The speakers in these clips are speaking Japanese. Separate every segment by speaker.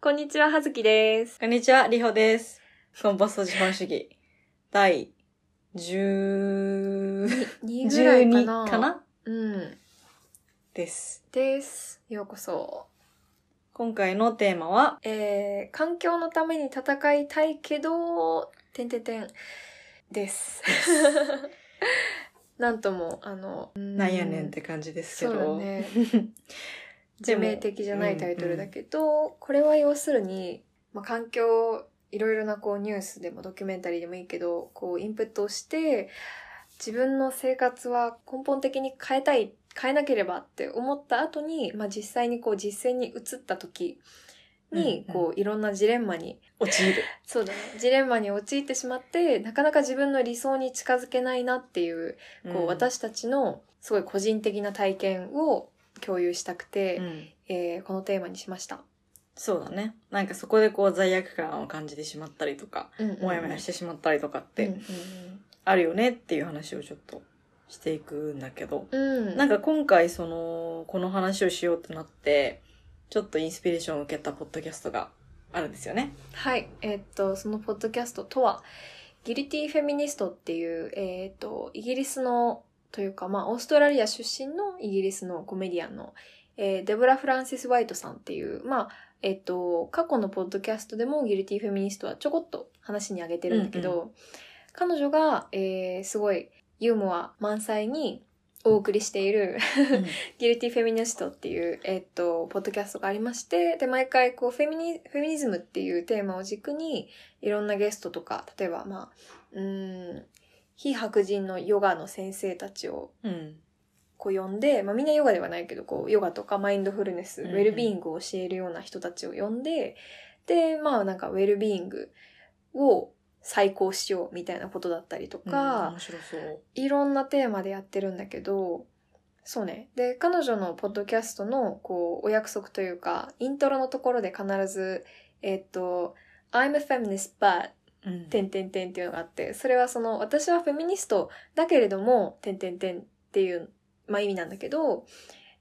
Speaker 1: こんにちは、はずきです。
Speaker 2: こんにちは、りほです。コンポスト資本主義。第10
Speaker 1: 2ぐらいかな
Speaker 2: 12かな
Speaker 1: うん。
Speaker 2: です。
Speaker 1: です。ようこそ。
Speaker 2: 今回のテーマは、
Speaker 1: えー、環境のために戦いたいけど、てんてんてん。です。 なんとも、あの、
Speaker 2: なんやねんって感じですけど。
Speaker 1: そうだね
Speaker 2: で
Speaker 1: 致
Speaker 2: も
Speaker 1: 命的じゃないタイトルだけど、これは要するに、まあ、環境いろいろなこうニュースでもドキュメンタリーでもいいけどこうインプットをして自分の生活は根本的に変えたい変えなければって思った後に、まあ、実際にこう実践に移った時に
Speaker 2: うんうん
Speaker 1: こういろんなジレンマに
Speaker 2: 陥る。
Speaker 1: そうだねジレンマに陥ってしまってなかなか自分の理想に近づけないなっていう こう、
Speaker 2: ん、
Speaker 1: 私たちのすごい個人的な体験を共有したくて、
Speaker 2: うん
Speaker 1: えーこのテーマにしました。
Speaker 2: そうだね。なんかそこでこう罪悪感を感じてしまったりとか、
Speaker 1: うんうん
Speaker 2: もやもやしてしまったりとかって、
Speaker 1: う
Speaker 2: あるよねっていう話をちょっとしていくんだけど。
Speaker 1: んうんうん、うん
Speaker 2: なんか今回その、この話をしようってなって、ちょっとインスピレーションを受けたポッドキャストがあるんですよね。
Speaker 1: はい、えーっとそのポッドキャストとは「ギルティ・フェミニスト」っていう、えーっとイギリスのというか、まあ、オーストラリア出身のイギリスのコメディアンの、えーデボラ・フランシス・ワイトさんっていう、まあえーっと過去のポッドキャストでも「ギルティ・フェミニスト」はちょこっと話に挙げてるんだけど、
Speaker 2: うん
Speaker 1: 彼女が、えーすごいユーモア満載にお送りしているギルティフェミニストっていう、えっと、ポッドキャストがありまして、で、毎回、こう、フェミニ、フェミニズムっていうテーマを軸に、いろんなゲストとか、例えば、まあ、うーん、非白人のヨガの先生たちを、
Speaker 2: うん。
Speaker 1: こう呼んで、まあみんなヨガではないけど、こう、ヨガとかマインドフルネス、ウ
Speaker 2: うんうん
Speaker 1: ェルビーイングを教えるような人たちを呼んで、で、まあなんか、ウェルビーイングを再考しようみたいなことだったりとか、
Speaker 2: うん面白そう。
Speaker 1: いろんなテーマでやってるんだけど、そうね。で、彼女のポッドキャストの、こう、お約束というか、イントロのところで必ず、えっと、I'm a feminist but,
Speaker 2: うん
Speaker 1: てんてんてんっていうのがあって、それはその、私はフェミニストだけれども、てんてんてんっていう、まあ意味なんだけど、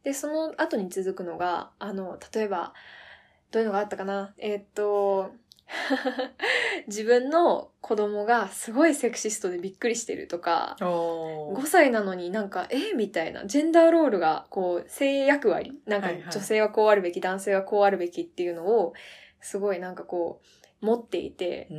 Speaker 1: で、その後に続くのが、あの、例えば、どういうのがあったかなえっと、 自分の子供がすごいセクシストでびっくりしてるとか、
Speaker 2: おー
Speaker 1: 5歳なのになんか、えみたいな、ジェンダーロールが、こう、性役割、なんか
Speaker 2: はいはい
Speaker 1: 女性はこうあるべき、男性はこうあるべきっていうのを、すごいなんかこう、持っていて、
Speaker 2: うー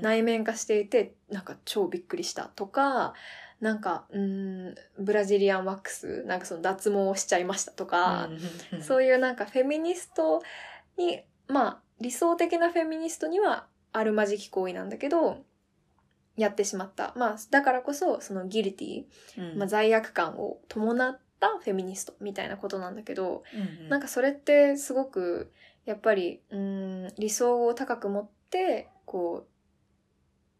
Speaker 2: ん。
Speaker 1: 内面化していて、なんか超びっくりしたとか、なんか、うーん、ブラジリアンワックス、なんかその脱毛をしちゃいましたとか、
Speaker 2: そ
Speaker 1: そういうなんかフェミニストに、まあ理想的なフェミニストにはあるまじき行為なんだけど、やってしまった。まあだからこそそのギルティ、
Speaker 2: うん。
Speaker 1: まあ罪悪感を伴ったフェミニストみたいなことなんだけど、
Speaker 2: うん
Speaker 1: なんかそれってすごくやっぱり、うーん、理想を高く持って、こう、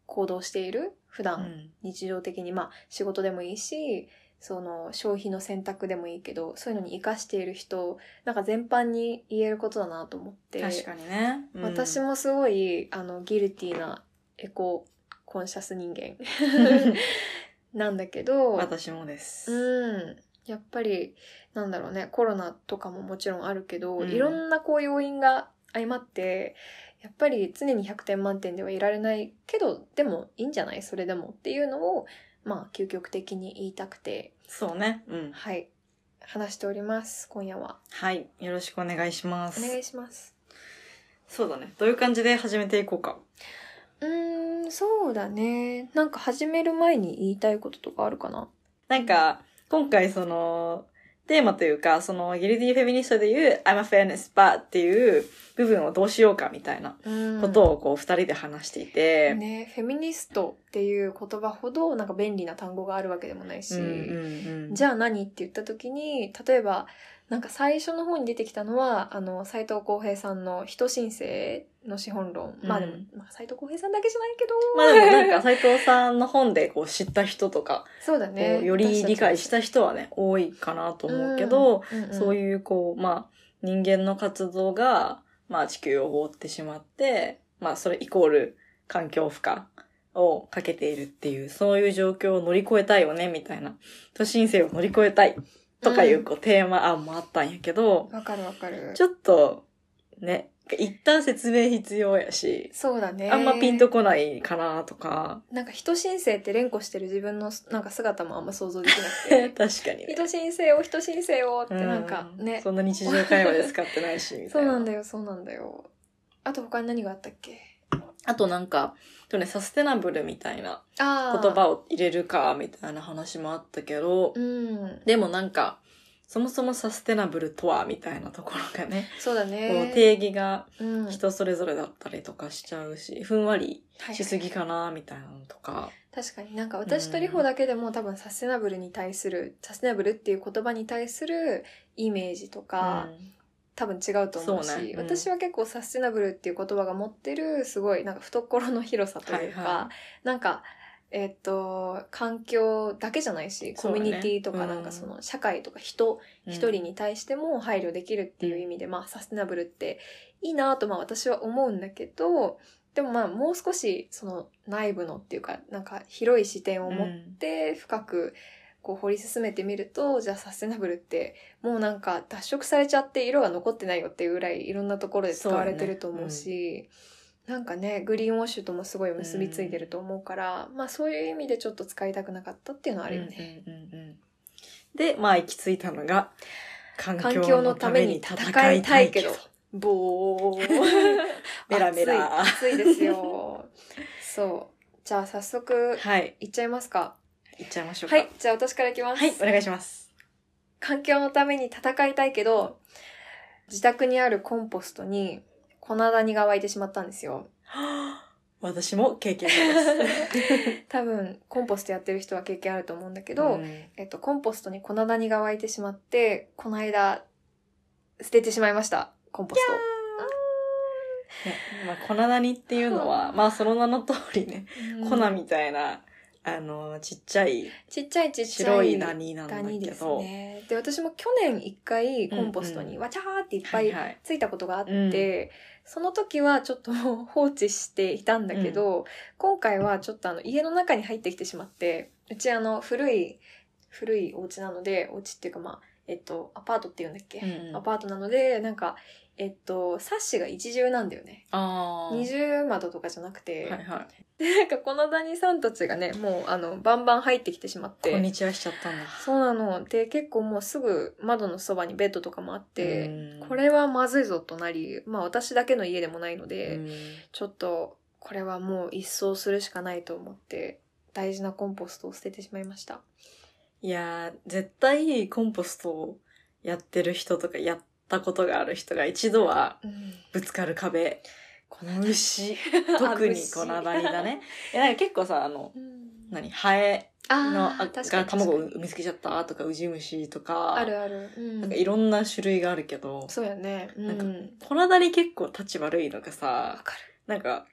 Speaker 1: 行動している普
Speaker 2: う
Speaker 1: 段
Speaker 2: ん
Speaker 1: 日常的にまあ仕事でもいいしその消費の選択でもいいけどそういうのに生かしている人なんか全般に言えることだなと思って
Speaker 2: 確かにね。うん
Speaker 1: 私。もすごいあのギルティーなエココンシャス人 間なんだけど
Speaker 2: 私もです。
Speaker 1: うんやっぱりなんだろうねコロナとかももちろんあるけど、
Speaker 2: うん
Speaker 1: いろんなこう要因が相まってやっぱり常に100点満点ではいられないけどでもいいんじゃないそれでもっていうのをまあ究極的に言いたくて
Speaker 2: そうね。うん。
Speaker 1: はい話しております今夜は
Speaker 2: はい。よろしくお願いしま
Speaker 1: お願
Speaker 2: す。
Speaker 1: いします
Speaker 2: そうだね。どういう感じで始めていこうか。
Speaker 1: うーんそうだねなんか始める前に言いたいこととかあるかな
Speaker 2: なんか、今回その、テーマというか、その、ギルティフェミニストで言う、I'm a feminist but っていう部分をどうしようかみたいな
Speaker 1: うん
Speaker 2: ことをこう、二人で話していて。
Speaker 1: ねフェミニストっていう言葉ほどなんか便利な単語があるわけでもないし、じ
Speaker 2: ゃ
Speaker 1: ゃあ何って言った時に例えばなんか最初の方に出てきたのはあの斉藤浩平さんの「人申請の資本論」まあでも、
Speaker 2: うん
Speaker 1: まあ、斉藤浩平さんだけじゃないけど
Speaker 2: まあでもなん か斎藤さんの本でこう知った人とか、
Speaker 1: そうだ
Speaker 2: こ
Speaker 1: ね
Speaker 2: うより理解した人はね、多いかなと思うけど、、そう
Speaker 1: う
Speaker 2: いうこう、まあ人間の活動が、まあ地球を覆ってしまって、まあそれイコール環境負荷をかけているっていう、そういう状況を乗り越えたいよね、みたいな。都心生を乗り越えたいとかいうこう、テーマ案もあったんやけど、
Speaker 1: わかるわかる
Speaker 2: ちょっと、ね、一旦説明必要やし、
Speaker 1: そうだね。
Speaker 2: あんまピンとこないかなとか、
Speaker 1: なんか人申請って連呼してる自分のなんか姿もあんま想像できな
Speaker 2: 確
Speaker 1: く
Speaker 2: かに
Speaker 1: て。
Speaker 2: ね。
Speaker 1: 人申請を人申請をってなんか
Speaker 2: う
Speaker 1: ね。
Speaker 2: そんな日常会話で使ってないし、み た
Speaker 1: そ
Speaker 2: いうな。
Speaker 1: なんだよ、そうなんだよ。あと他に何があったっけ
Speaker 2: あとなんか、でもね、サステナブルみたいな
Speaker 1: ああ。
Speaker 2: 言葉を入れるか、みたいな話もあったけど、
Speaker 1: うん。
Speaker 2: でもなんか、そもそもサステナブルとは、みたいなところがね、
Speaker 1: そうだ
Speaker 2: こ
Speaker 1: ね
Speaker 2: う。定義が
Speaker 1: うん。
Speaker 2: 人それぞれだったりとかしちゃうし、ふんわり
Speaker 1: はい
Speaker 2: しすぎかな、みたいなのとか。
Speaker 1: 確かになんか私とリホだけでも多分サステナブルに対する、サステナブルっていう言葉に対するイメージとか、
Speaker 2: うん
Speaker 1: 多分違うと思うし
Speaker 2: そうねうん
Speaker 1: 私は結構サステナブルっていう言葉が持ってるすごいなんか懐の広さというか、
Speaker 2: はいは
Speaker 1: なんかえっと環境だけじゃないし
Speaker 2: そ
Speaker 1: コ
Speaker 2: うだ
Speaker 1: ミ
Speaker 2: ね
Speaker 1: ュニティと
Speaker 2: う
Speaker 1: か
Speaker 2: ん
Speaker 1: なんかその社会とか人
Speaker 2: うん
Speaker 1: 一人に対しても配慮できるっていう意味で、まあサステナブルっていいなとまあ私は思うんだけどでもまあもう少しその内部のっていうかなんか広い視点を持っ
Speaker 2: うん
Speaker 1: で深くこう掘り進めてみるとじゃあサステナブルってもうなんか脱色されちゃって色が残ってないよっていうぐらいいろんなところで使われてると思うしなんかねグリーンウォッシュともすごい結びついてると思うから、まあそういう意味でちょっと使いたくなかったっていうのはあるよね。
Speaker 2: うんうんうんうんで、まあ行き着いたのが、環
Speaker 1: 環境のために戦いたいけど。ぼ ー
Speaker 2: メラメラ
Speaker 1: 暑い暑いですよ。 そうじゃあ早速
Speaker 2: はい。
Speaker 1: いっちゃいますか。
Speaker 2: 行っちゃいましょうか。
Speaker 1: はいじゃあ私からいきます。
Speaker 2: はい、お願いします。
Speaker 1: 環境のために戦いたいけど、自宅にあるコンポストに粉ダニが湧いてしまったんですよ。
Speaker 2: 私も経験者 です。
Speaker 1: 多分、コンポストやってる人は経験あると思うんだけど、
Speaker 2: うん
Speaker 1: えっと、コンポストに粉ダニが湧いてしまって、この間、捨ててしまいました。コンポス
Speaker 2: ねまあ、粉谷っていうのは、まあ、その名の通りね、
Speaker 1: ト。
Speaker 2: 粉
Speaker 1: うん
Speaker 2: みたいな、あの、ちっちゃい、
Speaker 1: ちっちゃいちっちゃい。
Speaker 2: 白い谷なんだ
Speaker 1: ダ
Speaker 2: けど、
Speaker 1: ニですね。で、私も去年一回コンポストにわちゃーっていっぱ
Speaker 2: はいいはい。
Speaker 1: ついたことがあって、その時はちょっと もう放置していたんだけど、今回はちょっとあの家の中に入ってきてしまってうちあの古い古いお家なのでお家っていうかまあえっとアパートっていうんだっけ、
Speaker 2: うん
Speaker 1: アパートなのでなんかえっとサッシが一重なんだよね
Speaker 2: あー
Speaker 1: 二重窓とかじゃなくて、
Speaker 2: はいは
Speaker 1: でなんかこのダニさんたちがねもうあのバンバン入ってきてしまっ
Speaker 2: い。こん
Speaker 1: て
Speaker 2: にちはしちゃったんだ。
Speaker 1: そうなので結構もうすぐ窓のそばにベッドとかもあって、
Speaker 2: うん
Speaker 1: これはまずいぞとなり、まあ私だけの家でもないので、
Speaker 2: うん
Speaker 1: ちょっとこれはもう一掃するしかないと思って、大事なコンポストを捨ててしまいました。
Speaker 2: いやー、絶対コンポストをやってる人とかやったことがある人が一度は
Speaker 1: うん。
Speaker 2: ぶつかる壁。
Speaker 1: こ
Speaker 2: 虫。特に粉ダニだ ね。いや、なんか結構さ、あの、
Speaker 1: うん。
Speaker 2: 何ハエの
Speaker 1: あ
Speaker 2: あ
Speaker 1: あ、確か
Speaker 2: が
Speaker 1: に確
Speaker 2: 卵
Speaker 1: か
Speaker 2: を
Speaker 1: に。
Speaker 2: 産みつけちゃったとか、ウジ虫とか、
Speaker 1: あるある。うん。
Speaker 2: なんかいろんな種類があるけど、
Speaker 1: そうやね。うん。
Speaker 2: な
Speaker 1: わ
Speaker 2: ん
Speaker 1: か
Speaker 2: か
Speaker 1: る。
Speaker 2: 粉ダニ結構立ち悪いのがさ、なんか、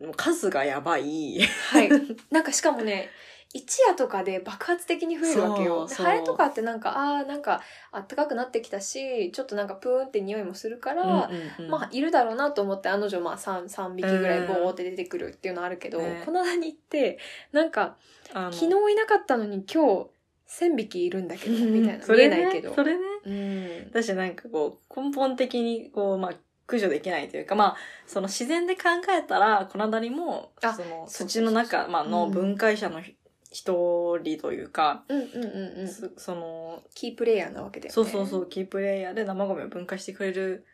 Speaker 2: もう数がやばい。
Speaker 1: はい。なんかしかもね、一夜とかで爆発的に増えるわけよ。で
Speaker 2: そうそう
Speaker 1: ハエとかってなんか、ああー、なんか、あったかくなってきたし、ちょっとなんかプーンって匂いもするから、
Speaker 2: うんうん
Speaker 1: まあ、いるだろうなと思って、あの女、まあ、3、三匹ぐらいボーって出てくるっていうのあるけど、
Speaker 2: ね
Speaker 1: この間に行って、なんか、
Speaker 2: あの
Speaker 1: 昨日いなかったのに今日、1000匹いるんだけど、みたいな。
Speaker 2: そ
Speaker 1: 見え
Speaker 2: れ
Speaker 1: ないけ
Speaker 2: ね
Speaker 1: ど。、
Speaker 2: それね。
Speaker 1: うん。
Speaker 2: だしなんかこう、根本的にこう、まあ、駆除できないというか、まあ、その自然で考えたら、このだりも、
Speaker 1: あ
Speaker 2: そ
Speaker 1: そ
Speaker 2: の
Speaker 1: うそうそう
Speaker 2: 土の中、まあの
Speaker 1: うん
Speaker 2: 分解者のひ一人というか、
Speaker 1: うんうんうんうん。
Speaker 2: そその、
Speaker 1: キープレイヤーなわけだよね。
Speaker 2: そうそうそう、キープレイヤーで生ゴミを分解してくれる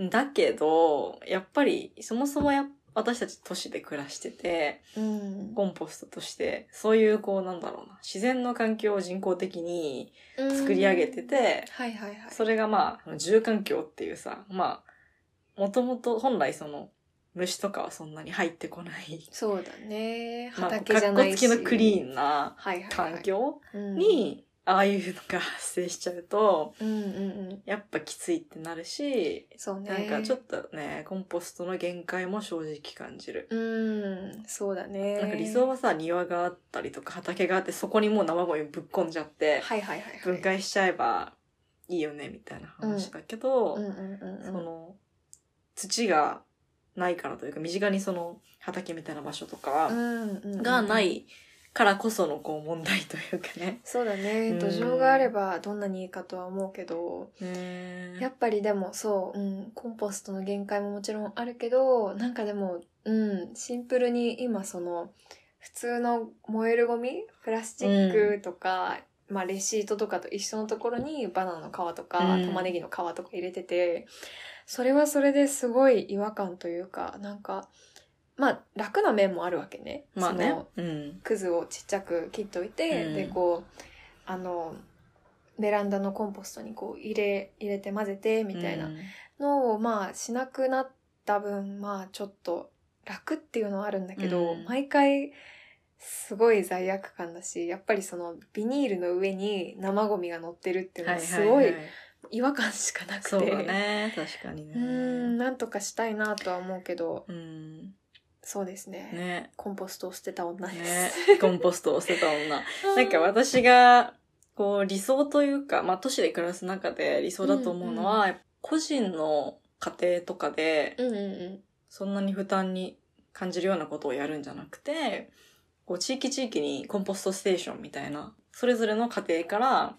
Speaker 2: んだけど、やっぱり、そもそもや私たち都市で暮らしてて、
Speaker 1: う。うん。
Speaker 2: コンポストとして、そういうこう、なんだろうな、自然の環境を人工的に作り上げて
Speaker 1: うん。
Speaker 2: て、
Speaker 1: はいはいはい。
Speaker 2: それがまあ、住環境っていうさ、まあ、もともと本来その、虫とかはそんなに入ってこない、
Speaker 1: そうだね。
Speaker 2: まあ、
Speaker 1: 畑じゃない
Speaker 2: 付
Speaker 1: し。
Speaker 2: きのクリ
Speaker 1: ン。
Speaker 2: ーンな
Speaker 1: はいはい、はい。
Speaker 2: 環境
Speaker 1: うん
Speaker 2: に、ああいうのが発生しちゃうと、
Speaker 1: うんうんうん。
Speaker 2: やっぱきついってなるし、
Speaker 1: そうね。
Speaker 2: なんかちょっとね、コンポストの限界も正直感じる。
Speaker 1: うん、そうだね。
Speaker 2: なんか理想はさ、庭があったりとか畑があって、そこにもう生ゴミぶっ込んじゃって、
Speaker 1: はいはいはい、はい。
Speaker 2: 分解しちゃえばいいよね、みたいな話だけど、
Speaker 1: うんうんうんうん。
Speaker 2: その土がないからというか身近にその畑みたいな場所とか
Speaker 1: うんうんうん
Speaker 2: がないからこそのこう問題というかね。
Speaker 1: そうだね
Speaker 2: うん
Speaker 1: 土壌があればどんなにいいかとは思うけどや
Speaker 2: ね
Speaker 1: っぱりでもそう、うん、コンポストの限界ももちろんあるけどなんかでも、うん、シンプルに今その普通の燃えるゴミプラスチックとか、まあ、レシートとかと一緒のところにバナナの皮とか、
Speaker 2: うん
Speaker 1: 玉ねぎの皮とか入れててそれはそれですごい違和感というかなんかまあ楽な面もあるわけね。
Speaker 2: まあ
Speaker 1: そ
Speaker 2: ね
Speaker 1: の。
Speaker 2: うん。
Speaker 1: くずをちっちゃく切っといて、
Speaker 2: うん
Speaker 1: でこうあのベランダのコンポストにこう入れ入れて混ぜてみたいな
Speaker 2: うん
Speaker 1: のを、まあしなくなった分まあちょっと楽っていうのはあるんだけど、
Speaker 2: うん
Speaker 1: 毎回すごい罪悪感だしやっぱりそのビニールの上に生ゴミが乗ってるっていうの
Speaker 2: は
Speaker 1: はいすごい
Speaker 2: はは
Speaker 1: 違和感しかなくて、
Speaker 2: そうだね。確かに
Speaker 1: う
Speaker 2: ね
Speaker 1: ん。なんとかしたいなとは思うけど
Speaker 2: うん。
Speaker 1: そうですね
Speaker 2: ね。
Speaker 1: コンポストを捨てた女です。
Speaker 2: ね。コンポストを捨てた女。なんか私が、こう理想というか、まあ都市で暮らす中で理想だと思うのは、個人の家庭とかで、
Speaker 1: うんうんうん
Speaker 2: そんなに負担に感じるようなことをやるんじゃなくて、こう地域地域にコンポストステーションみたいな、それぞれの家庭から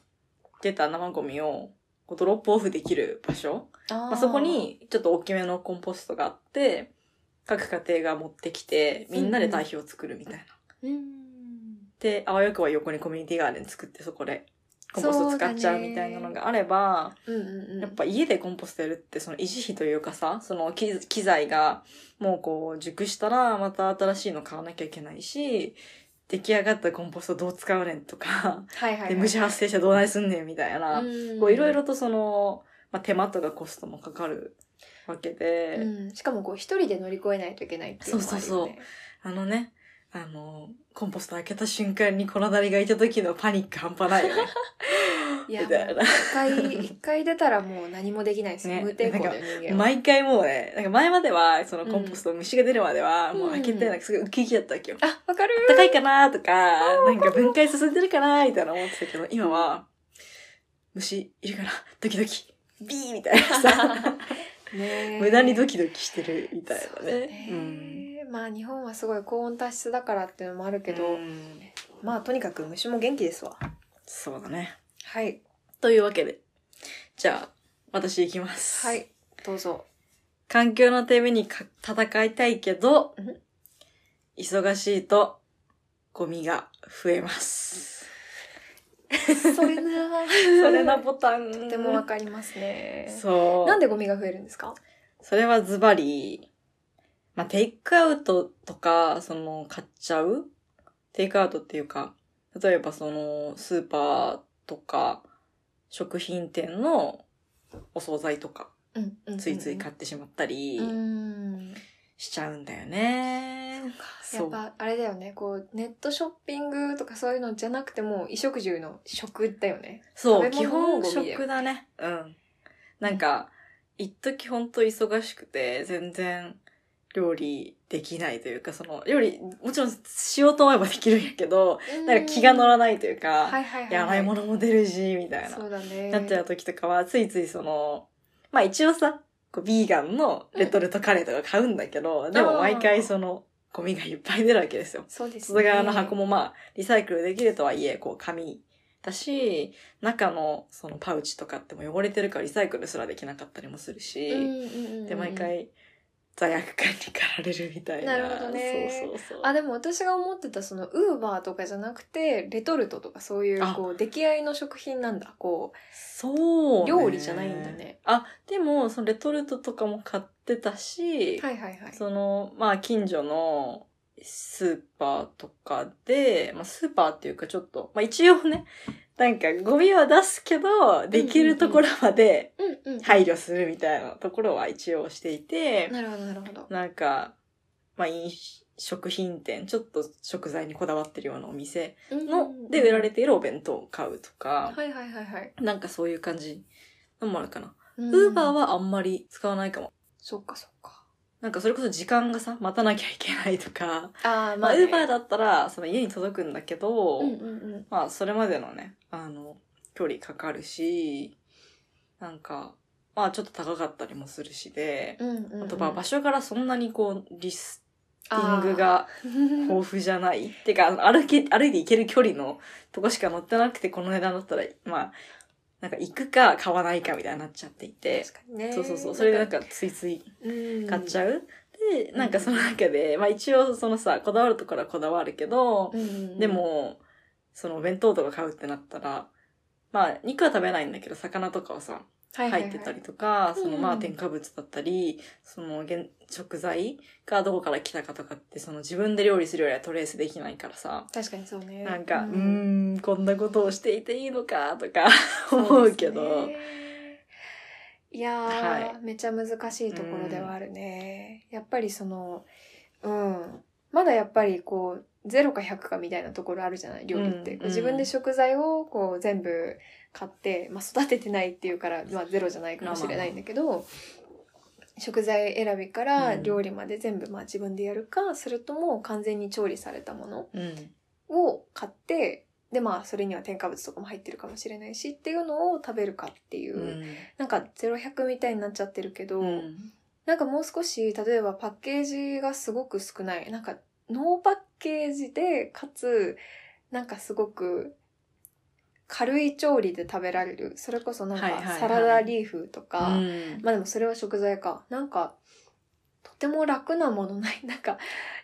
Speaker 2: 出た生ゴミをこうドロップオフできる場所、
Speaker 1: あ
Speaker 2: まあ、
Speaker 1: ー
Speaker 2: そこにちょっと大きめのコンポストがあって、各家庭が持ってきて、みんなで堆肥を作るみたいな。
Speaker 1: うん
Speaker 2: で、あわよくは横にコミュニティガーデン作ってそこでコンポスト使っちゃうみたいなのがあれば、
Speaker 1: うんうんうん
Speaker 2: やっぱ家でコンポストやるってその維持費というかさ、その機機材がもうこう熟したらまた新しいの買わなきゃいけないし、出来上がったコンポストどう使うねんとか、
Speaker 1: はいはいはい、
Speaker 2: で虫発生したらどうなりすんねんみたいな、
Speaker 1: うん
Speaker 2: こういろいろとその、まあ、手間とかコストもかかるわけで、
Speaker 1: うんしかもこう一人で乗り越えないといけないっていうのもあるよね
Speaker 2: あのね、あの、コンポスト開けた瞬間に粉だりがいた時のパニック半端ないよね。
Speaker 1: いや
Speaker 2: みたいな
Speaker 1: もう一回一回出たらもう何もできないですよ、
Speaker 2: ね
Speaker 1: 無抵抗だよ人間は
Speaker 2: 毎回もうね、なんか前までは、そのコンポスト、虫が出るまでは、
Speaker 1: うん
Speaker 2: もう開けて、なんかすごいウキウキだったわけよ。
Speaker 1: あわかる
Speaker 2: 高いかなとか、なんか分解進んでるかなみたいな思ってたけど、今は、虫いるかなドキドキ、ビーみたいな さ、
Speaker 1: ね
Speaker 2: 無駄にド
Speaker 1: キ
Speaker 2: キドキしてるみたいなね。うん。
Speaker 1: まあ日本はすごい高温多湿だからっていうのもあるけど、
Speaker 2: うん
Speaker 1: まあとにかく虫も元気ですわ
Speaker 2: そうだね。
Speaker 1: はい
Speaker 2: というわけで、じゃあ、私行きます。
Speaker 1: は。いどう ぞ
Speaker 2: 環境のためにか戦いたいけど
Speaker 1: うん、
Speaker 2: 忙しいとゴミが増えます。
Speaker 1: それな
Speaker 2: それなボタン。
Speaker 1: とてもわかりますね
Speaker 2: そう。
Speaker 1: なん
Speaker 2: で
Speaker 1: でゴミが増えるんですか
Speaker 2: それはズバリ、まあ、テイクアウトとか、その、買っちゃうテイクアウトっていうか、例えばその、スーパーとか、食品店のお惣菜とか、
Speaker 1: うんうんうん
Speaker 2: ついつい買ってしまったり
Speaker 1: うん
Speaker 2: しちゃうんだよね。
Speaker 1: やっぱあれだよねこうネットショッピングとかそういうのじゃなくても衣食住の食だよね
Speaker 2: そう、
Speaker 1: 食
Speaker 2: 基
Speaker 1: べ物も
Speaker 2: 本
Speaker 1: ゴミだよ
Speaker 2: 食だね。うん。なんか、一時ほんと忙しくて、全然料理できないというか、その、料理、もちろんしようと思えばできるんやけど、なんか気が乗らないという
Speaker 1: なは
Speaker 2: か、
Speaker 1: いはいはい、
Speaker 2: やばいものも出るし、みたいな
Speaker 1: そ、うだね
Speaker 2: なっちゃう時とかは、ついついその、まあ一応さ、こうビーガンのレトルトカレーとか買うんだけど、でも毎回その、ゴミがいっぱい出るわけですよ。
Speaker 1: そうです
Speaker 2: 外側の箱もまあ、リサイクルできるとはいえ、こう、紙だし、中のそのパウチとかっても汚れてるからリサイクルすらできなかったりもするし、
Speaker 1: うんうんうんうん
Speaker 2: で、毎回、罪悪感に駆られるみたいな。
Speaker 1: なるほどね
Speaker 2: そうそうそう。
Speaker 1: あでも私が思ってたそのウーバーとかじゃなくてレトルトとかそういう
Speaker 2: あ
Speaker 1: こう出来合いの食品なんだこ
Speaker 2: そう、
Speaker 1: う料理じゃないんだ。ね
Speaker 2: あ、でも、そのレトルトとかも買ってたし、
Speaker 1: はいはいはい
Speaker 2: その、まあ、近所のスーパーとかで、まあ、スーパーっていうかちょっと、まあ、一応ね、なんかゴミは出すけど、できるところまで
Speaker 1: うんうん
Speaker 2: 配慮するみたいなところは一応していて、
Speaker 1: なるほどなるほど
Speaker 2: なんか、まあ、飲食品店、ちょっと食材にこだわってるようなお店の、で売られ
Speaker 1: て
Speaker 2: ているお弁当を買うとか、
Speaker 1: はいはいはいはい
Speaker 2: なんかそういう感じのもあるかな。
Speaker 1: ウ
Speaker 2: ウーバーはあんまり使わないかも。
Speaker 1: そっかそっか
Speaker 2: なんかそれこそ時間がさ、待たなきゃいけないと か、
Speaker 1: あー
Speaker 2: まあ、ウ
Speaker 1: ね
Speaker 2: ーバーだったら、その家に届くんだけど、
Speaker 1: うんうんうん
Speaker 2: まあ、それまでのね、あの、距離かかるし、なんか、まあ、ちょっと高かったりもするしで、
Speaker 1: うんうんうん
Speaker 2: あと、まあ、場所からそんなにこう、リス、
Speaker 1: あー
Speaker 2: ングが豊富じゃないってか、歩き、歩いて行ける距離のとこしか乗ってなくて、この値段だったら、まあ、なんか行くか買わないかみたいになっちゃっていて
Speaker 1: 確、かにね。
Speaker 2: そうそうそう、それでなんかついつい
Speaker 1: うん、
Speaker 2: 買っち
Speaker 1: ゃ
Speaker 2: ゃう。で、なんかその中で、まあ一応そのさ、こだわるところはこだわるけど、
Speaker 1: うん。うん
Speaker 2: で、も、そのお弁当とか買うってなったら、まあ肉は食べないんだけど、魚とかはさ、
Speaker 1: はいはい
Speaker 2: 入
Speaker 1: はい
Speaker 2: ってたりとか、その
Speaker 1: う
Speaker 2: まあ
Speaker 1: ん
Speaker 2: 添加物だったり、その原食材がどこから来たかとかって、その自分で料理するよりはトレースできないからさ、
Speaker 1: 確かにそうね。
Speaker 2: なんか、う
Speaker 1: う
Speaker 2: ーん、こんなことをしていていいのかとか思うけ
Speaker 1: そ
Speaker 2: ど
Speaker 1: で、すねいやー、
Speaker 2: は
Speaker 1: めちゃ難しいところではあるね、やっぱりそのうんまだやっぱりこう0か100かみたいなところあるじゃない料理って、
Speaker 2: うん
Speaker 1: こう自分で食材をこう全部買って、まあ、育ててないっていうから、まあ、ゼロじゃないかもしれないんだけど、食材選びから
Speaker 2: うん
Speaker 1: 料理まで全部まあ自分でやるか、それとも完全に調理されたもの
Speaker 2: うん、
Speaker 1: を買ってでまあそれには添加物とかも入ってるかもしれないしっていうのを食べるかっていう、
Speaker 2: うん、
Speaker 1: なんか0100みたいになっちゃってるけど、
Speaker 2: うん
Speaker 1: なんかもう少し例えばパッケージがすごく少ないなんかノーパッケージでかつなんかすごく軽い調理で食べられるそれこそなん
Speaker 2: はいはいは
Speaker 1: か
Speaker 2: い
Speaker 1: サラダリーフとか、
Speaker 2: うん
Speaker 1: まあでもそれは食材か。なんか、とても楽なものない。 なんか、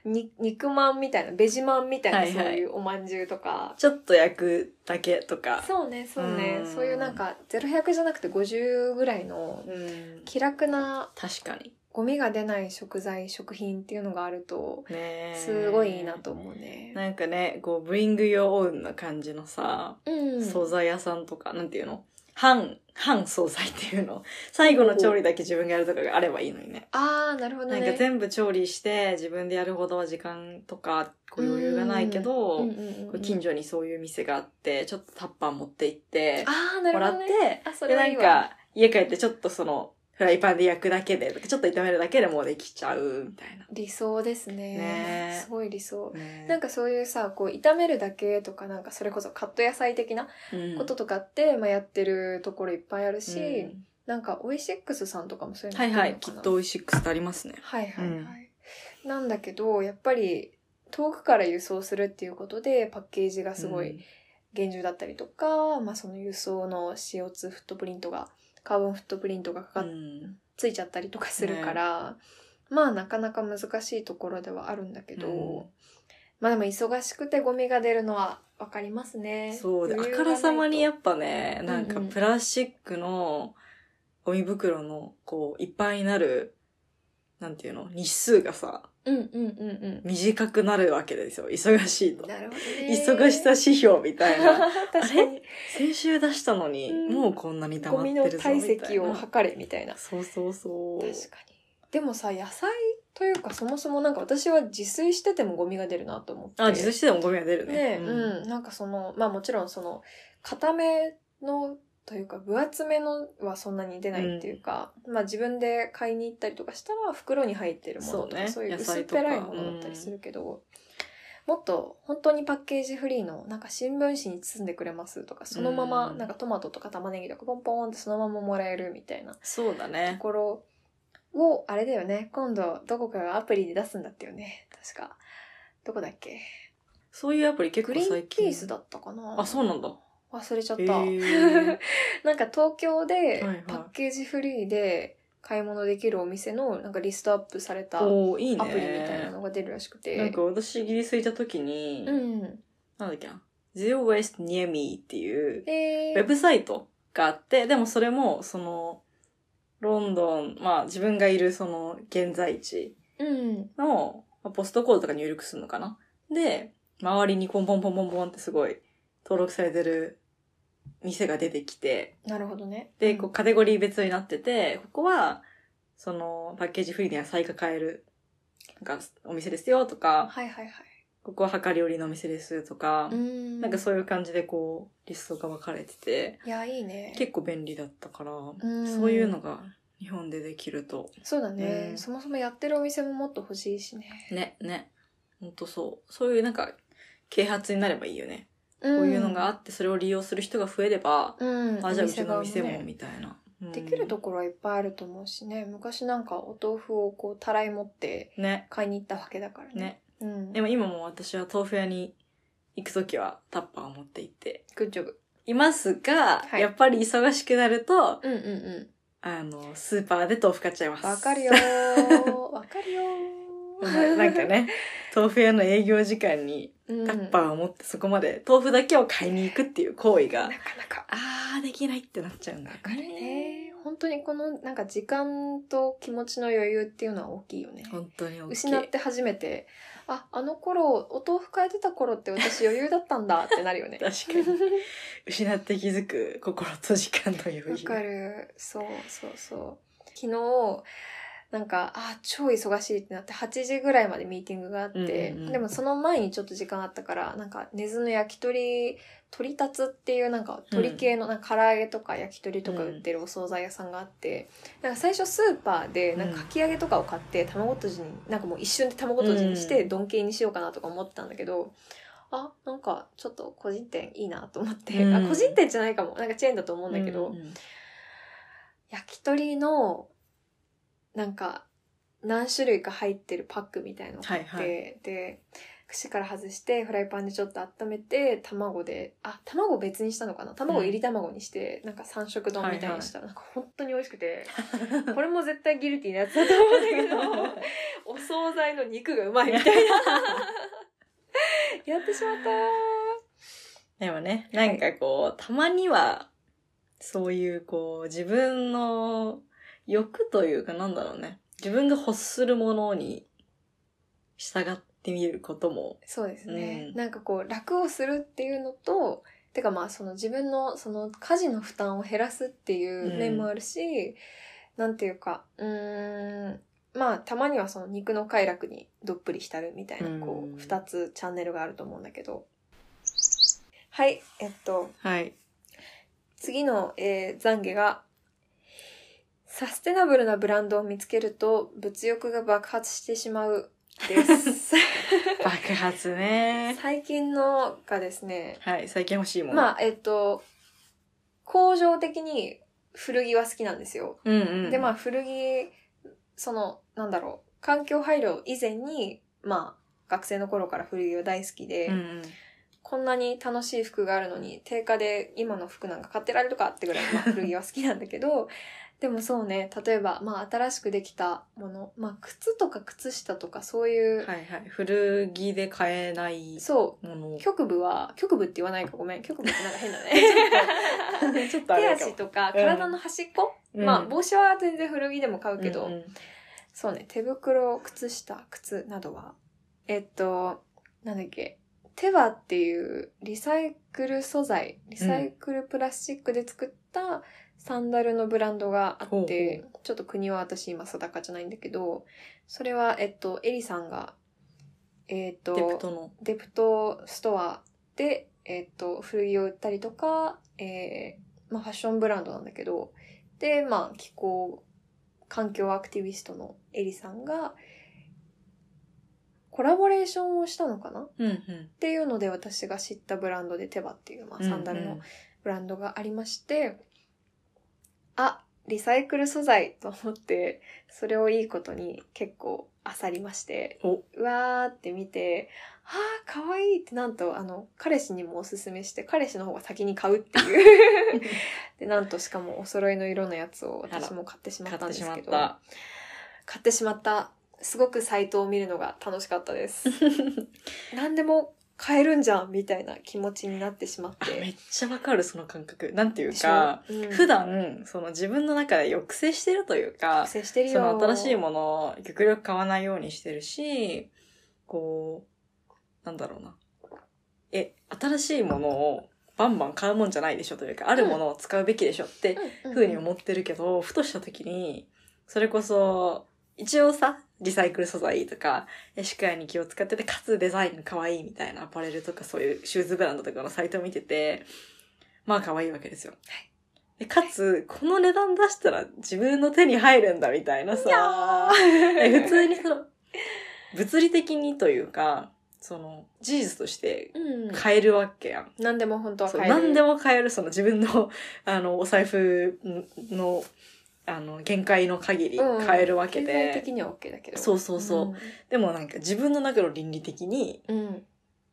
Speaker 1: に肉まんみたいな、ベジまんみたいな、
Speaker 2: はいはい
Speaker 1: そういうおまんじゅうとか。
Speaker 2: ちょっと焼くだけとか、
Speaker 1: そうね、そうね
Speaker 2: う。ん
Speaker 1: そういうなんか、0100じゃなくて50ぐらいの、
Speaker 2: うん、
Speaker 1: 気楽な、
Speaker 2: 確かに
Speaker 1: ゴミが出ない食材、食品っていうのがあると、
Speaker 2: ね
Speaker 1: すごいいいなと思うね。
Speaker 2: なんかねこうブリング用オウンの感じのさ、
Speaker 1: うん。
Speaker 2: 惣菜屋さんとかなんていうの半半惣菜っていうの最後の調理だけ自分がやるとかがあればいいのにね
Speaker 1: あー、なるほど
Speaker 2: な
Speaker 1: ね。
Speaker 2: んか全部調理して自分でやるほどは時間とかこう余裕がないけど、
Speaker 1: うんうんうん
Speaker 2: こう近所にそういう店があってちょっとタッパー持って行って
Speaker 1: あー、なる
Speaker 2: も
Speaker 1: ほ
Speaker 2: ら
Speaker 1: ど
Speaker 2: っ、
Speaker 1: ね。
Speaker 2: て、
Speaker 1: あ、そ
Speaker 2: で
Speaker 1: れは
Speaker 2: ない
Speaker 1: い
Speaker 2: ん
Speaker 1: わ。
Speaker 2: か家帰ってちょっとそのフライパンで焼くだけでちょっと炒めるだけでもうできちゃうみたいな。
Speaker 1: 理想ですね。
Speaker 2: ね
Speaker 1: すごい理想。な
Speaker 2: なん
Speaker 1: かそういうさこう炒めるだけとかなんかそれこそカット野菜的なこととかって、まあ、やってるところいっぱいあるし、
Speaker 2: うん
Speaker 1: なんかオイシックスさんとかもそういうの
Speaker 2: は
Speaker 1: や
Speaker 2: い
Speaker 1: って
Speaker 2: はい
Speaker 1: るの
Speaker 2: き
Speaker 1: か
Speaker 2: っ
Speaker 1: な
Speaker 2: と美味しくありますね
Speaker 1: はいはいはい、
Speaker 2: うん
Speaker 1: なんだけどやっぱり遠くから輸送するっていうことでパッケージがすごい厳重だったりとか、まあ、その輸送の CO2 フットプリントがカーボンフットプリントがかか
Speaker 2: う
Speaker 1: っ
Speaker 2: ん
Speaker 1: ついちゃったりとかするから、まあなかなか難しいところではあるんだけど、
Speaker 2: うん
Speaker 1: まあでも忙しくてゴミが出るのはわかりますね。
Speaker 2: そうであ
Speaker 1: 余裕
Speaker 2: か
Speaker 1: がない
Speaker 2: ら
Speaker 1: と
Speaker 2: さまにやっぱねなんか
Speaker 1: うんうん
Speaker 2: プラスチックのゴミ袋のこういっぱいになるなんていうの日数がさ
Speaker 1: うんうんうん
Speaker 2: 短くなるわけですよ忙しい
Speaker 1: うん。
Speaker 2: と
Speaker 1: なるほどね。
Speaker 2: 忙しさ指標みたいな
Speaker 1: 確かに。
Speaker 2: 先週出したのに
Speaker 1: うん
Speaker 2: もうこんなに溜
Speaker 1: ゴ
Speaker 2: まって
Speaker 1: ミ
Speaker 2: る
Speaker 1: の
Speaker 2: ぞみたい
Speaker 1: 体
Speaker 2: な
Speaker 1: 積を測れみたいな。
Speaker 2: そうそうそう
Speaker 1: 確かに。でもさ、野菜というかそもそもなんか私は自炊しててもゴミが出るなと思って。
Speaker 2: あ自炊してでもゴミが出るね
Speaker 1: ね、
Speaker 2: うん
Speaker 1: うん、なんかその、まあもちろんその、固めの、というか、分厚めのはそんなに出ないっていうか、まあ自分で買いに行ったりとかしたら、袋に入ってるものと
Speaker 2: そう
Speaker 1: か、
Speaker 2: ね
Speaker 1: そう,、いう
Speaker 2: 野
Speaker 1: 薄っ
Speaker 2: 菜と
Speaker 1: ぺ
Speaker 2: から
Speaker 1: いものだったりするけど、もっと本当にパッケージフリーの、なんか新聞紙に包んでくれますとか、そのまま、
Speaker 2: うん
Speaker 1: なんかトマトとか玉ねぎとかポンポンってそのままもらえるみたいなと
Speaker 2: そうだね
Speaker 1: ころを、あれだよね、今度どこかがアプリで出すんだってよね、確か。どこだっけ
Speaker 2: そういうアプリ結
Speaker 1: グ
Speaker 2: 構
Speaker 1: リ
Speaker 2: 最近
Speaker 1: ーンピースだったかな
Speaker 2: あそうなんだ
Speaker 1: 忘れちゃった、
Speaker 2: へ ー
Speaker 1: なんか東京で
Speaker 2: はいはい
Speaker 1: パッケージフリーで買い物できるお店のなんかリストアップされたアプ
Speaker 2: おーいいね
Speaker 1: リみたいなのが出るらしくて
Speaker 2: なんか私イギリス行った時に、
Speaker 1: うん
Speaker 2: なんだっけな Zero Waste Near Me っていう
Speaker 1: え
Speaker 2: ウェブサイトがあってでもそれもそのロンドンまあ自分がいるその現在地
Speaker 1: うん
Speaker 2: のまあポストコードとか入力するのかなで周りにポンポンポンポンポンってすごい登録されてる店が出てきて
Speaker 1: なるほどね
Speaker 2: でこうカテゴリー別になっててここはそのパッケージフリーで野菜が買えるなんかお店ですよとか、
Speaker 1: はいはいはい
Speaker 2: ここは量り売りのお店ですとか、
Speaker 1: うん
Speaker 2: なんかそういう感じでこう、リストが分かれてて、
Speaker 1: いやいいね
Speaker 2: 結構便利だったから、
Speaker 1: ん
Speaker 2: そういうのが日本でできると、
Speaker 1: そうだね、
Speaker 2: うん
Speaker 1: そもそもやってるお店ももっと欲しいしね
Speaker 2: ね、ね、ほんとそう。そういうなんか、啓発になればいいよね。
Speaker 1: こう
Speaker 2: こういうのがあって、それを利用する人が増えれば、
Speaker 1: うん、
Speaker 2: あ、じゃあうちの
Speaker 1: が
Speaker 2: 店も、
Speaker 1: ね
Speaker 2: みたいな。
Speaker 1: できると
Speaker 2: こ。
Speaker 1: ころはいっぱいあると思うしね、昔なんかお豆腐をこうたらい持って
Speaker 2: ね。
Speaker 1: 買いに行ったわけだからね
Speaker 2: ね。
Speaker 1: うん
Speaker 2: でも今も私は豆腐屋に行くときはタッパーを持って行って
Speaker 1: グッジョブ
Speaker 2: いますが、
Speaker 1: はい
Speaker 2: やっぱり忙しくなると、
Speaker 1: うんうんう
Speaker 2: あの、スーパーで豆腐買っちゃいます。
Speaker 1: んわかるよー わかるよ
Speaker 2: まあ
Speaker 1: ー
Speaker 2: なんかね、豆腐屋の営業時間に
Speaker 1: うん
Speaker 2: タッパーを持ってそこまで豆腐だけを買いに行くっていう行為が、
Speaker 1: なかなか
Speaker 2: あーできないってなっちゃうんだよね。
Speaker 1: わかるね本当にこのなんか時間と気持ちの余裕っていうのは大きいよね
Speaker 2: 本当に大きい。
Speaker 1: 失って初めてああの頃お豆腐買えてた頃って私余裕だったんだってなるよね
Speaker 2: 確かに。失って気づく心と時間の余裕。
Speaker 1: わかるそうそうそう昨日なんかあ超忙しいってなって8時ぐらいまでミーティングがあって、
Speaker 2: うんうんうん
Speaker 1: でもその前にちょっと時間あったからなんか根津の焼き鳥鳥たつっていうなんか鳥系のなんか唐揚げとか焼き鳥とか売ってるお惣菜屋さんがあって、なんか最初スーパーでなんかかき揚げとかを買って卵とじになんかもう一瞬で卵とじにして
Speaker 2: うん
Speaker 1: 丼系にしようかなとか思ってたんだけど、あなんかちょっと個人店いいなと思って、
Speaker 2: うん
Speaker 1: あ個人店じゃないかもなんかチェーンだと思うんだけど、
Speaker 2: うんうん
Speaker 1: 焼き鳥のなんか何種類か入ってるパックみたいのがあって、
Speaker 2: はい
Speaker 1: で串から外してフライパンでちょっと温めて卵であ卵別にしたのかな卵入り卵にして、なんか三色丼みたいにしたら、なんか本当に美味しくてこれも絶対ギルティーなやつだと思うんだけどお惣菜の肉がうまいみたいなやってしまった
Speaker 2: でもね、なんかこう、たまには、そういうこう、自分の欲というかなんだろうね。自分が欲するものに従ってみることも、
Speaker 1: そうですね、
Speaker 2: うん
Speaker 1: なんかこう楽をするっていうのとてかまあその自分のその家事の負担を減らすっていう面もあるし、なんていうかうーんまあたまにはその肉の快楽にどっぷり浸るみたいな、こ
Speaker 2: うん
Speaker 1: う2つチャンネルがあると思うんだけどはいえっと
Speaker 2: はい。
Speaker 1: 次の、えー、懺悔が、サステナブルなブランドを見つけると物欲が爆発してしまう です。
Speaker 2: 爆発ね。
Speaker 1: 最近のがですね、
Speaker 2: はい、最近欲しいもの。あ、
Speaker 1: まあ、えっと、工場的に古着は好きなんですよ。
Speaker 2: うんうん。
Speaker 1: で、ま
Speaker 2: あ、
Speaker 1: あ、古着、その、なんだろう、環境配慮以前に、まあ、学生の頃から古着が大好きで、
Speaker 2: うんうん。
Speaker 1: こんなに楽しい服があるのに、定価で今の服なんか買ってられるかってぐらい、まあ、古着は好きなんだけど、 でもそうね、例えば、まあ、新しくできたもの、まあ、靴とか靴下とかそういう、
Speaker 2: はいはい。古着で買えない
Speaker 1: そ
Speaker 2: もの
Speaker 1: う、。局部は、局部って言わないかごめん、局部ってなんか変だね。
Speaker 2: ちょっとあ
Speaker 1: 手
Speaker 2: れか
Speaker 1: 足
Speaker 2: も。
Speaker 1: とか
Speaker 2: ん
Speaker 1: 体の端っこ、
Speaker 2: うん
Speaker 1: まあ帽子は全然古着でも買うけど、
Speaker 2: うんうん
Speaker 1: そうね手袋靴下靴などはえっとなんだっけテバっていうリサイクル素材リサイクルプラスチックで作ったサンダルのブランドがあって、ちょっと国は私今定かじゃないんだけどそれはえっとエリさんがえっと
Speaker 2: デプトの。
Speaker 1: デプトストアで、えっと古着を売ったりとか、えーまあ、ファッションブランドなんだけどで、まあ、気候環境アクティビストのエリさんがコラボレーションをしたのかなっ
Speaker 2: うんうん。
Speaker 1: ていうので私が知ったブランドでテバっていう、まあ、サンダル
Speaker 2: うんう
Speaker 1: の
Speaker 2: ん
Speaker 1: ブランドがありまして、あリサイクル素材と思ってそれをいいことに結構あさりまして
Speaker 2: お
Speaker 1: うわーって見てあーかわいいってなんとあの彼氏にもおすすめして彼氏の方が先に買うっていう でなんとしかもお揃いの色のやつを私も買ってしまっ
Speaker 2: 買った
Speaker 1: ん
Speaker 2: て
Speaker 1: で
Speaker 2: し
Speaker 1: す
Speaker 2: ま
Speaker 1: け
Speaker 2: っ
Speaker 1: ど
Speaker 2: た。
Speaker 1: 買ってしまったすごくサイトを見るのが楽しかったです 何でも買えるんじゃんみたいな気持ちになってしまっ
Speaker 2: あめ
Speaker 1: て
Speaker 2: っちゃわかる、その感覚。なんてい
Speaker 1: で
Speaker 2: う
Speaker 1: しょ
Speaker 2: か、
Speaker 1: うん
Speaker 2: 普段、その自分の中で抑制してるというか
Speaker 1: 覚、醒してるよ
Speaker 2: その新しいものを極力買わないようにしてるし、こう、なんだろうな。え、新しいものをバンバン買うもんじゃないでしょというか、あるものを使うべきでしょって、ふうに思ってるけど、ふとした時に、それこそ、一応さ、リサイクル素材とか、えシクヤに気を使ってて、かつデザイン可愛いみたいなアパレルとかそういうシューズブランドとかのサイトを見てて、まあ可愛いわけですよ。でかつ、この値段出したら自分の手に入るんだみたいなさ、
Speaker 1: いや
Speaker 2: え普通にその、物理的にというか、その、事実として
Speaker 1: うん。
Speaker 2: 変えるわけやん。
Speaker 1: 何でも本当は
Speaker 2: そう
Speaker 1: 買える。
Speaker 2: 何でも買える、その自分の、 あの、お財布の、あの、限界の限り
Speaker 1: うん
Speaker 2: 買えるわけ
Speaker 1: 経
Speaker 2: で。
Speaker 1: 済的には OK だけど。
Speaker 2: そうそうそう。でもなんか自分の中の倫理的に
Speaker 1: うん。うん。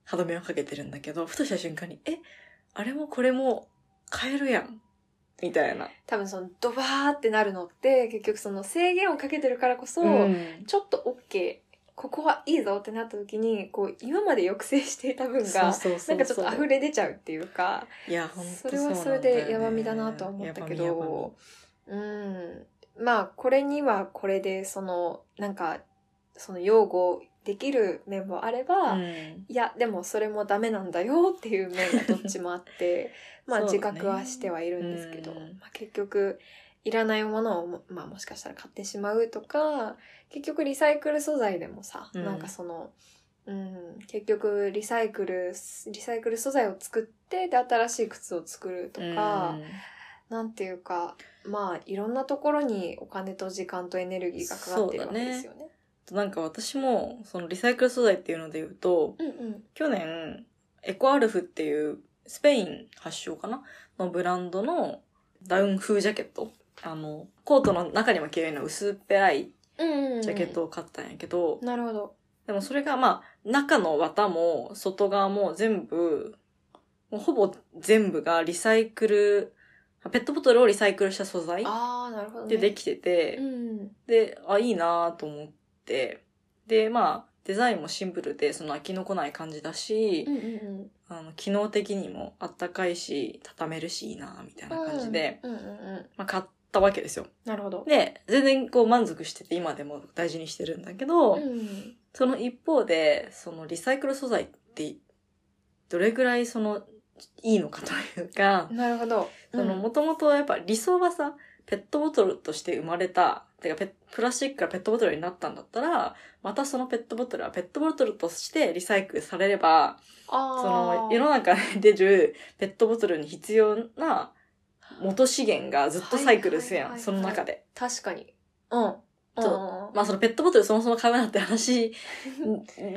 Speaker 2: 歯止めをかけてるんだけど、ふとした瞬間に、え、あれもこれも買えるやん。みたいな。
Speaker 1: 多分そのドバーってなるのって、結局その制限をかけてるからこそ、
Speaker 2: うん
Speaker 1: ちょっと OK、ここはいいぞってなった時に、こう、今まで抑制していた分が、
Speaker 2: そうそ
Speaker 1: な
Speaker 2: うん
Speaker 1: かちょっと溢れ出ちゃうっていうか、
Speaker 2: いや、本当
Speaker 1: それはそれでやばみだなとは思ったけ
Speaker 2: やばみやば
Speaker 1: ど、うん。まあ、これにはこれで、その、なんか、その擁護できる面もあれば、
Speaker 2: みうん
Speaker 1: いや、でもそれもダメなんだよっていう面がどっちもあ って、まあ
Speaker 2: そうだ
Speaker 1: 自
Speaker 2: ね
Speaker 1: 覚はしてはいるんですけど、
Speaker 2: うん
Speaker 1: まあ、結局、いらないものをも、まあもしかしたら買ってしまうとか、結局リサイクル素材でもさ、
Speaker 2: うん
Speaker 1: なんかその、うん、結局リサイクル、リサイクル素材を作って、で新しい靴を作るとか、
Speaker 2: うん
Speaker 1: なんていうか、まあいろんなところにお金と時間とエネルギーがかかってるわけですよね。
Speaker 2: なんか私も、そのリサイクル素材っていうので言うと、
Speaker 1: ううん
Speaker 2: 去年、エコアルフっていうスペイン発祥かなのブランドのダウン風ジャケット。あの、コートの中にも着れるような薄っぺらい
Speaker 1: うん。うんうん
Speaker 2: ジャケッ。トを買ったんやけど、
Speaker 1: なるほど。
Speaker 2: でもそれがまあ、中の綿も外側も全部、もうほぼ全部がリサイクル、ペットボトルをリサイクルした素材
Speaker 1: ああ、なるほど、ね。
Speaker 2: でできてて、
Speaker 1: うん。
Speaker 2: で、あ、いいなと思って、で、まあ、デザインもシンプルで、その飽きのこない感じだし、
Speaker 1: うんうん
Speaker 2: あの、機能的にもあったかいし、畳めるしいいなみたいな
Speaker 1: うん。
Speaker 2: 感じで、。
Speaker 1: うんうんうん。
Speaker 2: まあ、買ったわけですよ。
Speaker 1: なるほど。
Speaker 2: で、全然こう満足してて、今でも大事にしてるんだけど、
Speaker 1: うん。
Speaker 2: その一方で、そのリサイクル素材って、どれぐらいその、いいのかというか、
Speaker 1: なるほど。
Speaker 2: その、もともとやっぱ理想はさ、ペットボトルとして生まれた、てかペプラスチックからペットボトルになったんだったら、またそのペットボトルはペットボトルとしてリサイクルされれば、その世の
Speaker 1: な
Speaker 2: 中に出るペットボトルに必要な元資源がずっとサイクルするや
Speaker 1: はい
Speaker 2: ん、
Speaker 1: はい
Speaker 2: そ
Speaker 1: はい
Speaker 2: の
Speaker 1: はい
Speaker 2: 中で。
Speaker 1: 確かに。うん。
Speaker 2: そ
Speaker 1: ん
Speaker 2: まあそのペットボトルそもそも買うなっ て話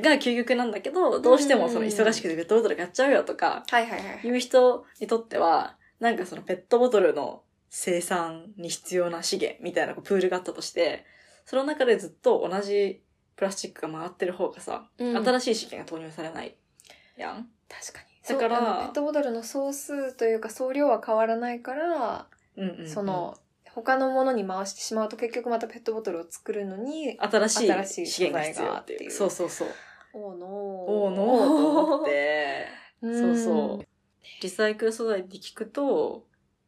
Speaker 2: が究極なんだけど、どうしてもその忙しくてペットボトル買っちゃうよとか、
Speaker 1: はいはいはい。
Speaker 2: いう人にとっては、なんかそのペットボトルの生産に必要な資源みたいなこうプールがあったとして、その中でずっと同じプラスチックが回ってる方がさ、
Speaker 1: うん
Speaker 2: 新しい資源が投入されないやん。
Speaker 1: 確かに。
Speaker 2: だから
Speaker 1: そうあのペットボトルの総数というか総量は変わらないから、
Speaker 2: うんうんうん
Speaker 1: そ、の、他のものに回してしまうと結局またペットボトルを作るのに、
Speaker 2: 新し
Speaker 1: 新し
Speaker 2: い
Speaker 1: い
Speaker 2: 資源が必
Speaker 1: 素材
Speaker 2: 要って
Speaker 1: がって
Speaker 2: い。
Speaker 1: いうう
Speaker 2: そうそうそう。
Speaker 1: おーのー
Speaker 2: おーのーと思って。そ う
Speaker 1: うん
Speaker 2: そう。リサイクル素材って聞くと、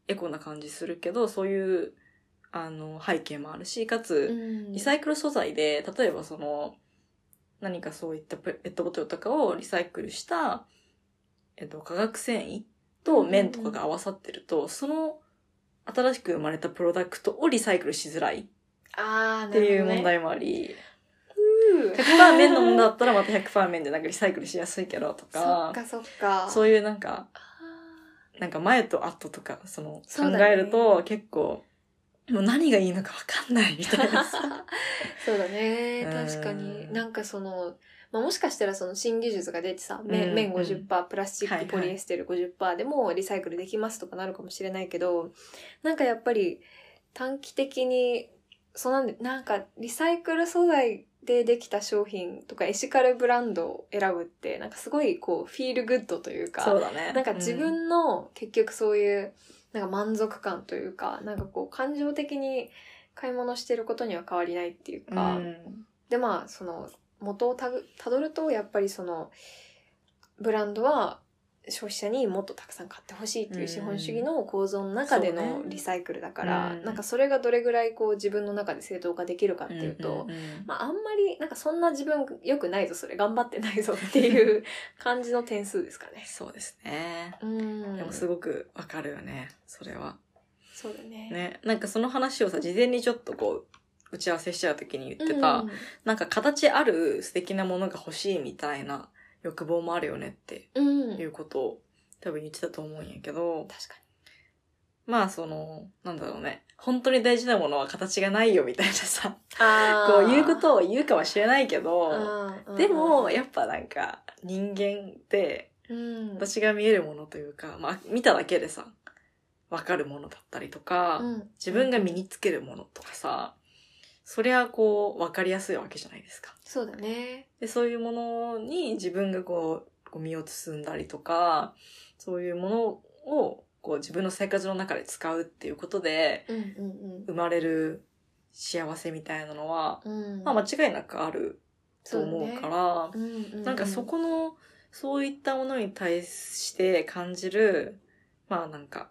Speaker 2: エコな感じするけど、そういう、あの、背景もあるし、かつ、リサイクル素材で、例えばその、何かそういったペペットボトルとかをリサイクルした、えっと、化学繊維と綿とかが合わさってると、その、新しく生まれたプロダクトをリサイクルしづらいっ
Speaker 1: あー
Speaker 2: ていう
Speaker 1: なるほ
Speaker 2: 問
Speaker 1: どね
Speaker 2: 題もあり、
Speaker 1: うー
Speaker 2: 100%綿のものだったらまた100%綿でなんかリサイクルしやすいけどと
Speaker 1: そ
Speaker 2: か
Speaker 1: っ、か そっか。
Speaker 2: そういうなんか、
Speaker 1: あー
Speaker 2: なんか前と後とか、その、
Speaker 1: そ
Speaker 2: 考
Speaker 1: うだね
Speaker 2: えると結構、もう何がいいのかわかんないみたい なさ。
Speaker 1: そうだね
Speaker 2: うん
Speaker 1: 確かになんかその、まあ、もしかしたらその新技術が出てさめ
Speaker 2: うん
Speaker 1: 綿、50%プラスチック、
Speaker 2: はいはい
Speaker 1: ポリエステル50%でもリサイクルできますとかなるかもしれないけどなんかやっぱり短期的にそうなんでなんかリサイクル素材でできた商品とかエシカルブランドを選ぶってなんかすごいこうフィールグッドというか
Speaker 2: そうだね。
Speaker 1: なんか自
Speaker 2: うん
Speaker 1: 分の結局そういうなんか満足感というか、なんかこう感情的に買い物してることには変わりないっていうか、
Speaker 2: うん
Speaker 1: でまあその元をたぐたどるとやっぱりそのブランドは消費者にもっとたくさん買ってほしいっていう資本主義の構造の中で
Speaker 2: そう
Speaker 1: の
Speaker 2: ね
Speaker 1: リサイクルだから、
Speaker 2: うん
Speaker 1: なんかそれがどれぐらいこう自分の中で正当化できるかっていうと、
Speaker 2: んん
Speaker 1: まあ、あんまりなんかそんな自分良くないぞそれ頑張ってないぞっていう 感じの点数ですかね。
Speaker 2: そうですね。
Speaker 1: うん
Speaker 2: でもすごくわかるよね、それは。
Speaker 1: そうだね。
Speaker 2: ね。なんかその話をさ、事前にちょっとこう、打ち合わせしちゃうときに言ってた、
Speaker 1: うん
Speaker 2: なんか形ある素敵なものが欲しいみたいな欲望もあるよねって
Speaker 1: うん、うん
Speaker 2: いうことを多分言ってたと思うんやけど、
Speaker 1: 確か
Speaker 2: まあその、なんだろうね。本当に大事なものは形がないよみたいなさ、
Speaker 1: あ
Speaker 2: こういうこ
Speaker 1: を。
Speaker 2: とを言うかもしれないけど、
Speaker 1: あー
Speaker 2: で、もやっぱなんか人間って
Speaker 1: うん、
Speaker 2: 私が見えるものというか、まあ見ただけでさ、わかるものだったりとか、
Speaker 1: うん
Speaker 2: 自分が身につけるものとかさ、そりゃこうわかりやすいわけじゃないですか。
Speaker 1: そうだね。
Speaker 2: で、そういうものに自分がこう、こう身を包んだりとか、そういうものを、こう自分の生活の中で使うっていうことで、
Speaker 1: うんうん
Speaker 2: 生まれる幸せみたいなのは、
Speaker 1: うん。うん。
Speaker 2: まあ間違いなくあると思うか
Speaker 1: そう
Speaker 2: ら、
Speaker 1: だね、うんうんうん
Speaker 2: なんかそ、この、そういったものに対して感じる、まあなんか、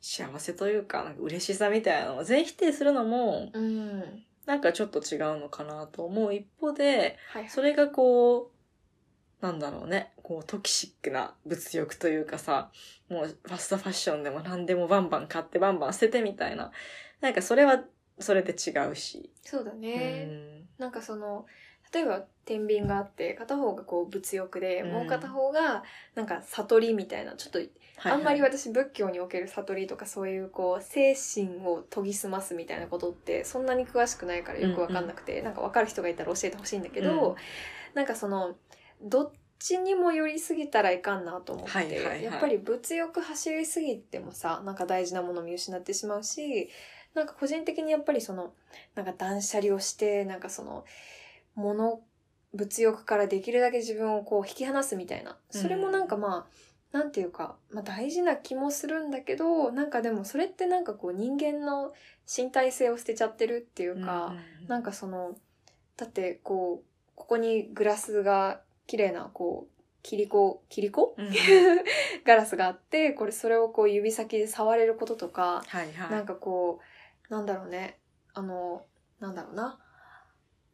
Speaker 2: 幸せというか、なんか嬉しさみたいなのを全否定するのも、
Speaker 1: うん。はい
Speaker 2: なんかちょっと違うのかなと思う一方で、
Speaker 1: はい。
Speaker 2: それがこう、なんだろうね、こうトキシックな物欲というかさ、もうファストファッションでも何でもバンバン買ってバンバン捨ててみたいな。なんかそれは、それで違うし。
Speaker 1: そうだ
Speaker 2: う
Speaker 1: ね。
Speaker 2: ん
Speaker 1: なんかその、例えば、天秤があって、片方がこう物欲で、
Speaker 2: うん
Speaker 1: もう片方が、なんか悟りみたいな、ちょっと、あんまり
Speaker 2: は
Speaker 1: 私仏教における悟りとかそういうこう、精神を研ぎ澄ますみたいなことって、そんなに詳しくないからよくわかんなくて、なんかわかる人がいたら教えてほしいんだけど、
Speaker 2: うん
Speaker 1: なんかその、どっちにも寄りすぎたらいかんなと思って、
Speaker 2: はいはいはい
Speaker 1: やっぱり物欲走りすぎてもさ、なんか大事なもの見失ってしまうし、なんか個人的にやっぱりその、なんか断捨離をして、なんかその、物、物欲からできるだけ自分をこう引き離すみたいな。それもなんかまあ、なんていうか、まあ大事な気もするんだけど、なんかでもそれってなんかこう人間の身体性を捨てちゃってるっていうか、なん
Speaker 2: か、
Speaker 1: かその、だってこう、ここにグラスが綺麗なこう、キリコ、キリコ
Speaker 2: うん
Speaker 1: ガラスがあって、これそれをこう指先で触れることとか、
Speaker 2: はいはい。
Speaker 1: なんかこう、なんだろうね、あの、なんだろうな、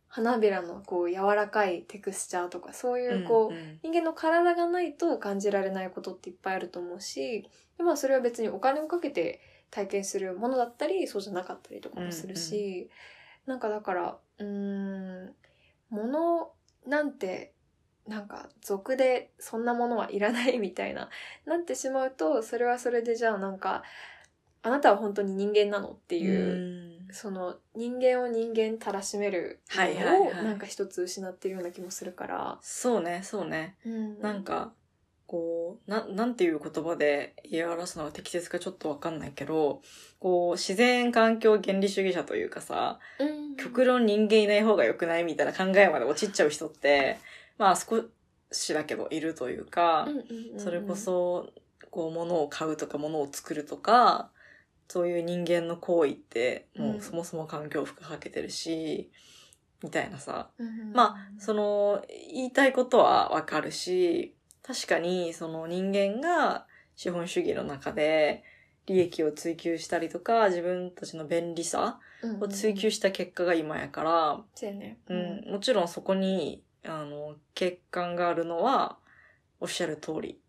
Speaker 1: 花びらのこう柔らかいテクスチャーとか、そういうこう、
Speaker 2: んん
Speaker 1: 人間の体がないと感じられないことっていっぱいあると思うし、でまあそれは別にお金をかけて体験するものだったり、そうじゃなかったりとかもするし、なんかだから、うーん、物なんて、なんか俗でそんなものはいらないみたいな、なってしまうと、それはそれでじゃあなんか、あなたは本当に人間なのっていう、
Speaker 2: うん
Speaker 1: その人間を人間たらしめる
Speaker 2: はいはい
Speaker 1: も
Speaker 2: は
Speaker 1: のを
Speaker 2: い
Speaker 1: なんか一つ失ってるような気もするから、
Speaker 2: そうね、そうね。なんか、こう、な、なんていう言葉で言い表すのが適切かちょっとわかんないけど、こう、自然環境原理主義者というかさ、
Speaker 1: うん
Speaker 2: 極論人間いない方が良くないみたいな考えまで陥っちゃう人って、まあ少しだけどいるというか
Speaker 1: うん、うんうん
Speaker 2: それこそ、こう、物を買うとか物を作るとか、そういう人間の行為って、もうそもそも環境負荷かけてるし、みたいなさ、
Speaker 1: うんうんうん
Speaker 2: まあ、その、言いたいことはわかるし、確かに、その人間が資本主義の中で、利益を追求したりとか、自分たちの便利さ
Speaker 1: うんうん
Speaker 2: を追求した結果が今やから、
Speaker 1: そうやね
Speaker 2: うん、もちろんそこに、あの、欠陥があるのは、おっしゃる通り。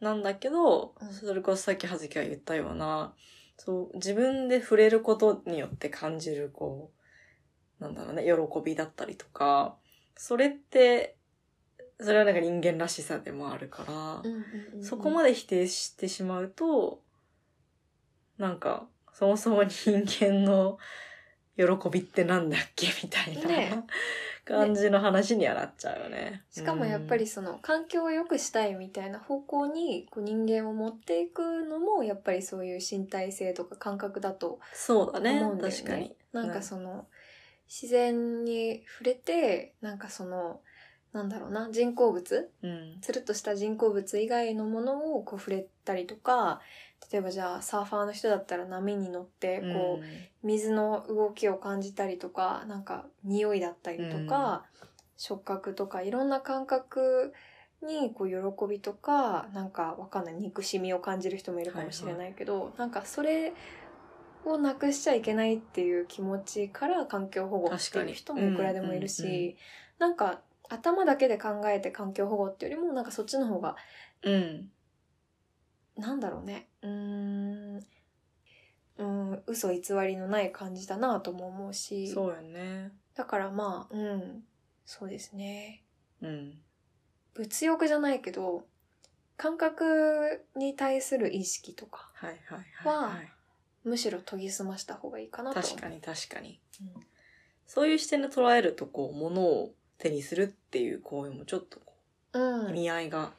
Speaker 2: なんだけど
Speaker 1: う、ん
Speaker 2: それこそさっき葉月が言ったような、そう、自分で触れることによって感じる、こう、なんだろうね、喜びだったりとか、それって、それはなんか人間らしさでもあるから、
Speaker 1: うんうんうん
Speaker 2: そこまで否定してしまうと、なんか、そもそも人間の喜びってなんだっけみたいな、
Speaker 1: ね
Speaker 2: 感じの話にはなっちゃうよね。
Speaker 1: しかもやっぱりその環境を良くしたいみたいな方向にこう人間を持っていくのもやっぱりそういう身体性とか感覚だと
Speaker 2: うん、そうだね
Speaker 1: 思うんだよね
Speaker 2: 確かに。
Speaker 1: なんかその自然に触れてなんかそのなんだろうな人工物
Speaker 2: うん。
Speaker 1: つるっとした人工物以外のものをこう触れたりとか例えばじゃあサーファーの人だったら波に乗ってこう、水の動きを感じたりとかなんか匂いだったりとか、触覚とかいろんな感覚にこう喜びとかなんかわかんない憎しみを感じる人もいるかもしれないけど、なんかそれをなくしちゃいけないっていう気持ちから環境保護っていう人もいくらでもいるし、
Speaker 2: 確かにうんうんう
Speaker 1: なんか頭だけで考えて環境保護っていうよりもなんかそっちの方が
Speaker 2: うん。うん。
Speaker 1: なんだろうね。うーん。うーん、嘘偽りのない感じだなとも思うし。
Speaker 2: そうよね。
Speaker 1: だからまあ、うん。そうですね。
Speaker 2: うん。
Speaker 1: 物欲じゃないけど、感覚に対する意識とか、
Speaker 2: はいはいはい、はい。
Speaker 1: むしろ研ぎ澄ました方がいいかなと思う。
Speaker 2: 確かに確かに、
Speaker 1: うん
Speaker 2: そういう視点で捉えるとこう物を手にするっていう行為もちょっとこう
Speaker 1: う
Speaker 2: 意
Speaker 1: ん。
Speaker 2: 味合いが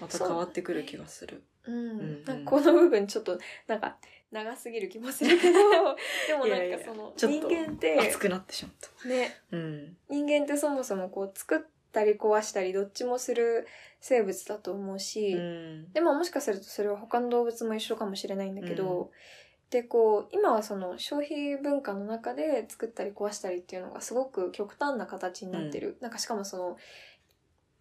Speaker 2: また変わってくる気がする、
Speaker 1: うん
Speaker 2: うん
Speaker 1: なんかこの部分ちょっと、なんか、長すぎる気もするけど、でも
Speaker 2: いやい
Speaker 1: なん
Speaker 2: や
Speaker 1: かその、
Speaker 2: ちょっと
Speaker 1: 人間って、
Speaker 2: 熱くなってしまった
Speaker 1: ね、
Speaker 2: うん
Speaker 1: 人間ってそもそもこう、作ったり壊したり、どっちもする生物だと思うし、
Speaker 2: うん
Speaker 1: でももしかするとそれは他の動物も一緒かもしれないんだけど、でこう今はその消費文化の中で作ったり壊したりっていうのがすごく極端な形になってる、なんかしかもその、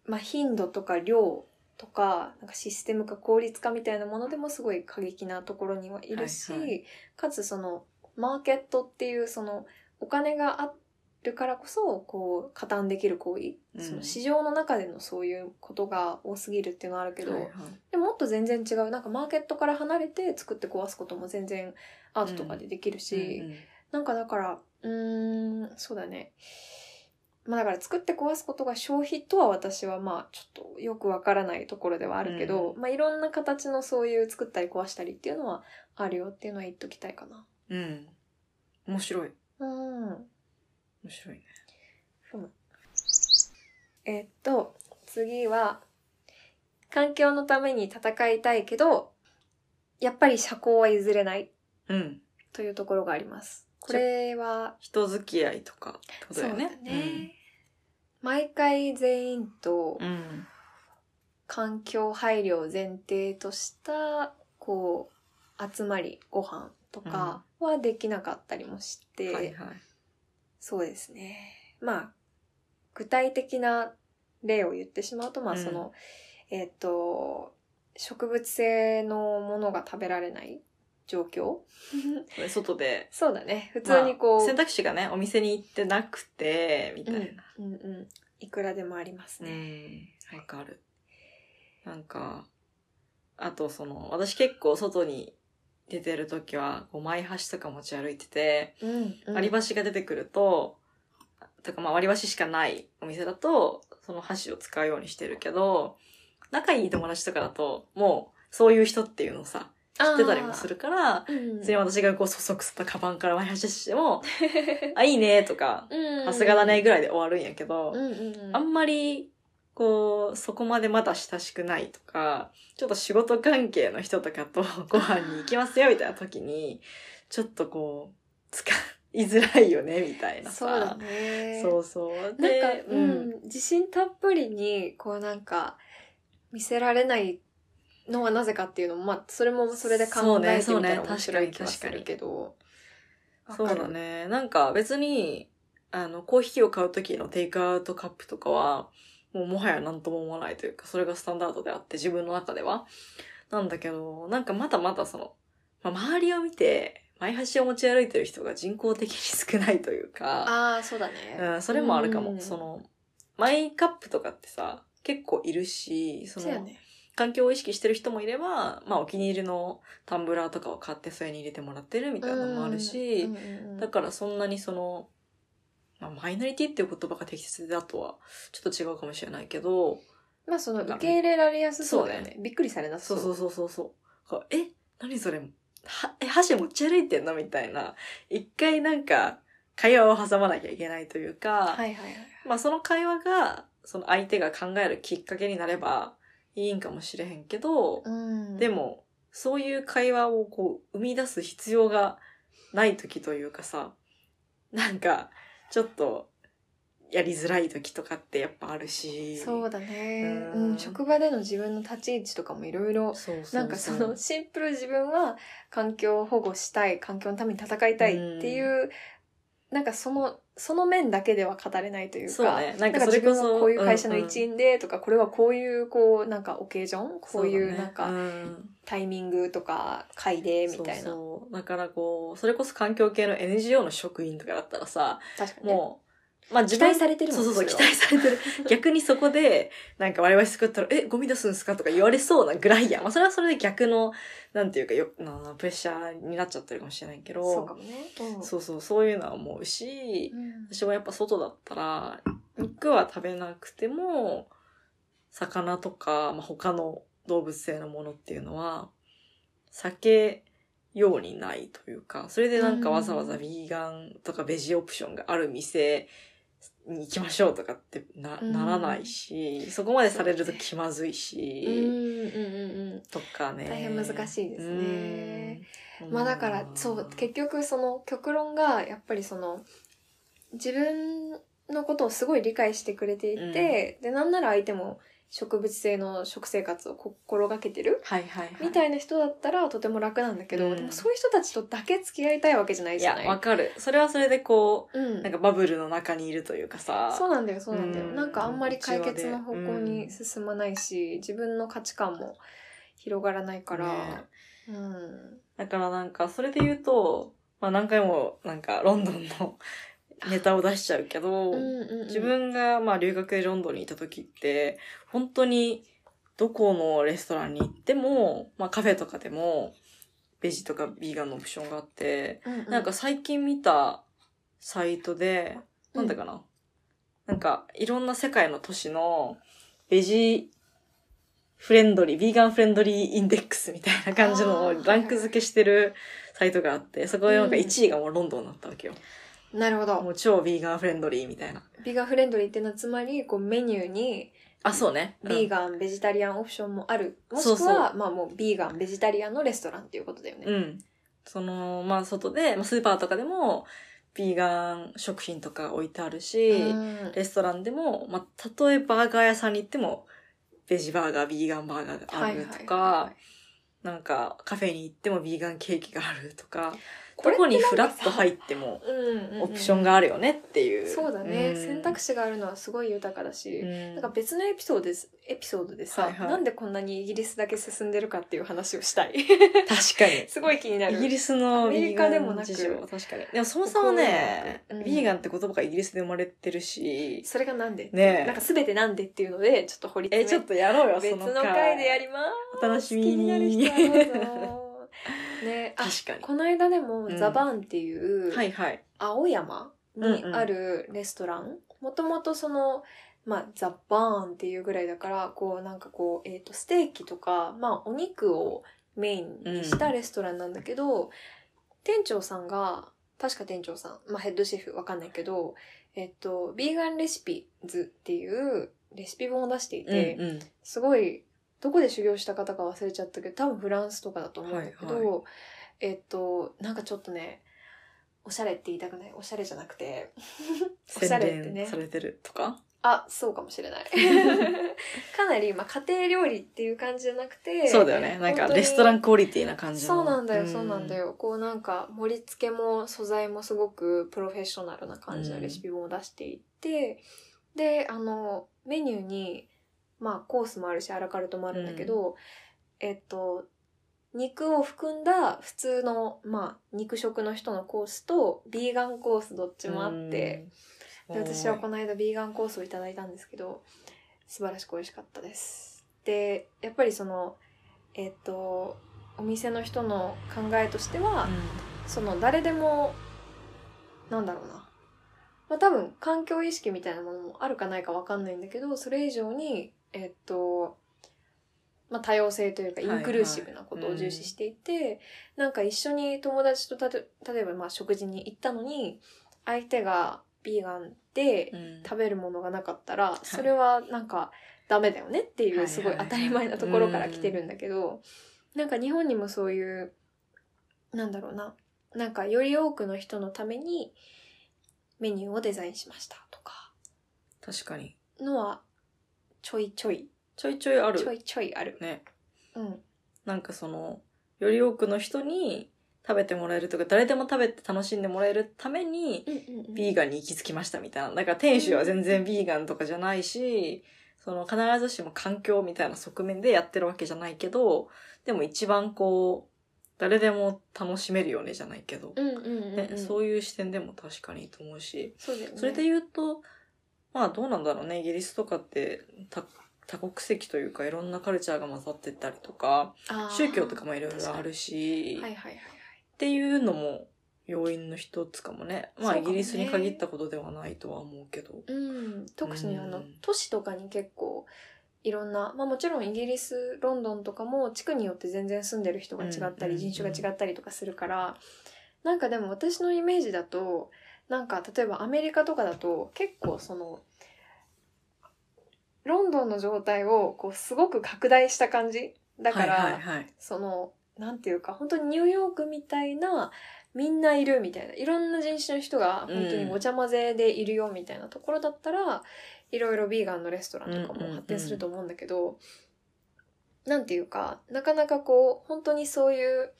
Speaker 1: まあ、頻度とか量とかなんかシステム化効率化みたいなものでもすごい過激なところにはいるし、
Speaker 2: はいは
Speaker 1: かつそのマーケットっていうそのお金があるからこそこう加担できる行為、
Speaker 2: うん
Speaker 1: その市場の中でのそういうことが多すぎるっていうのはあるけど、
Speaker 2: はいはい
Speaker 1: でももっと全然違うなんかマーケットから離れて作って壊すことも全然アートとかでできるし、
Speaker 2: うんうん
Speaker 1: なんかだからうーんそうだねまあだから作って壊すことが消費とは私はまあちょっとよくわからないところではあるけど、まあいろんな形のそういう作ったり壊したりっていうのはあるよっていうのは言っときたいかな。
Speaker 2: うん面白い
Speaker 1: うん
Speaker 2: 面白いね
Speaker 1: えっと、次は、環境のために戦いたいけど、やっぱり社交は譲れない
Speaker 2: うん
Speaker 1: というところがあります。これは、
Speaker 2: 人付き合いとかってことだよね
Speaker 1: そうだね毎回全員と
Speaker 2: うん、うん
Speaker 1: 環境配慮を前提とした、こう、集まり、ご飯とかはできなかったりもして、
Speaker 2: はいはい
Speaker 1: そうですね。まあ、具体的な例を言ってしまうと、まあ
Speaker 2: うん
Speaker 1: その、えっ、と、植物性のものが食べられない状況
Speaker 2: それ外で
Speaker 1: そうだね。普通にこう、
Speaker 2: まあ選択肢がねお店に行ってなくてみたいな、
Speaker 1: うんうん。いくらでもあります
Speaker 2: う
Speaker 1: ね。
Speaker 2: ん、わかる。なんか、あとその、私結構外に出てる時は、こう、前端とか持ち歩いてて、
Speaker 1: うん、うん。
Speaker 2: 割り箸が出てくると、とかまあ割り箸しかないお店だと、その箸を使うようにしてるけど、仲いい友達とかだと、もう、そういう人っていうのをさ、知ってたりもするから、
Speaker 1: あー。うん。
Speaker 2: 別に私がこう、そそくさとカバンから前端し ても、あ、いいねとか、
Speaker 1: うん。
Speaker 2: さすがだね。ぐらいで終わるんやけど、
Speaker 1: うんうんうん。
Speaker 2: あんまり、こう、そこまでまだ親しくないとか、ちょっと仕事関係の人とかと ご飯に行きますよみたいな時に、ちょっとこう、使いづらいよねみたいなさ。
Speaker 1: そうだね。
Speaker 2: そうそう。
Speaker 1: なん
Speaker 2: で
Speaker 1: か、うん、自信たっぷりに、こうなんか、見せられないのはなぜかっていうのも、まあ、それもそれで考えて
Speaker 2: そうねそう
Speaker 1: み
Speaker 2: ね
Speaker 1: たら面白い気
Speaker 2: 確
Speaker 1: が
Speaker 2: かに
Speaker 1: するけど。
Speaker 2: そうだね。なんか別に、あの、コーヒーを買う時のテイクアウトカップとかは、もうもはや何とも思わないというか、それがスタンダードであって、自分の中では。なんだけど、なんかまだまだその、まあ、周りを見て、前端を持ち歩いてる人が人口的に少ないというか、
Speaker 1: ああ、そうだね。
Speaker 2: うん、それもあるか
Speaker 1: う
Speaker 2: も。
Speaker 1: ん
Speaker 2: その、マイカップとかってさ、結構いるし、そ
Speaker 1: そうや
Speaker 2: の、
Speaker 1: ね。
Speaker 2: 環境を意識してる人もいれば、まあお気に入りのタンブラーとかを買ってそれに入れてもらってるみたいなのもあるし、
Speaker 1: うんうんうん
Speaker 2: だからそんなにその、まあ、マイノリティっていう言葉が適切だとはちょっと違うかもしれないけど、
Speaker 1: まあ、その、受け入れられやすそうだよ
Speaker 2: そ
Speaker 1: ね。びっくりされなさ
Speaker 2: そう
Speaker 1: そ。
Speaker 2: そううそうそうそう。こうえ何それはえ、箸持ち歩いてんのみたいな。一回なんか会話を挟まなきゃいけないというか、
Speaker 1: はいはいはい。
Speaker 2: まあその会話が、その相手が考えるきっかけになればいいんかもしれへんけど、
Speaker 1: うん。
Speaker 2: で、も、そういう会話をこう、生み出す必要がない時というかさ、なんか、ちょっと、やりづらい時とかってやっぱあるし。
Speaker 1: そうだね。
Speaker 2: う
Speaker 1: うんん。職場での自分の立ち位置とかもいろいろ
Speaker 2: そうそうそう
Speaker 1: なんかその、シンプル自分は環境を保護したい環境のために戦いたいっていう、なんかそのその面だけでは語れないというか
Speaker 2: そうね。な
Speaker 1: なんんか
Speaker 2: かそれ
Speaker 1: 自
Speaker 2: こ
Speaker 1: 分
Speaker 2: そ。
Speaker 1: はこういう会社の一
Speaker 2: 員、
Speaker 1: 員でとか、これはこういうこうなんかオケージョンこういうなん
Speaker 2: そ
Speaker 1: か
Speaker 2: だねうん
Speaker 1: タイミングとか会でみたいな
Speaker 2: そうそうだからこう、それこそ環境系の NGO の職員とかだったらさ、
Speaker 1: 確かにね、
Speaker 2: もう、まあ自
Speaker 1: 期
Speaker 2: 分
Speaker 1: 待されてるも
Speaker 2: そ
Speaker 1: ん
Speaker 2: うそうそう、期
Speaker 1: そ
Speaker 2: 待されてる。 逆にそこで、なんか我々作ったら、え、ゴミ出すんすかとか言われそうなぐらいやん。まあそれはそれで逆の、なんていうかよ、ななプレッシャーになっちゃってるかもしれないけど、
Speaker 1: そうかもね、うん
Speaker 2: そうそうそういうのは思うし、
Speaker 1: うん
Speaker 2: 私はやっぱ外だったら、肉は食べなくても、魚とか、まあ、他の動物性のものっていうのは、避けようにないというか、それでなんかわざわざビーガンとかベジオプションがある店に行きましょうとかってな,、
Speaker 1: うん
Speaker 2: ならないし、そこまでされると気まずいし、
Speaker 1: うんうんうんうん
Speaker 2: とかね。
Speaker 1: 大変難しいですね
Speaker 2: うん。
Speaker 1: まあだからそう結局その極論がやっぱりその自分のことをすごい理解してくれていて、でなんなら相手も植物性の食生活を心がけてる
Speaker 2: はいはいはい。
Speaker 1: みたいな人だったらとても楽なんだけど、
Speaker 2: うん
Speaker 1: でもそういう人たちとだけ付き合いたいわけじゃない
Speaker 2: い
Speaker 1: じゃな
Speaker 2: や、
Speaker 1: い
Speaker 2: わかる。それはそれでこ
Speaker 1: う
Speaker 2: う、
Speaker 1: ん
Speaker 2: なんかバブルの中にいるというかさ。
Speaker 1: そうなんだよそうなんだよ、
Speaker 2: うん
Speaker 1: なんかあんまり解決の方向
Speaker 2: うん
Speaker 1: に進まないし、自分の価値観も広がらないから、
Speaker 2: ね
Speaker 1: うん
Speaker 2: だからなんか、それで言うと、まあ何回もなんかロンドン のネタを出しちゃうけど、
Speaker 1: うんうんうん
Speaker 2: 自分がまあ留学でロンドンにいた時って、本当にどこのレストランに行っても、まあカフェとかでも、ベジとかビーガンのオプションがあって、
Speaker 1: うう
Speaker 2: なんか最近見たサイトで、なんだかな、なんかいろんな世界の都市のベジフレンドリー、ビーガンフレンドリーインデックスみたいな感じの
Speaker 1: あ
Speaker 2: を
Speaker 1: ー
Speaker 2: ランク付けしてるサイトがあって、そこでなんか
Speaker 1: うん
Speaker 2: 1位がもうロンドンだったわけよ。
Speaker 1: なるほど
Speaker 2: もう超ビーガンフレンドリーみたいな。
Speaker 1: ビガフレンドリーっていうのはつまりこうメニューに
Speaker 2: あ、そうね。うん
Speaker 1: ビーガン、ベジタリアンオプションもあるもしく
Speaker 2: そう
Speaker 1: は
Speaker 2: そう
Speaker 1: まあもうビーガンベジタリアンのレストランっていうことだよね、
Speaker 2: うん。その、まあ外で、まあスーパーとかでも、ビーガン食品とか置いてあるし、
Speaker 1: うん
Speaker 2: レストランでも、まあ、例えばバーガー屋さんに行っても、ベジバーガー、ビーガンバーガーがあるとか、
Speaker 1: はいはいはい
Speaker 2: なんかカフェに行ってもビーガンケーキがあるとか、
Speaker 1: こ
Speaker 2: ど
Speaker 1: れって
Speaker 2: こにフラッと入っても
Speaker 1: うんうん
Speaker 2: オプションがあるよねっていう。
Speaker 1: そうだね、
Speaker 2: ん
Speaker 1: 選択肢があるのはすごい豊かだし、
Speaker 2: うん
Speaker 1: なんか別のエピソードですエピソードでさ、
Speaker 2: はいはい
Speaker 1: なんでこんなにイギリスだけ進んでるかっていう話を したい
Speaker 2: 確か に。
Speaker 1: すごい気になる
Speaker 2: イギリスの
Speaker 1: アメ
Speaker 2: ビー
Speaker 1: リ
Speaker 2: ガ
Speaker 1: カでも
Speaker 2: ン
Speaker 1: なく
Speaker 2: 事情確かに。でもそもそもね、
Speaker 1: 北欧でもなくうん
Speaker 2: ビーガンって言葉がイギリスで生まれてるし、
Speaker 1: それがなんで
Speaker 2: ねえ
Speaker 1: なんか全てなんでっていうのでちょっと掘り
Speaker 2: え、ちょっとやろうよ、
Speaker 1: 別
Speaker 2: その
Speaker 1: の回でやります
Speaker 2: お楽しみに
Speaker 1: 気になる人はどうぞ ねあ
Speaker 2: 確かに。
Speaker 1: この間でも、
Speaker 2: うん
Speaker 1: ザバーンっていう、
Speaker 2: はいはい。
Speaker 1: 青山にあるレストランもともとその、まあ、ザ・バーンっていうぐらいだからこうなんかこう、えー、とステーキとか、まあ、お肉をメインにしたレストランなんだけど、店長さんが確か店長さん、まあ、ヘッドシェフわかんないけど、えっと、ビーガンレシピズっていうレシピ本を出していて、
Speaker 2: うんうん
Speaker 1: すごいどこで修行した方か忘れちゃったけど多分フランスとかだと思うんだけど、
Speaker 2: はいは
Speaker 1: えっとなんかちょっとねおしゃれって言いたくないおしゃれじゃなくておしゃ
Speaker 2: 洗
Speaker 1: れってね
Speaker 2: 練されてるとか
Speaker 1: あそうかもしれない かなり、まあ、家庭料理っていう感じじゃなくて
Speaker 2: そうだよね。なんかレストラン
Speaker 1: 感
Speaker 2: クオリティな感じの
Speaker 1: そうなんだよそうなんだ。よこうなんか盛り付けも素材もすごくプロフェッショナルな感じのレシピ本を出していて、であのメニューにまあコースもあるしアラカルトもあるんだけど、えっと肉を含んだ普通のまあ肉食の人のコースとビーガンコースどっちもあって、
Speaker 2: う
Speaker 1: で
Speaker 2: ん。
Speaker 1: 私はこ
Speaker 2: の
Speaker 1: の間ビーガンコースをいただいたんですけど素晴らしく美味しかったですでやっぱりそのえっとお店の人の考えとしては、その誰でもなんだろうなまあ多分環境意識みたいなものもあるかないかわかんないんだけどそれ以上にえっとまあ多様性というかイ
Speaker 2: はいはい
Speaker 1: ンクルーシブなことを重視していて、なんか一緒に友達とたと例えばまあ食事に行ったのに相手がビーガンで食べるものがなかったら、それはなんかダメだよねってい
Speaker 2: はいう
Speaker 1: すごい当たり前なところから来てるんだけど、なんか日本にもそういう、なんだろうな、なんかより多くの人のためにメニューをデザインしましたとか、
Speaker 2: 確かに。
Speaker 1: のはちょいちょい、
Speaker 2: ちょいちょいあ
Speaker 1: ちょ
Speaker 2: る。
Speaker 1: いちょいある。
Speaker 2: ね。
Speaker 1: うん。
Speaker 2: なんかその、より多くの人に食べてもらえるとか、誰でも食べて楽しんでもらえるために、
Speaker 1: うんうんうん
Speaker 2: ビーガンに行き着きましたみたいな。だから店主は全然ビーガンとかじゃないし、その必ずしも環境みたいな側面でやってるわけじゃないけど、でも一番こう、誰でも楽しめるよねじゃないけど、
Speaker 1: うんうんうん、
Speaker 2: ね
Speaker 1: うん。
Speaker 2: そういう視点でも確かにいいと思うし、
Speaker 1: そうだよね。
Speaker 2: それで言うと、まあどうなんだろうね、イギリスとかって多多国籍というかいろんなカルチャーが混ざってったりとか、
Speaker 1: あー
Speaker 2: 宗教とかもいろいろある
Speaker 1: は
Speaker 2: し、
Speaker 1: いはいはいはい。
Speaker 2: っていうのも要因の一つかもね。まあ、
Speaker 1: そうか
Speaker 2: イ
Speaker 1: も
Speaker 2: ギ
Speaker 1: ね
Speaker 2: リスに限ったことではないとは思うけど。
Speaker 1: うん、特にあ
Speaker 2: う
Speaker 1: の
Speaker 2: ん
Speaker 1: 都市とかに結構いろんな、まあもちろんイギリス、ロンドンとかも地区によって全然住んでる人が違った
Speaker 2: うん
Speaker 1: り、人種が違ったりとかするから、なんかでも私のイメージだと、なんか例えばアメリカとかだと結構その、ロンドンの状態をこうすごく拡大した感じだから、
Speaker 2: はいはいはい。
Speaker 1: その、なんていうか、本当にニューヨークみたいな、みんないるみたいな、いろんな人種の人が本当にごちゃ混ぜでいるよみたいなところだったら、いろいろビーガンのレストランとか
Speaker 2: うんうんう
Speaker 1: も
Speaker 2: ん
Speaker 1: 発展すると思うんだけど、なんていうか、なかなかこう、本当にそういう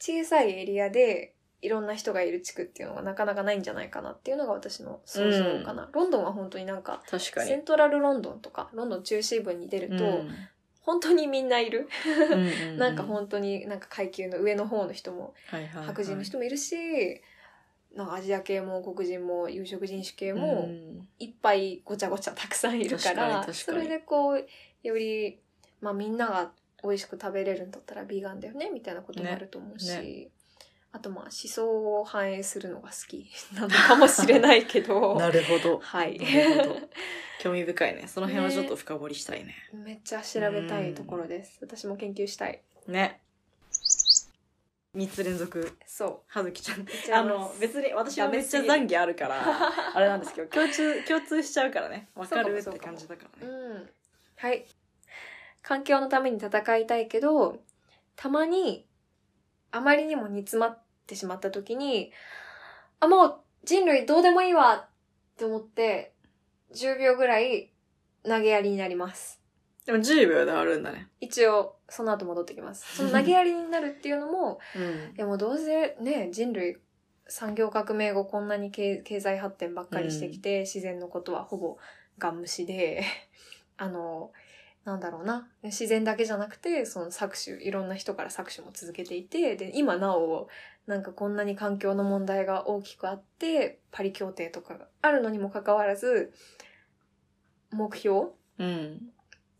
Speaker 1: 小さいエリアでいろんな人がいる地区っていうのがなかなかないんじゃないかなっていうのが私の想像かな。ロンドンは本当になんか、
Speaker 2: 確かに。
Speaker 1: セントラルロンドンとか、ロンドン中心部に出 ると、本当にみんないる。
Speaker 2: うんうんうん
Speaker 1: なんか本当になんか階級の上の方の人も
Speaker 2: はいはいはい
Speaker 1: 白人の人もいるし、なんかアジア系も黒人も有色人種系
Speaker 2: う
Speaker 1: も
Speaker 2: ん
Speaker 1: いっぱいごちゃごちゃたくさんいるから
Speaker 2: 確かに確かに
Speaker 1: それでこうより、まあ、みんなが美味しく食べれるんだったらビーガンだよねみたいなこともあると思うし、
Speaker 2: ね
Speaker 1: あとまあ思想を反映するのが好きなのかもしれないけど
Speaker 2: なるほど。
Speaker 1: はい
Speaker 2: な るほど興味深いね。その辺はちょっと深掘りしたいね。
Speaker 1: めっちゃ調べたいところです私も研究したい
Speaker 2: ね。三つ連続。
Speaker 1: そう
Speaker 2: はずきちゃ
Speaker 1: 言
Speaker 2: ん。
Speaker 1: っちゃ
Speaker 2: あ
Speaker 1: います
Speaker 2: の、別に私
Speaker 1: ダ
Speaker 2: は
Speaker 1: メ
Speaker 2: めっち
Speaker 1: す
Speaker 2: ゃ
Speaker 1: ぎる
Speaker 2: 懺悔ある から、あれなんですけど、共通、共通しちゃうからね。わかるっ
Speaker 1: そうかもそう
Speaker 2: て
Speaker 1: かも
Speaker 2: 感じだから
Speaker 1: う
Speaker 2: ね。
Speaker 1: ん。はい。環境のために戦いたいけど、たまに、あまりにも煮詰まってしまった時に、あ、もう人類どうでもいいわって思って、10秒ぐらい投げやりになります。
Speaker 2: でも10秒で終わるんだね。
Speaker 1: 一応、その後戻ってきます。その投げやりになるっていうのも、
Speaker 2: うん
Speaker 1: い。やもうどうせね、人類、産業革命後こんなに経経済発展ばっかりしてきて、自然のことはほぼガン無視で、 あの、なんだろうな、自然だけじゃなくて、その搾取、いろんな人から搾取も続けていて、で、今なお、なんかこんなに環境の問題が大きくあって、パリ協定とかがあるのにもかかわらず、目標
Speaker 2: うん。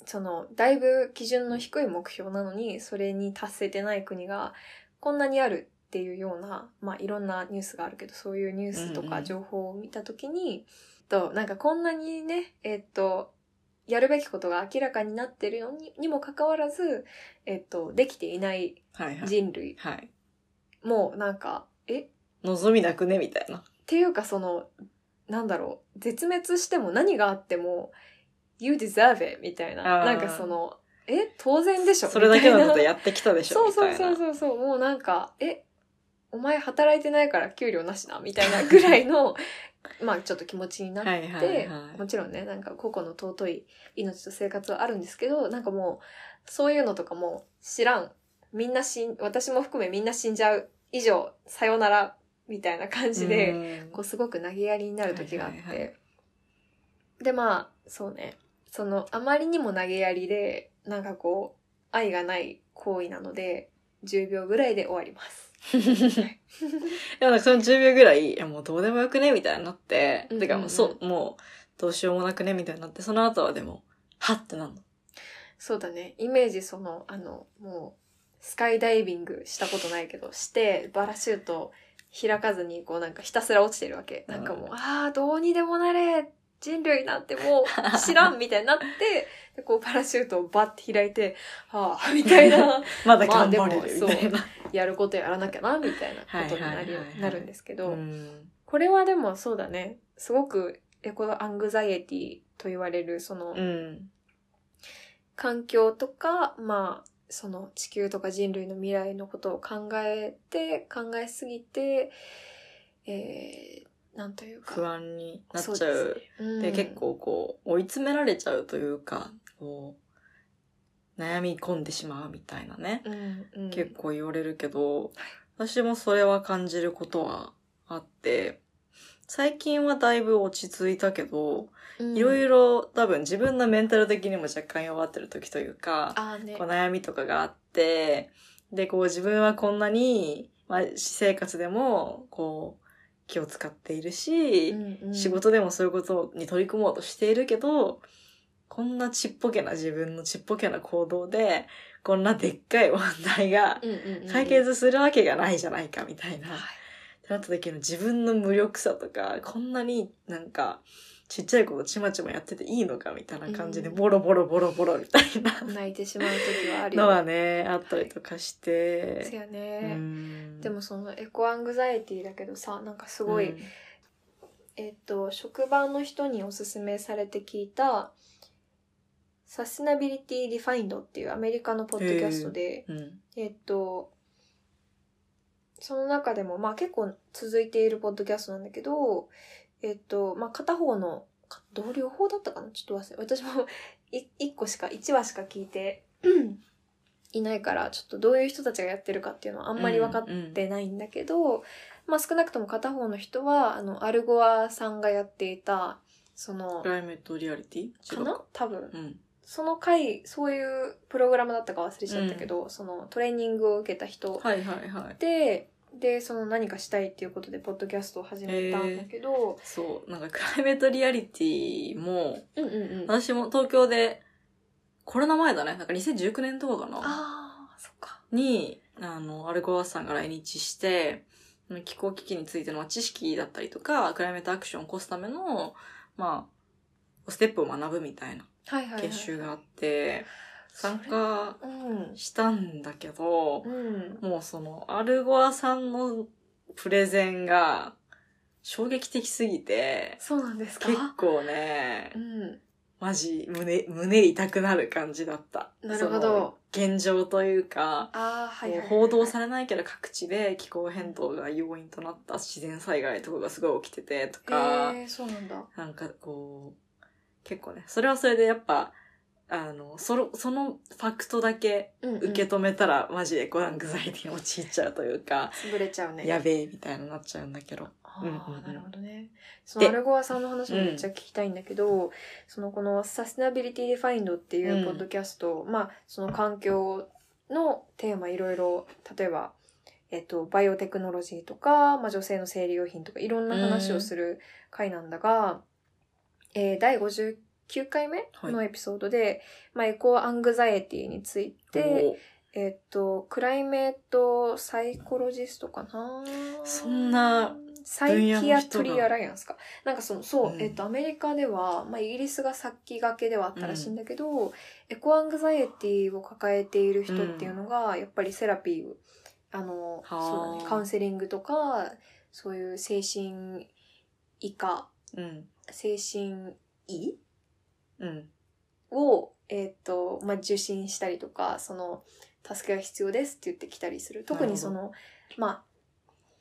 Speaker 1: そのだいぶ基準の低い目標なのにそれに達せてない国がこんなにあるっていうようなまあいろんなニュースがあるけどそういうニュースと
Speaker 2: うんう
Speaker 1: か
Speaker 2: ん
Speaker 1: 情報を見た時に、となんかこんなにねえっとやるべきことが明らかになってるのににもかかわらず、えっと、できていない
Speaker 2: はいはい。
Speaker 1: 人類
Speaker 2: はい。
Speaker 1: もうなんかえっ
Speaker 2: 望みなくねみたいな。
Speaker 1: ていうかそのなんだろう絶滅しても何があっても「You deserve it」みたいな
Speaker 2: あー
Speaker 1: なんかその「え当然でしょ」
Speaker 2: それだけのこ
Speaker 1: みた
Speaker 2: と
Speaker 1: いな
Speaker 2: やってきたでしょ
Speaker 1: そう
Speaker 2: みた
Speaker 1: そう
Speaker 2: いな。
Speaker 1: そうそうそうもうなんかえお前働いてないから給料なしなみたいなぐらい のまあちょっと気持ちになって、
Speaker 2: はいはいはい
Speaker 1: もちろんねなんか個々の尊い命と生活はあるんですけどなんかもうそういうのとかも知らんみんな死ん私も含めみんな死んじゃう以上さよならみたいな感じで、
Speaker 2: うん
Speaker 1: こうすごく投げやりになる時があって、
Speaker 2: はいはいは
Speaker 1: でまあそうねそのあまりにも投げやりでなんかこう愛がない行為なので10秒ぐらいで終わります。
Speaker 2: でもなんかその10秒ぐらい、いやもうどうでもよくねみたいになって、
Speaker 1: うんうんうん
Speaker 2: てかもうそう、もうどうしようもなくねみたいになって、その後はでも、はってなんの。
Speaker 1: そうだねイメージそのあのもうスカイダイビングしたことないけどしてバラシュート開かずにこうなんかひたすら落ちてるわけなんかもう、ああどうにでもなれ人類なんても う知らんみたいになってでこうパラシュートをバッて開いてああみたいな
Speaker 2: まだ頑張れ
Speaker 1: まあ
Speaker 2: る
Speaker 1: で
Speaker 2: み
Speaker 1: も
Speaker 2: たいな。
Speaker 1: やることやらなきゃなみたいなことになるよ
Speaker 2: はいはいはいはい
Speaker 1: なるんですけど、
Speaker 2: うん
Speaker 1: これはでもそうだねすごくエコアングザイエティと言われるその、
Speaker 2: うん。
Speaker 1: 環境とかまあその地球とか人類の未来のことを考えて考えすぎてえー、なんというか
Speaker 2: 不安になっち
Speaker 1: そ
Speaker 2: ゃ
Speaker 1: う
Speaker 2: う。
Speaker 1: うん
Speaker 2: で結構こう追い詰められちゃうというかこう悩み込んでしまうみたいなね、
Speaker 1: うんうん
Speaker 2: 結構言われるけど私もそれは感じることはあって最近はだいぶ落ち着いたけどいろい
Speaker 1: ろ
Speaker 2: ろ多分自分のメンタル的にも若干弱ってる時というか
Speaker 1: あーね
Speaker 2: こう悩みとかがあってでこう自分はこんなに、まあ、私生活でもこう気を使っているし、
Speaker 1: うんうん
Speaker 2: 仕事でもそういうことに取り組もうとしているけど、こんなちっぽけな自分のちっぽけな行動で、こんなでっかい問題が
Speaker 1: うんうんうん
Speaker 2: 解決するわけがないじゃないかみたいな。
Speaker 1: はい
Speaker 2: ってなった時の自分の無力さとか、こんなになんかちっちゃいことちまちまやってていいのかみたいな感じで、
Speaker 1: うん
Speaker 2: ボロボロボロボロみたいな
Speaker 1: 泣いてしまう時はある
Speaker 2: のは
Speaker 1: よ。
Speaker 2: ね、あったりとかし
Speaker 1: そう
Speaker 2: て。
Speaker 1: や
Speaker 2: う
Speaker 1: ね、
Speaker 2: ん
Speaker 1: でもそのエコアングザイティだけどさ、なんかすごい、
Speaker 2: うん
Speaker 1: えっと、職場の人におすすめされて聞いた、サステナビリティリファインドっていうアメリカのポッドキャストで、
Speaker 2: うん
Speaker 1: えっと、その中でも、まあ結構続いているポッドキャストなんだけど、えっと、まあ片方の、かどう両方だったかなちょっと忘れ、私もい1個しか、1話しか聞いていないから、ちょっとどういう人たちがやってるかっていうのはあんまり分かっ
Speaker 2: うんうん
Speaker 1: てないんだけど、まあ少なくとも片方の人は、あの、アルゴアさんがやっていた、その
Speaker 2: ク、ライメットリアリティ
Speaker 1: かな多分。
Speaker 2: うん。
Speaker 1: その回、そういうプログラムだったか忘れちゃったけど、そのトレーニングを受けた人
Speaker 2: はいはいはい。
Speaker 1: で、で、その何かしたいっていうことで、ポッドキャストを始めたんだけど、
Speaker 2: そう、なんかクライメットリアリティも、
Speaker 1: うんうんうん。あ
Speaker 2: 私も東京で、コロナ前だね、なんか2019年とかかな
Speaker 1: あー、そっか。
Speaker 2: に、あの、アルゴアスさんが来日して、気候危機についての知識だったりとか、クライメットアクションを起こすための、まあ、ステップを学ぶみたいな
Speaker 1: はいはい、はい。
Speaker 2: 研修があって、参加
Speaker 1: うん。
Speaker 2: したんだけど、
Speaker 1: うん。
Speaker 2: もうその、アルゴアさんのプレゼンが衝撃的すぎて、
Speaker 1: そうなんですか
Speaker 2: 結構ね
Speaker 1: う、ん。
Speaker 2: マジ胸、胸痛くなる感じだった。
Speaker 1: なるほど
Speaker 2: その。現状というか、
Speaker 1: ああ、はいはい、はい。
Speaker 2: こう報道されないけど各地で気候変動が要因となった自然災害とかがすごい起きててとか、
Speaker 1: えー、そうなんだ。
Speaker 2: なんかこう、結構ね、それはそれでやっぱ、あの、その、そのファクトだけ
Speaker 1: うん、うん。
Speaker 2: 受け止めたら、マジでご覧ングザイティに陥っちゃうというか、
Speaker 1: 潰れちゃうね。
Speaker 2: やべえみたいになっちゃうんだけど。
Speaker 1: あ
Speaker 2: うんうんう
Speaker 1: あ
Speaker 2: ん
Speaker 1: なるほどね。そのアルゴアさんの話もめっちゃ聞きたいんだけど、そのこのサステナビリティディファインドっていうポッドキャスト、まあその環境のテーマいろいろ、例えば、えっと、バイオテクノロジーとか、まあ女性の生理用品とかいろんな話をする回なんだが、えー、第59回目のエピソードで、まあエコアングザエティについて、えっと、クライメートサイコロジストかな
Speaker 2: そんな、
Speaker 1: サイキアト
Speaker 2: 分野の人
Speaker 1: リ
Speaker 2: が
Speaker 1: アライアンスか。なんかその、そう、
Speaker 2: うん
Speaker 1: えっと、アメリカでは、まあ、イギリスが先駆けではあったらしいんだけど、エコアングザイエティを抱えている人っていうのが、やっぱりセラピーを、あの、
Speaker 2: はあ
Speaker 1: そうだね、カウンセリングとか、そういう精神医科、
Speaker 2: うん。
Speaker 1: 精神医
Speaker 2: うん。
Speaker 1: を、えっ、と、まあ、受診したりとか、その、助けが必要ですって言ってきたりする。特にその、まあ、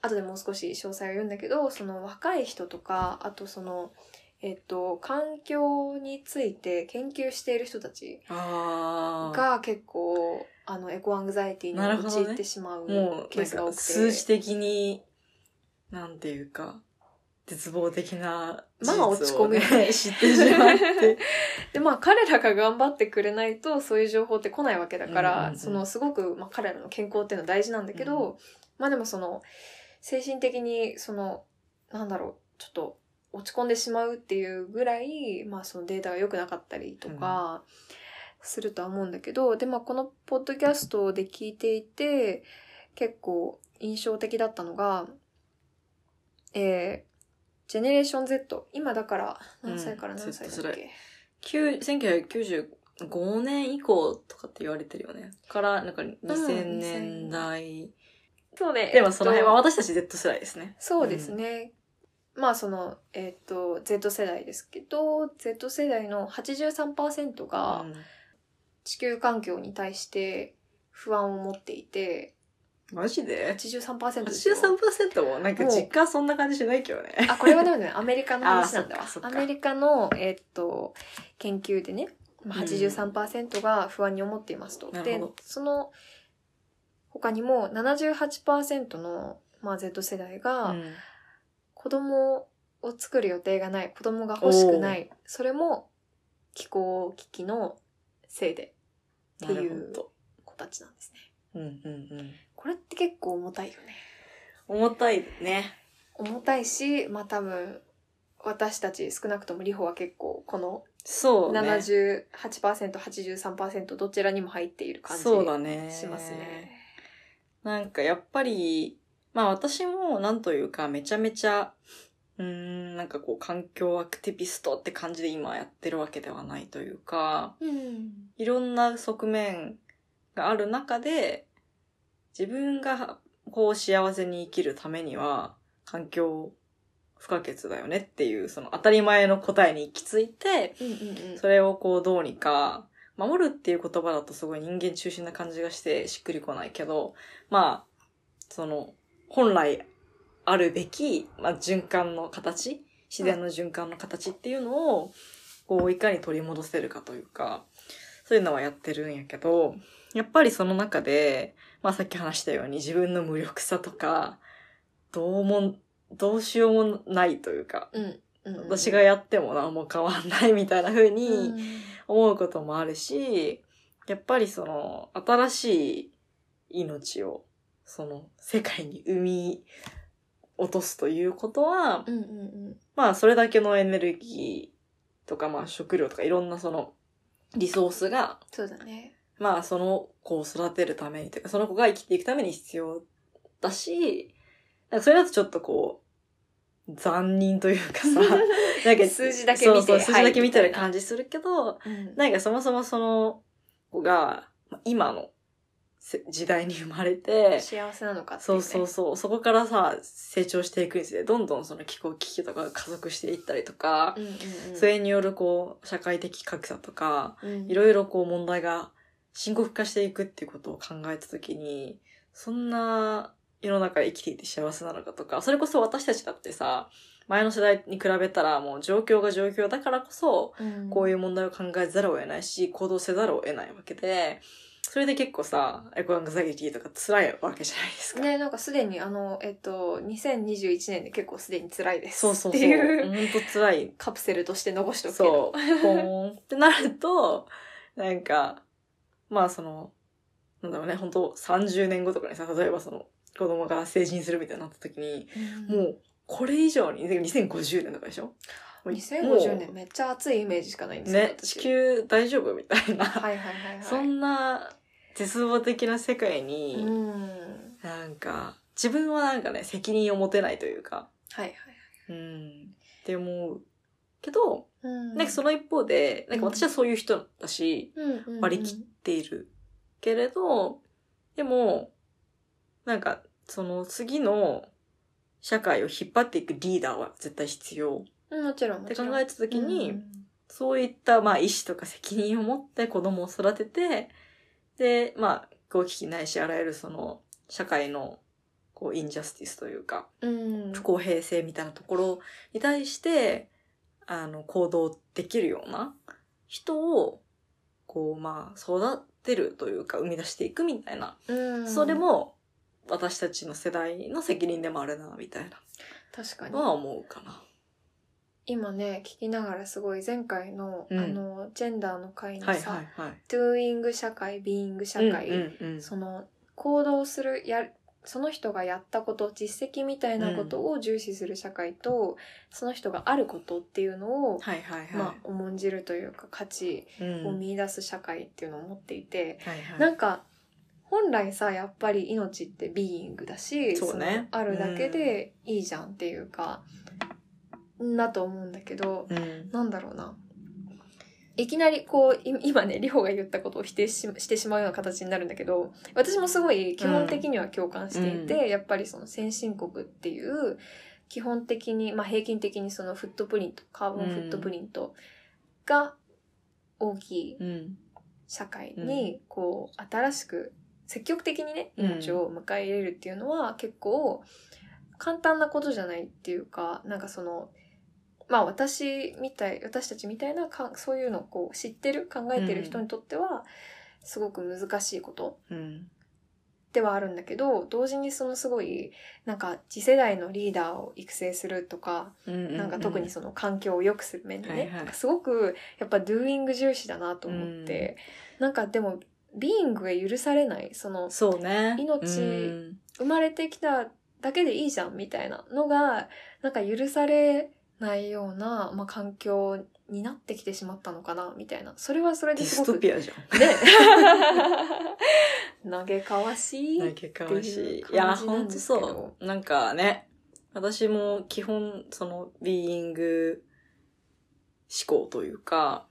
Speaker 1: 後でもう少し詳細を言うんだけど、その若い人とか、あとその、えっ、と、環境について研究している人たち
Speaker 2: ああ。
Speaker 1: が結構、あの、エコアングザイティに
Speaker 2: なるほどね
Speaker 1: 陥ってしまう
Speaker 2: もう、
Speaker 1: ケー
Speaker 2: なん
Speaker 1: スが多
Speaker 2: か
Speaker 1: くて。
Speaker 2: 数字的に、なんていうか、絶望的な
Speaker 1: まあ
Speaker 2: 事実をね
Speaker 1: 落ち込むよね
Speaker 2: 知ってしまって。
Speaker 1: で、まあ彼らが頑張ってくれないとそういう情報って来ないわけだから、
Speaker 2: うんうんうん
Speaker 1: そのすごく、まあ、彼らの健康っていうのは大事なんだけど、まあでもその精神的にそのなんだろうちょっと落ち込んでしまうっていうぐらい、まあそのデータが良くなかったりとかするとは思うんだけど、でまあこのポッドキャストで聞いていて結構印象的だったのが、えー、ジェネレーション Z 今だから何歳から何歳だっけ、
Speaker 2: うん Z 世代旧1995年以降とかって言われてるよね。から、なんか2000年代。
Speaker 1: そうね。
Speaker 2: でもその
Speaker 1: えっ
Speaker 2: 辺
Speaker 1: と
Speaker 2: は私たち Z 世代ですね。
Speaker 1: そうですね。まあその、えっ、と、Z 世代ですけど、Z 世代の83%が
Speaker 2: うん
Speaker 1: 地球環境に対して不安を持っていて、
Speaker 2: マジで
Speaker 1: 83%ですよ。
Speaker 2: 83%もなんか実家そんな感じしないけどね。
Speaker 1: あ、これはでもね、アメリカの話なんだ
Speaker 2: あ
Speaker 1: わ
Speaker 2: そっ。か
Speaker 1: ア
Speaker 2: そっか
Speaker 1: メリカの、えっ、と、研究でね、まあ
Speaker 2: うん
Speaker 1: 83%が不安に思っていますと。
Speaker 2: なる
Speaker 1: で
Speaker 2: ほど、
Speaker 1: その他にも78%の、まあ、Z 世代が、
Speaker 2: うん
Speaker 1: 子供を作る予定がない子供が欲しくないそれも気候危機のせいで
Speaker 2: なるほど。
Speaker 1: 子たちなんですね
Speaker 2: うんうんうん。
Speaker 1: これって結構重たいよね
Speaker 2: 重たいね。
Speaker 1: 重たいしまあ多分私たち少なくともリホは結構この
Speaker 2: そうね。
Speaker 1: 78%83% どちらにも入っている感じ
Speaker 2: そうだね。
Speaker 1: しますね。
Speaker 2: なんかやっぱり、まあ私もなんというかめちゃめちゃうーん、なんかこう、環境アクティビストって感じで今やってるわけではないというか、
Speaker 1: うん。
Speaker 2: いろんな側面がある中で、自分がこう幸せに生きるためには、環境不可欠だよねっていう、その当たり前の答えに行き着いて、
Speaker 1: うんうんうん。
Speaker 2: それをこうどうにか、守るっていう言葉だとすごい人間中心な感じがしてしっくりこないけど、まあ、その、本来あるべき、まあ、循環の形、自然の循環の形っていうのを、こう、いかに取り戻せるかというか、そういうのはやってるんやけど、やっぱりその中で、まあさっき話したように自分の無力さとか、どうも、どうしようもないというか、
Speaker 1: うんうんうん。
Speaker 2: 私がやっても何も変わんないみたいな風に、
Speaker 1: うん、
Speaker 2: 思うこともあるし、やっぱりその、新しい命を、その、世界に生み落とすということは
Speaker 1: う、んうん
Speaker 2: まあ、それだけのエネルギーとか、まあ、食料とか、いろんなその、リソースが、
Speaker 1: そうだね。
Speaker 2: まあ、その子を育てるためにというか、その子が生きていくために必要だし、なんかそれだとちょっとこう、残忍というかさ、なんか
Speaker 1: 数字だけ見て
Speaker 2: そ
Speaker 1: は
Speaker 2: うそう
Speaker 1: い
Speaker 2: 数字だけ見てる感じするけど、
Speaker 1: うん
Speaker 2: なんかそもそもその子が、まあ今のせ時代に生まれて、
Speaker 1: 幸せなのかっていう、
Speaker 2: そう
Speaker 1: ね。
Speaker 2: そうそう、そこからさ、成長していくにつれて、どんどんその気候危機とかが加速していったりとか、
Speaker 1: うんうんうん。
Speaker 2: それによるこう、社会的格差とか、
Speaker 1: うん、
Speaker 2: いろいろこう問題が深刻化していくっていうことを考えたときに、そんな世の中生きていて幸せなのかとか、それこそ私たちだってさ、前の世代に比べたらもう状況が状況だからこそ、
Speaker 1: うん
Speaker 2: こういう問題を考えざるを得ないし、行動せざるを得ないわけで、それで結構さ、エコアングザギティとか辛いわけじゃないですか。
Speaker 1: ね、なんかすでにあの、えっと、2021年で結構すでに辛いです。
Speaker 2: そうそうそ
Speaker 1: っ
Speaker 2: う。
Speaker 1: ていう
Speaker 2: ほんと辛い。
Speaker 1: カプセルとして残しておくけど。
Speaker 2: そう。ポーンってなると、なんか、まあその、なんだろうね、本当30年後とかにさ、例えばその、子供が成人するみたいになった時に、も
Speaker 1: も
Speaker 2: う、これ以上に、2050年とかでしょもう
Speaker 1: う、2050年めっちゃ暑いイメージしかないんですよ
Speaker 2: ね、地。球大丈夫みたいな。
Speaker 1: 私はいはいはいはい。
Speaker 2: そんな絶望的な世界に、
Speaker 1: うん。
Speaker 2: なんか、自分はなんかね、責任を持てないというか、
Speaker 1: はいはい。
Speaker 2: うん、って思うけど、
Speaker 1: うん
Speaker 2: なんかその一方で、なんか
Speaker 1: うん
Speaker 2: 私はそういう人だし、
Speaker 1: うん、
Speaker 2: 割り切っているけれど、でも、なんか、その次の社会を引っ張っていくリーダーは絶対必要。
Speaker 1: うん、もちろん。
Speaker 2: って考えた時に、
Speaker 1: うん
Speaker 2: そういった、まあ、意思とか責任を持って子供を育てて、で、まあ、こう危機ないし、あらゆるその、社会の、こう、インジャスティスというか、
Speaker 1: うん。
Speaker 2: 不公平性みたいなところに対して、あの、行動できるような人を、こう、まあ、育てるというか、生み出していくみたいな。
Speaker 1: うん
Speaker 2: それ、も、私たちの世代の責任でもあるな、みたい
Speaker 1: 確か
Speaker 2: な
Speaker 1: に
Speaker 2: の。は思うかな。
Speaker 1: 今ね、聞きながらすごい前回の、
Speaker 2: うん
Speaker 1: あの、ジェンダーの会の
Speaker 2: はい
Speaker 1: さ、
Speaker 2: はいはい。
Speaker 1: トゥーイング社会、ビーイング社会、
Speaker 2: うんうんうん
Speaker 1: その行動するやその人がやったこと実績みたいなことを重視する社会と、その人があることっていうのを、
Speaker 2: はいはいはい。
Speaker 1: まあ、重んじるというか価値
Speaker 2: うん
Speaker 1: を見出す社会っていうのを持っていて、
Speaker 2: はいはい、
Speaker 1: なんか本来さやっぱり命ってビーイングだし
Speaker 2: そうね
Speaker 1: そのあるだけでいいじゃんっていうか、だと思うんだけど
Speaker 2: うん、
Speaker 1: なんだろうな。いきなりこう、い今ね、りほが言ったことを否定ししてしまうような形になるんだけど、私もすごい基本的には共感していて、やっぱりその先進国っていう、基本的に、まあ平均的にそのフットプリント、カーボンフットプリントが大きい
Speaker 2: うん、
Speaker 1: 社会に、こう、新しく、積極的にね、
Speaker 2: うん
Speaker 1: 命を迎え入れるっていうのは結構簡単なことじゃないっていうか、なんかその、まあ私みたい、私たちみたいなか、そういうのをこう知ってる、考えてる人にとっては、すごく難しいこと
Speaker 2: うん、
Speaker 1: ではあるんだけど、同時にそのすごい、なんか次世代のリーダーを育成するとか、
Speaker 2: な
Speaker 1: なんか特にその環境を良くする面でね、
Speaker 2: はいはい
Speaker 1: なんかすごくやっぱドゥーイング重視だなと思って、なんかでもビーイングが許されないその
Speaker 2: そうね
Speaker 1: 命
Speaker 2: うん
Speaker 1: 生まれてきただけでいいじゃんみたいなのがなんか許されないような、まあ、環境になってきてしまったのかなみたいなそれはそれ
Speaker 2: デ
Speaker 1: で
Speaker 2: ィ
Speaker 1: す
Speaker 2: ス
Speaker 1: ご
Speaker 2: ト
Speaker 1: く
Speaker 2: ピアじゃん。
Speaker 1: ね投げかわしい
Speaker 2: 嘆かわしい。
Speaker 1: って
Speaker 2: い
Speaker 1: いう
Speaker 2: や、
Speaker 1: 感じ
Speaker 2: ほ
Speaker 1: なんん
Speaker 2: と
Speaker 1: ですけど
Speaker 2: そう。なんかね、私も基本、その、ビーイング思考というか、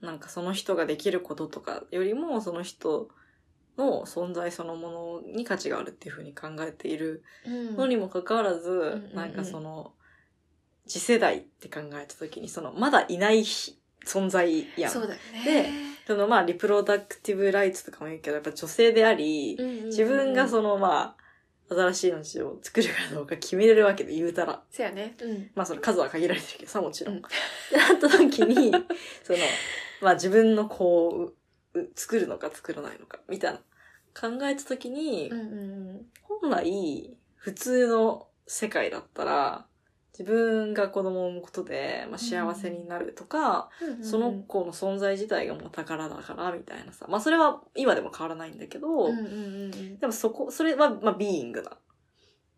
Speaker 2: なんかその人ができることとかよりも、その人の存在そのものに価値があるっていうふうに考えている
Speaker 1: うん
Speaker 2: のにもかかわらず、
Speaker 1: うん
Speaker 2: なんかその、次世代って考えた時に、その、まだいないひ存在やん。
Speaker 1: そうだよ
Speaker 2: で
Speaker 1: ね。
Speaker 2: そのまあ、リプロダクティブライツとかも言うけど、やっぱ女性であり、
Speaker 1: うんうんうん
Speaker 2: 自分がそのまあ、新しい命を作るかどうか決めれるわけで言うたら。
Speaker 1: そうやね。うん。
Speaker 2: まあその数は限られてるけどさ、もちろん。
Speaker 1: うん
Speaker 2: ってなった時 に、その、まあ自分のこう、う作るのか作らないのか、みたいな。考えた時に、
Speaker 1: うんうんうん。
Speaker 2: 本来、普通の世界だったら、自分が子供を産むことで、まあ、幸せになるとか、
Speaker 1: うんうんうん
Speaker 2: その子の存在自体がもう宝だからみたいなさ。まあそれは今でも変わらないんだけど、
Speaker 1: うんうんうんうん
Speaker 2: でもそこ、それはまあビーイングな、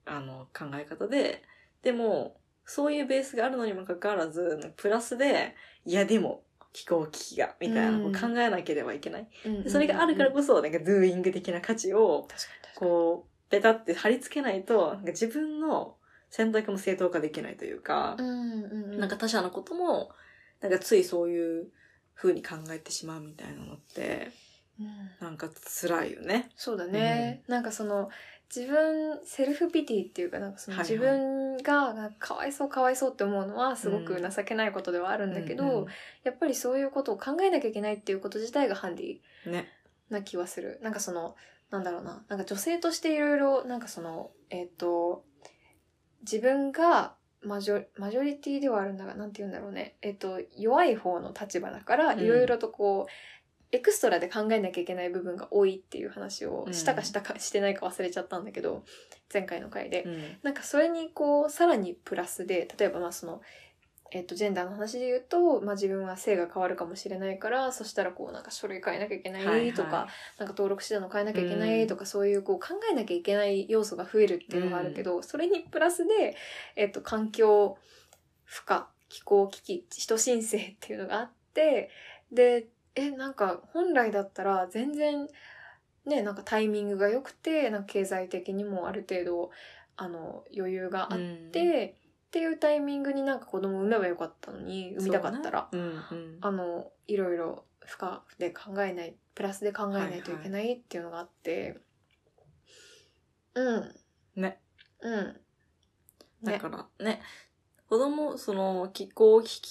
Speaker 2: あの考え方で、でも、そういうベースがあるのにもかかわらず、プラスで、いやでも、気候危機が、みたいな
Speaker 1: うん
Speaker 2: こう考えなければいけない。
Speaker 1: うんうんう
Speaker 2: で
Speaker 1: ん。
Speaker 2: それがあるからこそ、なんかドゥーイング的な価値
Speaker 1: 確
Speaker 2: を、
Speaker 1: かに確かに
Speaker 2: こう、ベタって貼り付けないと、なんか自分の選択も正当化できないというか、
Speaker 1: うんうんうん。
Speaker 2: なんか他者のことも、なんかついそういう風に考えてしまうみたいなのって、
Speaker 1: うん
Speaker 2: なんか辛いよね。
Speaker 1: そうだね、なんかその自分セルフピティっていうかなんかその
Speaker 2: はいはい
Speaker 1: 自分がなんかかわいそうかわいそうって思うのはすご
Speaker 2: う
Speaker 1: く
Speaker 2: ん
Speaker 1: 情けないことではあるんだけど、
Speaker 2: うん
Speaker 1: やっぱりそういうことを考えなきゃいけないっていうこと自体がハンディ
Speaker 2: うんね。
Speaker 1: な気はするなんかそのなんだろうななんか女性としていろいろなんかそのえっ、と自分がマジョマジョリティではあるんだがなんて言うんだろうねえっ、と弱い方の立場だから
Speaker 2: うん
Speaker 1: いろいろとこう、エクストラで考えなきゃいけない部分が多いっていう話を
Speaker 2: うん
Speaker 1: したかしたかしてないか忘れちゃったんだけど前回の回で、
Speaker 2: うん。
Speaker 1: なんかそれにこうさらにプラスで例えばまあその、えっとジェンダーの話で言うと、まあ、自分は性が変わるかもしれないからそしたらこうなんか書類変えなきゃいけな
Speaker 2: はいはい
Speaker 1: いとか、なんか登録資料の変えなきゃいけないとか、そういうこう考えなきゃいけない要素が増えるっていうのがあるけど、それにプラスで、えっと環境負荷気候危機人申請っていうのがあってでえなんか本来だったら全然ねなんかタイミングが良くてなんか経済的にもある程度あの余裕があっ
Speaker 2: で
Speaker 1: て、っていうタイミングになんか子供を産めばよかったのに産みたかったら、
Speaker 2: そうねうんうん
Speaker 1: あのいろいろ負荷で考えないプラスで考えないといけないっていうのがあって、うん
Speaker 2: ね
Speaker 1: うんね
Speaker 2: だからね、子供、その気候危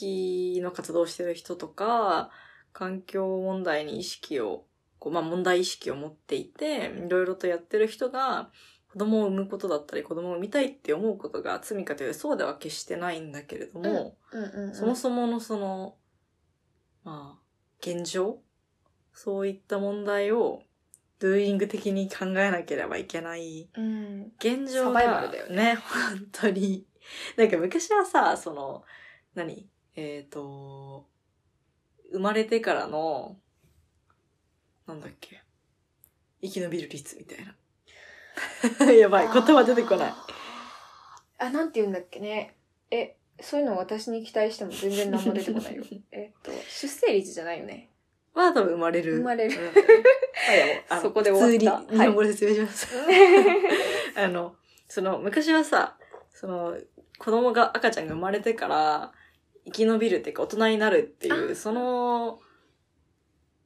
Speaker 2: 機の活動をしてる人とか、環境問題に意識を、こうまあ問題意識を持っていて、いろいろとやってる人が、子供を産むことだったり、子供を産みたいって思うことが罪かというとそうでは決してないんだけれども、
Speaker 1: うんうんうん
Speaker 2: そもそものその、まあ、現状そういった問題を、ドゥーイング的に考えなければいけない。
Speaker 1: うん
Speaker 2: 現
Speaker 1: サ
Speaker 2: 状が、
Speaker 1: バイバルだよね
Speaker 2: ね。 本当に。なんか昔はさ、その、何えっ、と、生まれてからの、なんだっけ。生き延びる率みたいな。 やばい、言葉出てこない。
Speaker 1: あーあなんて言うんだっけねえそういうの私に期待しても全然何も出てこない よえっと出生率じゃないよね
Speaker 2: は多分生まれる。
Speaker 1: 生まれる
Speaker 2: うんまあいやもうあの
Speaker 1: そこで終わった
Speaker 2: 普通に日本語で説明 します。あの、その、昔はさ、その、子供が、赤ちゃんが生まれてから、生き延びるっていうか、大人になるっていう、
Speaker 1: あ
Speaker 2: その、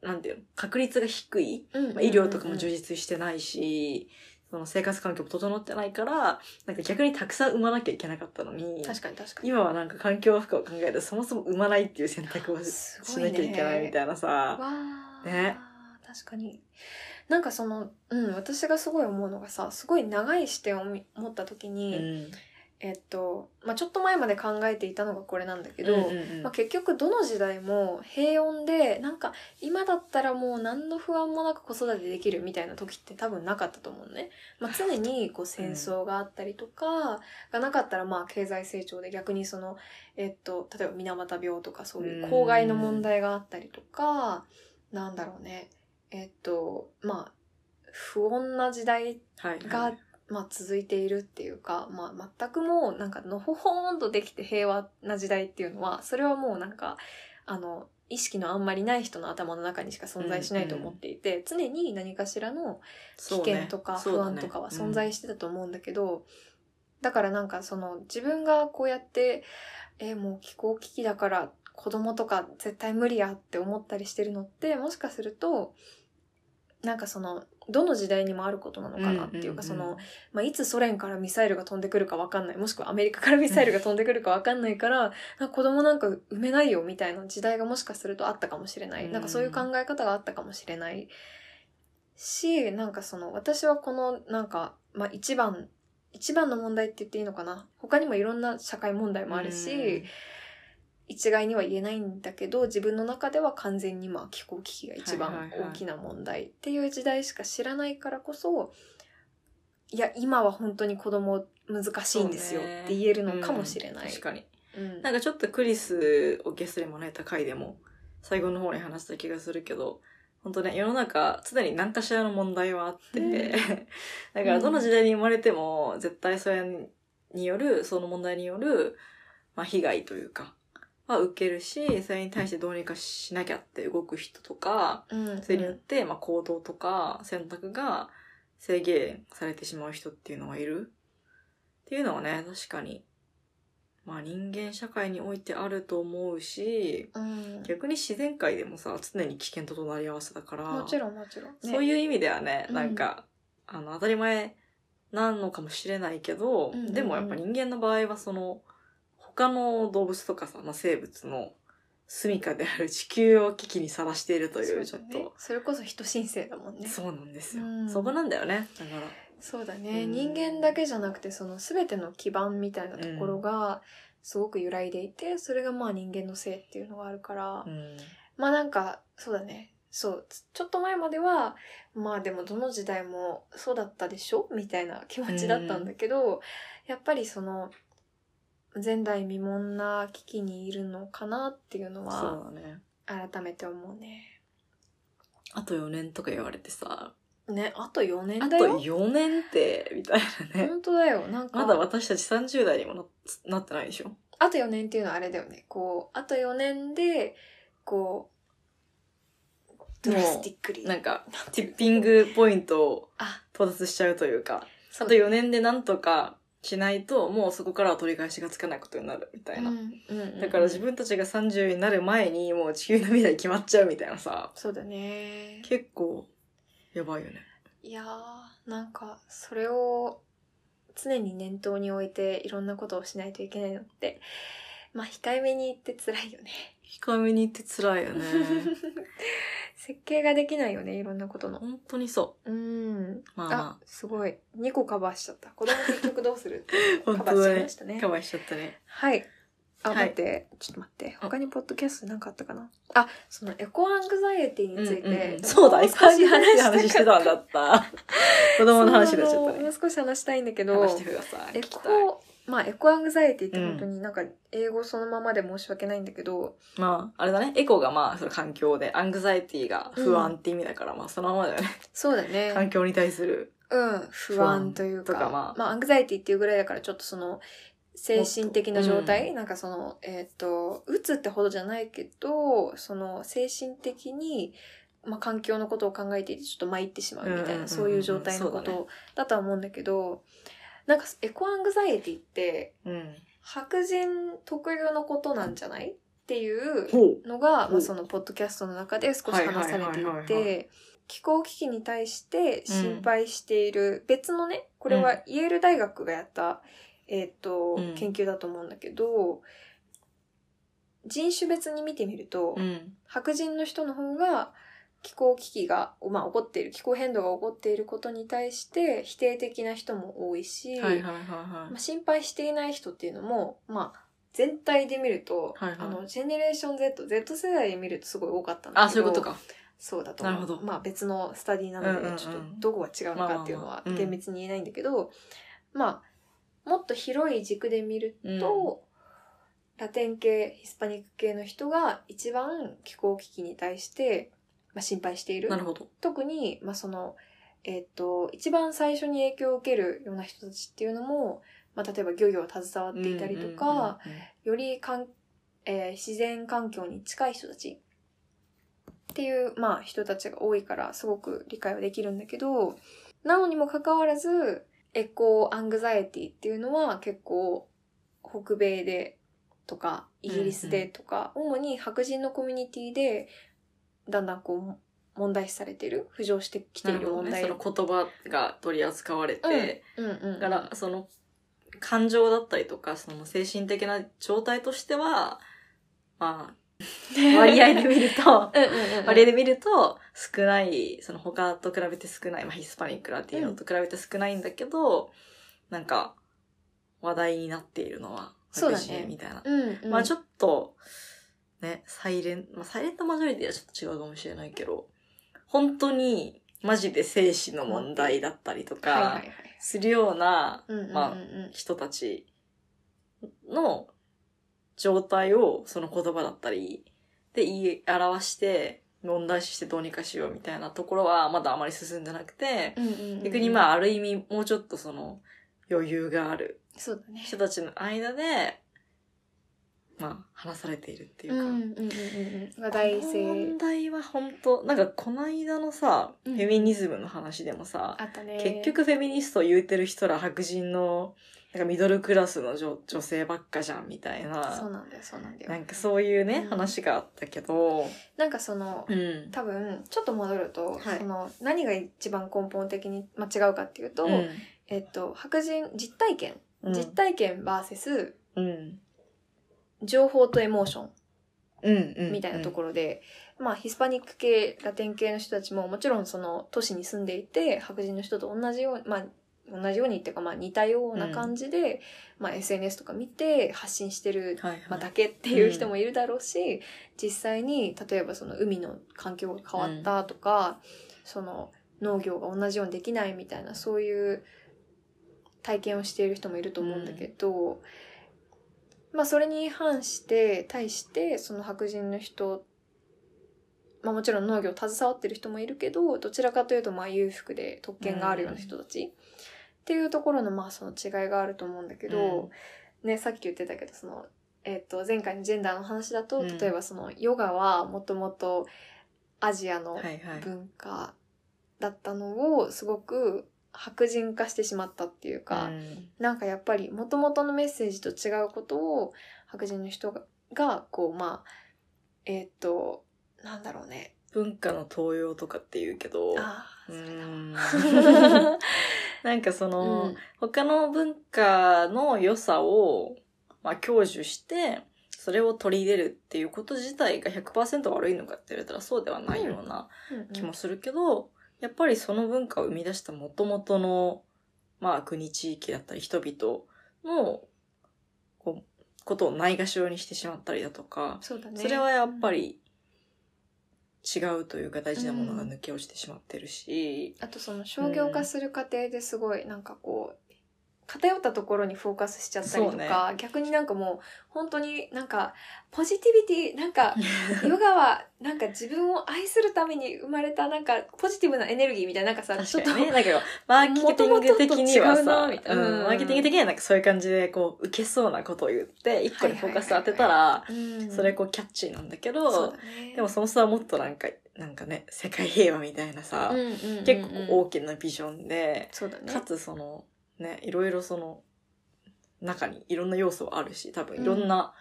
Speaker 2: なんていうの、確率が低い。
Speaker 1: うんうんうん
Speaker 2: まあ、医療とかも充実してないし、その生活環境も整ってないから、なんか逆にたくさん産まなきゃいけなかったのに、
Speaker 1: 確かに確かに
Speaker 2: 今はなんか環境負荷を考えると、そもそも産まないっていう選択をし
Speaker 1: す
Speaker 2: し
Speaker 1: ごね
Speaker 2: なきゃいけないみたいなさ。
Speaker 1: わあ、
Speaker 2: ね
Speaker 1: 確かになんかそのうん私がすごい思うのがさすごい長い視点をみ持った時に、
Speaker 2: うん
Speaker 1: えっと、まあ、ちょっと前まで考えていたのがこれなんだけど、
Speaker 2: うんうんうん
Speaker 1: まあ、結局どの時代も平穏でなんか今だったらもう何の不安もなく子育てできるみたいな時って多分なかったと思うね、まあ、常にこう戦争があったりとかがなかったらまあ経済成長で逆にその、えっと、例えば水俣病とかそういう公害の問題があったりとかなんだろうねえっとまあ不穏な時代
Speaker 2: はいはい
Speaker 1: が、まあ、続いているっていうか、まあ、全くもうなんかのほほんとできて平和な時代っていうのはそれはもうなんかあの意識のあんまりない人の頭の中にしか存在しないと思っていて、常に何かしらの危
Speaker 2: そうね
Speaker 1: 険とか
Speaker 2: そう
Speaker 1: 不
Speaker 2: だ
Speaker 1: 安
Speaker 2: ね
Speaker 1: とかは
Speaker 2: うん
Speaker 1: 存在してたと思うんだけどだからなんかその自分がこうやって、えーもう気候危機だから子供とか絶対無理やって思ったりしてるのって、もしかすると、なんかその、どの時代にもあることなのかなっていうか、その、、まあ、いつソ連からミサイルが飛んでくるかわかんない。もしくはアメリカからミサイルが飛んでくるかわかんないから、なんか子供なんか産めないよみたいな時代がもしかするとあったかもしれない。
Speaker 2: うん
Speaker 1: なんかそういう考え方があったかもしれない。し、なんかその、私はこの、なんか、まあ一番、一番の問題って言っていいのかな。他にもいろんな社会問題もあるし、一概には言えないんだけど、自分の中では完全にまあ気候危機が一
Speaker 2: はい
Speaker 1: 番
Speaker 2: はいはい
Speaker 1: 大きな問題っていう時代しか知らないからこそ、いや、今は本当に子供難しいんですよ
Speaker 2: そうね
Speaker 1: って言えるのかもしれない。
Speaker 2: 確かに。
Speaker 1: うん
Speaker 2: なんかちょっとクリスをゲストにもらえた回でも、最後の方に話した気がするけど、本当ね、世の中、常に何かしらの問題はあって、
Speaker 1: うん
Speaker 2: だからどの時代に生まれても、絶対それによる、その問題による、まあ被害というか、は受けるし、それに対してどうにかしなきゃって動く人とか、
Speaker 1: うん。
Speaker 2: それによって、まあ行動とか選択が制限されてしまう人っていうのがいるっていうのはね、確かに、まあ人間社会においてあると思うし、
Speaker 1: うん。
Speaker 2: 逆に自然界でもさ、常に危険と隣り合わせだから、
Speaker 1: もちろんもちろん。
Speaker 2: そういう意味ではね、
Speaker 1: うん
Speaker 2: なんか、あの、当たり前なのかもしれないけど、
Speaker 1: うんうんうん
Speaker 2: でもやっぱ人間の場合はその、他の動物とかさ、まあ、生物の住処である地球を危機にさらしていると
Speaker 1: そ
Speaker 2: いうう、
Speaker 1: だ
Speaker 2: ちょっ
Speaker 1: ね
Speaker 2: と、
Speaker 1: それこそ人申請だもんね。
Speaker 2: そうなんですよ、
Speaker 1: うん
Speaker 2: そこなんだよね。だから。
Speaker 1: そうだね、
Speaker 2: うん
Speaker 1: 人間だけじゃなくてその全ての基盤みたいなところがすごく揺らいでいて、それがまあ人間の性っていうのがあるから、
Speaker 2: うん。
Speaker 1: まあなんかそうだねそうつちょっと前まではまあでもどの時代もそうだったでしょみたいな気持ちだったんだけど、やっぱりその前代未聞な危機にいるのかなっていうのは
Speaker 2: そうだね。
Speaker 1: 改めて思うね。
Speaker 2: あと4年とか言われてさ、
Speaker 1: ねあと4
Speaker 2: あ
Speaker 1: 年
Speaker 2: と
Speaker 1: だよ。
Speaker 2: 4年って、みたいなね。
Speaker 1: 本当だよなんか
Speaker 2: まだ私たち30代にもななってないでしょ。
Speaker 1: あと4年っていうのはあれだよね。こう、あと4年で、こう、ドラスティックリー。
Speaker 2: なんか、ティッピングポイントを
Speaker 1: あ、
Speaker 2: 到達しちゃうというか、
Speaker 1: そ
Speaker 2: あ
Speaker 1: う
Speaker 2: と4年でなんとかしないと、もうそこからは取り返しがつかないことになるみたいな。
Speaker 1: うんうんうん
Speaker 2: だから自分たちが30になる前にもう地球の未来決まっちゃうみたいなさ、
Speaker 1: そうだね。
Speaker 2: 結構やばいよね。
Speaker 1: いやー、なんか、それを常に念頭に置いていろんなことをしないといけないのって、まあ、控えめに言って辛いよね。
Speaker 2: 控えめに言って辛いよね。
Speaker 1: 設計ができないよね、いろんなことの。
Speaker 2: 本当にそ
Speaker 1: うん
Speaker 2: う。。まあ
Speaker 1: あ
Speaker 2: ま、
Speaker 1: すごい。2個カバーしちゃった。子供結局どうするって
Speaker 2: あ、
Speaker 1: カ
Speaker 2: 本
Speaker 1: バ
Speaker 2: 当
Speaker 1: ー
Speaker 2: だ
Speaker 1: しちゃいま
Speaker 2: ね
Speaker 1: し。たね
Speaker 2: か。わいしちゃったね。
Speaker 1: はい。あ、
Speaker 2: はい
Speaker 1: 待って、ちょっと待って。他にポッドキャストなんかあったかなあ、そのエコアングザイエティについて、
Speaker 2: うんうんうんそうだ、
Speaker 1: も
Speaker 2: いっぱい話してたんだ
Speaker 1: っ
Speaker 2: った。 子供の話になっちゃった
Speaker 1: も
Speaker 2: ね
Speaker 1: う。少し話したいんだけど、
Speaker 2: 話してください。
Speaker 1: エ
Speaker 2: 聞きたい
Speaker 1: コ、まあエコアングザイエティって本当になんか英語そのままで申し訳ないんだけど、
Speaker 2: まあ、あれだね。エコがまあ、その環境で、アングザイティが不安って意味だから、まあ、そのままだよね。
Speaker 1: そうだね。
Speaker 2: 環境に対する。
Speaker 1: うん、不安というか、
Speaker 2: 不安とかまあ
Speaker 1: アングザイティっていうぐらいだから、ちょっとその、精神的な状態、
Speaker 2: う
Speaker 1: なんかその、えっ、と、うつってほどじゃないけど、その、精神的に、まあ、環境のことを考えていて、ちょっと参ってしまうみた
Speaker 2: うんう
Speaker 1: い
Speaker 2: んうんう
Speaker 1: な、
Speaker 2: ん
Speaker 1: そういう状態のこ
Speaker 2: そうだ
Speaker 1: とだとは思うんだけど、なんか、エコアングザイエティって、
Speaker 2: うん。
Speaker 1: 白人特有のことなんじゃないっていう
Speaker 2: ほう。
Speaker 1: のが、
Speaker 2: ほ
Speaker 1: ま
Speaker 2: う
Speaker 1: あ、そのポッドキャストの中で少し話されてい
Speaker 2: はいはいはいはいは
Speaker 1: て気候危機に対して心配している別のねこれ
Speaker 2: う
Speaker 1: はイェール大学がやった、えーっと
Speaker 2: うん
Speaker 1: 研究だと思うんだけど人種別に見てみると、
Speaker 2: うん。
Speaker 1: 白人の人の方が気候危機が、まあ、起こっている気候変動が起こっていることに対して否定的な人も多いし、
Speaker 2: はいはいはいは
Speaker 1: まあ、心配していない人っていうのも、まあ、全体で見ると、
Speaker 2: はいはい
Speaker 1: あのジェネレーション Z Z 世代で見るとすごい多かったん
Speaker 2: い。
Speaker 1: だけど
Speaker 2: あ、そういうことか。
Speaker 1: そうだと思う
Speaker 2: なるほど
Speaker 1: まあ、別のスタディなの
Speaker 2: うんうんうん
Speaker 1: でちょっとどこが違うのかっていうの
Speaker 2: まあまあ
Speaker 1: は
Speaker 2: まあうん
Speaker 1: 厳密に言えないんだけど、まあ、もっと広い軸で見ると、ラテン系ヒスパニック系の人が一番気候危機に対して、まあ、心配している
Speaker 2: なるほど。
Speaker 1: 特に、まあ、その、えっ、と、一番最初に影響を受けるような人たちっていうのも、まあ、例えば漁業を携わっていたりとか、
Speaker 2: うんうんうん
Speaker 1: よりかん、えー自然環境に近い人たちっていう、まあ、人たちが多いからすごく理解はできるんだけどなのにもかかわらずエコーアングザエティっていうのは結構北米でとかイギリスでとか、主に白人のコミュニティでだんだんこう問題視されてる浮上してきている問題
Speaker 2: その言葉が取り扱われて、
Speaker 1: うんうん、
Speaker 2: だからその感情だったりとかその精神的な状態としては まあ割合で見ると
Speaker 1: うんうんうん、
Speaker 2: 割合で見ると少ないその他と比べて少ない、まあ、ヒスパニックラティーノと比べて少ないんだけど、なんか話題になっているのは
Speaker 1: そう
Speaker 2: 白
Speaker 1: だね
Speaker 2: 人みたいな、
Speaker 1: うんうん、
Speaker 2: まあちょっとねサイレン、まあ、サイレントマジョリティはちょっと違うかもしれないけど本当にマジで生死の問題だったりとか、
Speaker 1: はいはいはい
Speaker 2: するような
Speaker 1: うんうんうんうん、
Speaker 2: まあ人たちの状態をその言葉だったりで言い表して問題視してどうにかしようみたいなところはまだあまり進んでなくて
Speaker 1: うんうんうん、
Speaker 2: 逆にまあある意味もうちょっとその余裕がある
Speaker 1: そうだね
Speaker 2: 人たちの間でまあ話されているってい
Speaker 1: う
Speaker 2: う
Speaker 1: ん
Speaker 2: か。
Speaker 1: うんうんうんうん、話題
Speaker 2: この
Speaker 1: 性
Speaker 2: 問題は本当なんかこの間のさ、
Speaker 1: うん
Speaker 2: フェミニズムの話でもさ、
Speaker 1: あったね
Speaker 2: 結局フェミニストを言うてる人ら白人のなんかミドルクラスの女女性ばっかじゃんみたい
Speaker 1: そう
Speaker 2: な
Speaker 1: なんだよそうなんだよ
Speaker 2: なんかそういうね、
Speaker 1: うん
Speaker 2: 話があったけど、
Speaker 1: なんかその
Speaker 2: うん
Speaker 1: 多分ちょっと戻ると、
Speaker 2: はい
Speaker 1: その何が一番根本的に、まあ、違うかっていうと、えっと、白人実体験、
Speaker 2: うん
Speaker 1: 実体験 VS
Speaker 2: うん
Speaker 1: 情報とエモーショ
Speaker 2: うんう
Speaker 1: ン
Speaker 2: ん、
Speaker 1: みたいなところで、まあヒスパニック系ラテン系の人たちももちろんその都市に住んでいて白人の人と同じようにまあ同じようにっていうかまあ似たような感じで、まあ、SNS とか見て発信してる
Speaker 2: ろ、はいはい
Speaker 1: まあ、だけっていう人もいるだろうし、実際に例えばその海の環境が変わったとか、その農業が同じようにできないみたいなそういう体験をしている人もいると思うんだけど、まあそれに反して対してその白人の人まあもちろん農業携わってる人もいるけどどちらかというとまあ裕福で特権があるような人たち、っていうところのまあその違いがあると思うんだけど、ねさっき言ってたけどその、えっと前回のジェンダーの話だと、
Speaker 2: うん
Speaker 1: 例えばそのヨガはもともとアジアの
Speaker 2: はいはい
Speaker 1: 文化だったのをすごく白人化してしまったっていうか、
Speaker 2: うん
Speaker 1: なんかやっぱり元々のメッセージと違うことを白人の人ががこうまあえっ、となんだろうね
Speaker 2: 文化の東洋とかっていうけど
Speaker 1: ああ
Speaker 2: う
Speaker 1: それだわ。
Speaker 2: んなん かその、他の文化の良さを、まあ、享受して、それを取り入れるっていうこと自体が100%悪いのかって言われたらそうではないような気もするけど、やっぱりその文化を生み出した元々の、まあ、国地域だったり人々の、こう、ことをないがしろにしてしまったりだとか、
Speaker 1: そうだね、
Speaker 2: それはやっぱり違うというか大事なものが抜け落ちてしまってるし、
Speaker 1: あとその商業化する過程ですごいなんかこう偏ったところにフォーカスしちゃったりとか、逆になんかもう本当になんかポジティビティなんかヨガはなんか自分を愛するために生まれたなんかポジティブなエネルギーみたいななんかさちょっ
Speaker 2: 確
Speaker 1: と
Speaker 2: かにね、なんかマーケティング的にはさ、
Speaker 1: 元々と違うなみたいな
Speaker 2: うんマーケティング的にはなんかそういう感じでこう受けそうなことを言って一個にフォーカス当てたら、
Speaker 1: うん
Speaker 2: それこうキャッチーなんだけ
Speaker 1: そう
Speaker 2: ど
Speaker 1: だ、ね
Speaker 2: でもそのさもっとなんかなんかね世界平和みたいなさ
Speaker 1: うん、うんうんうん
Speaker 2: 結構大きなビジョンで、
Speaker 1: そうだね
Speaker 2: かつそのねいろいろその中にいろんな要素はあるし、多分いろんな、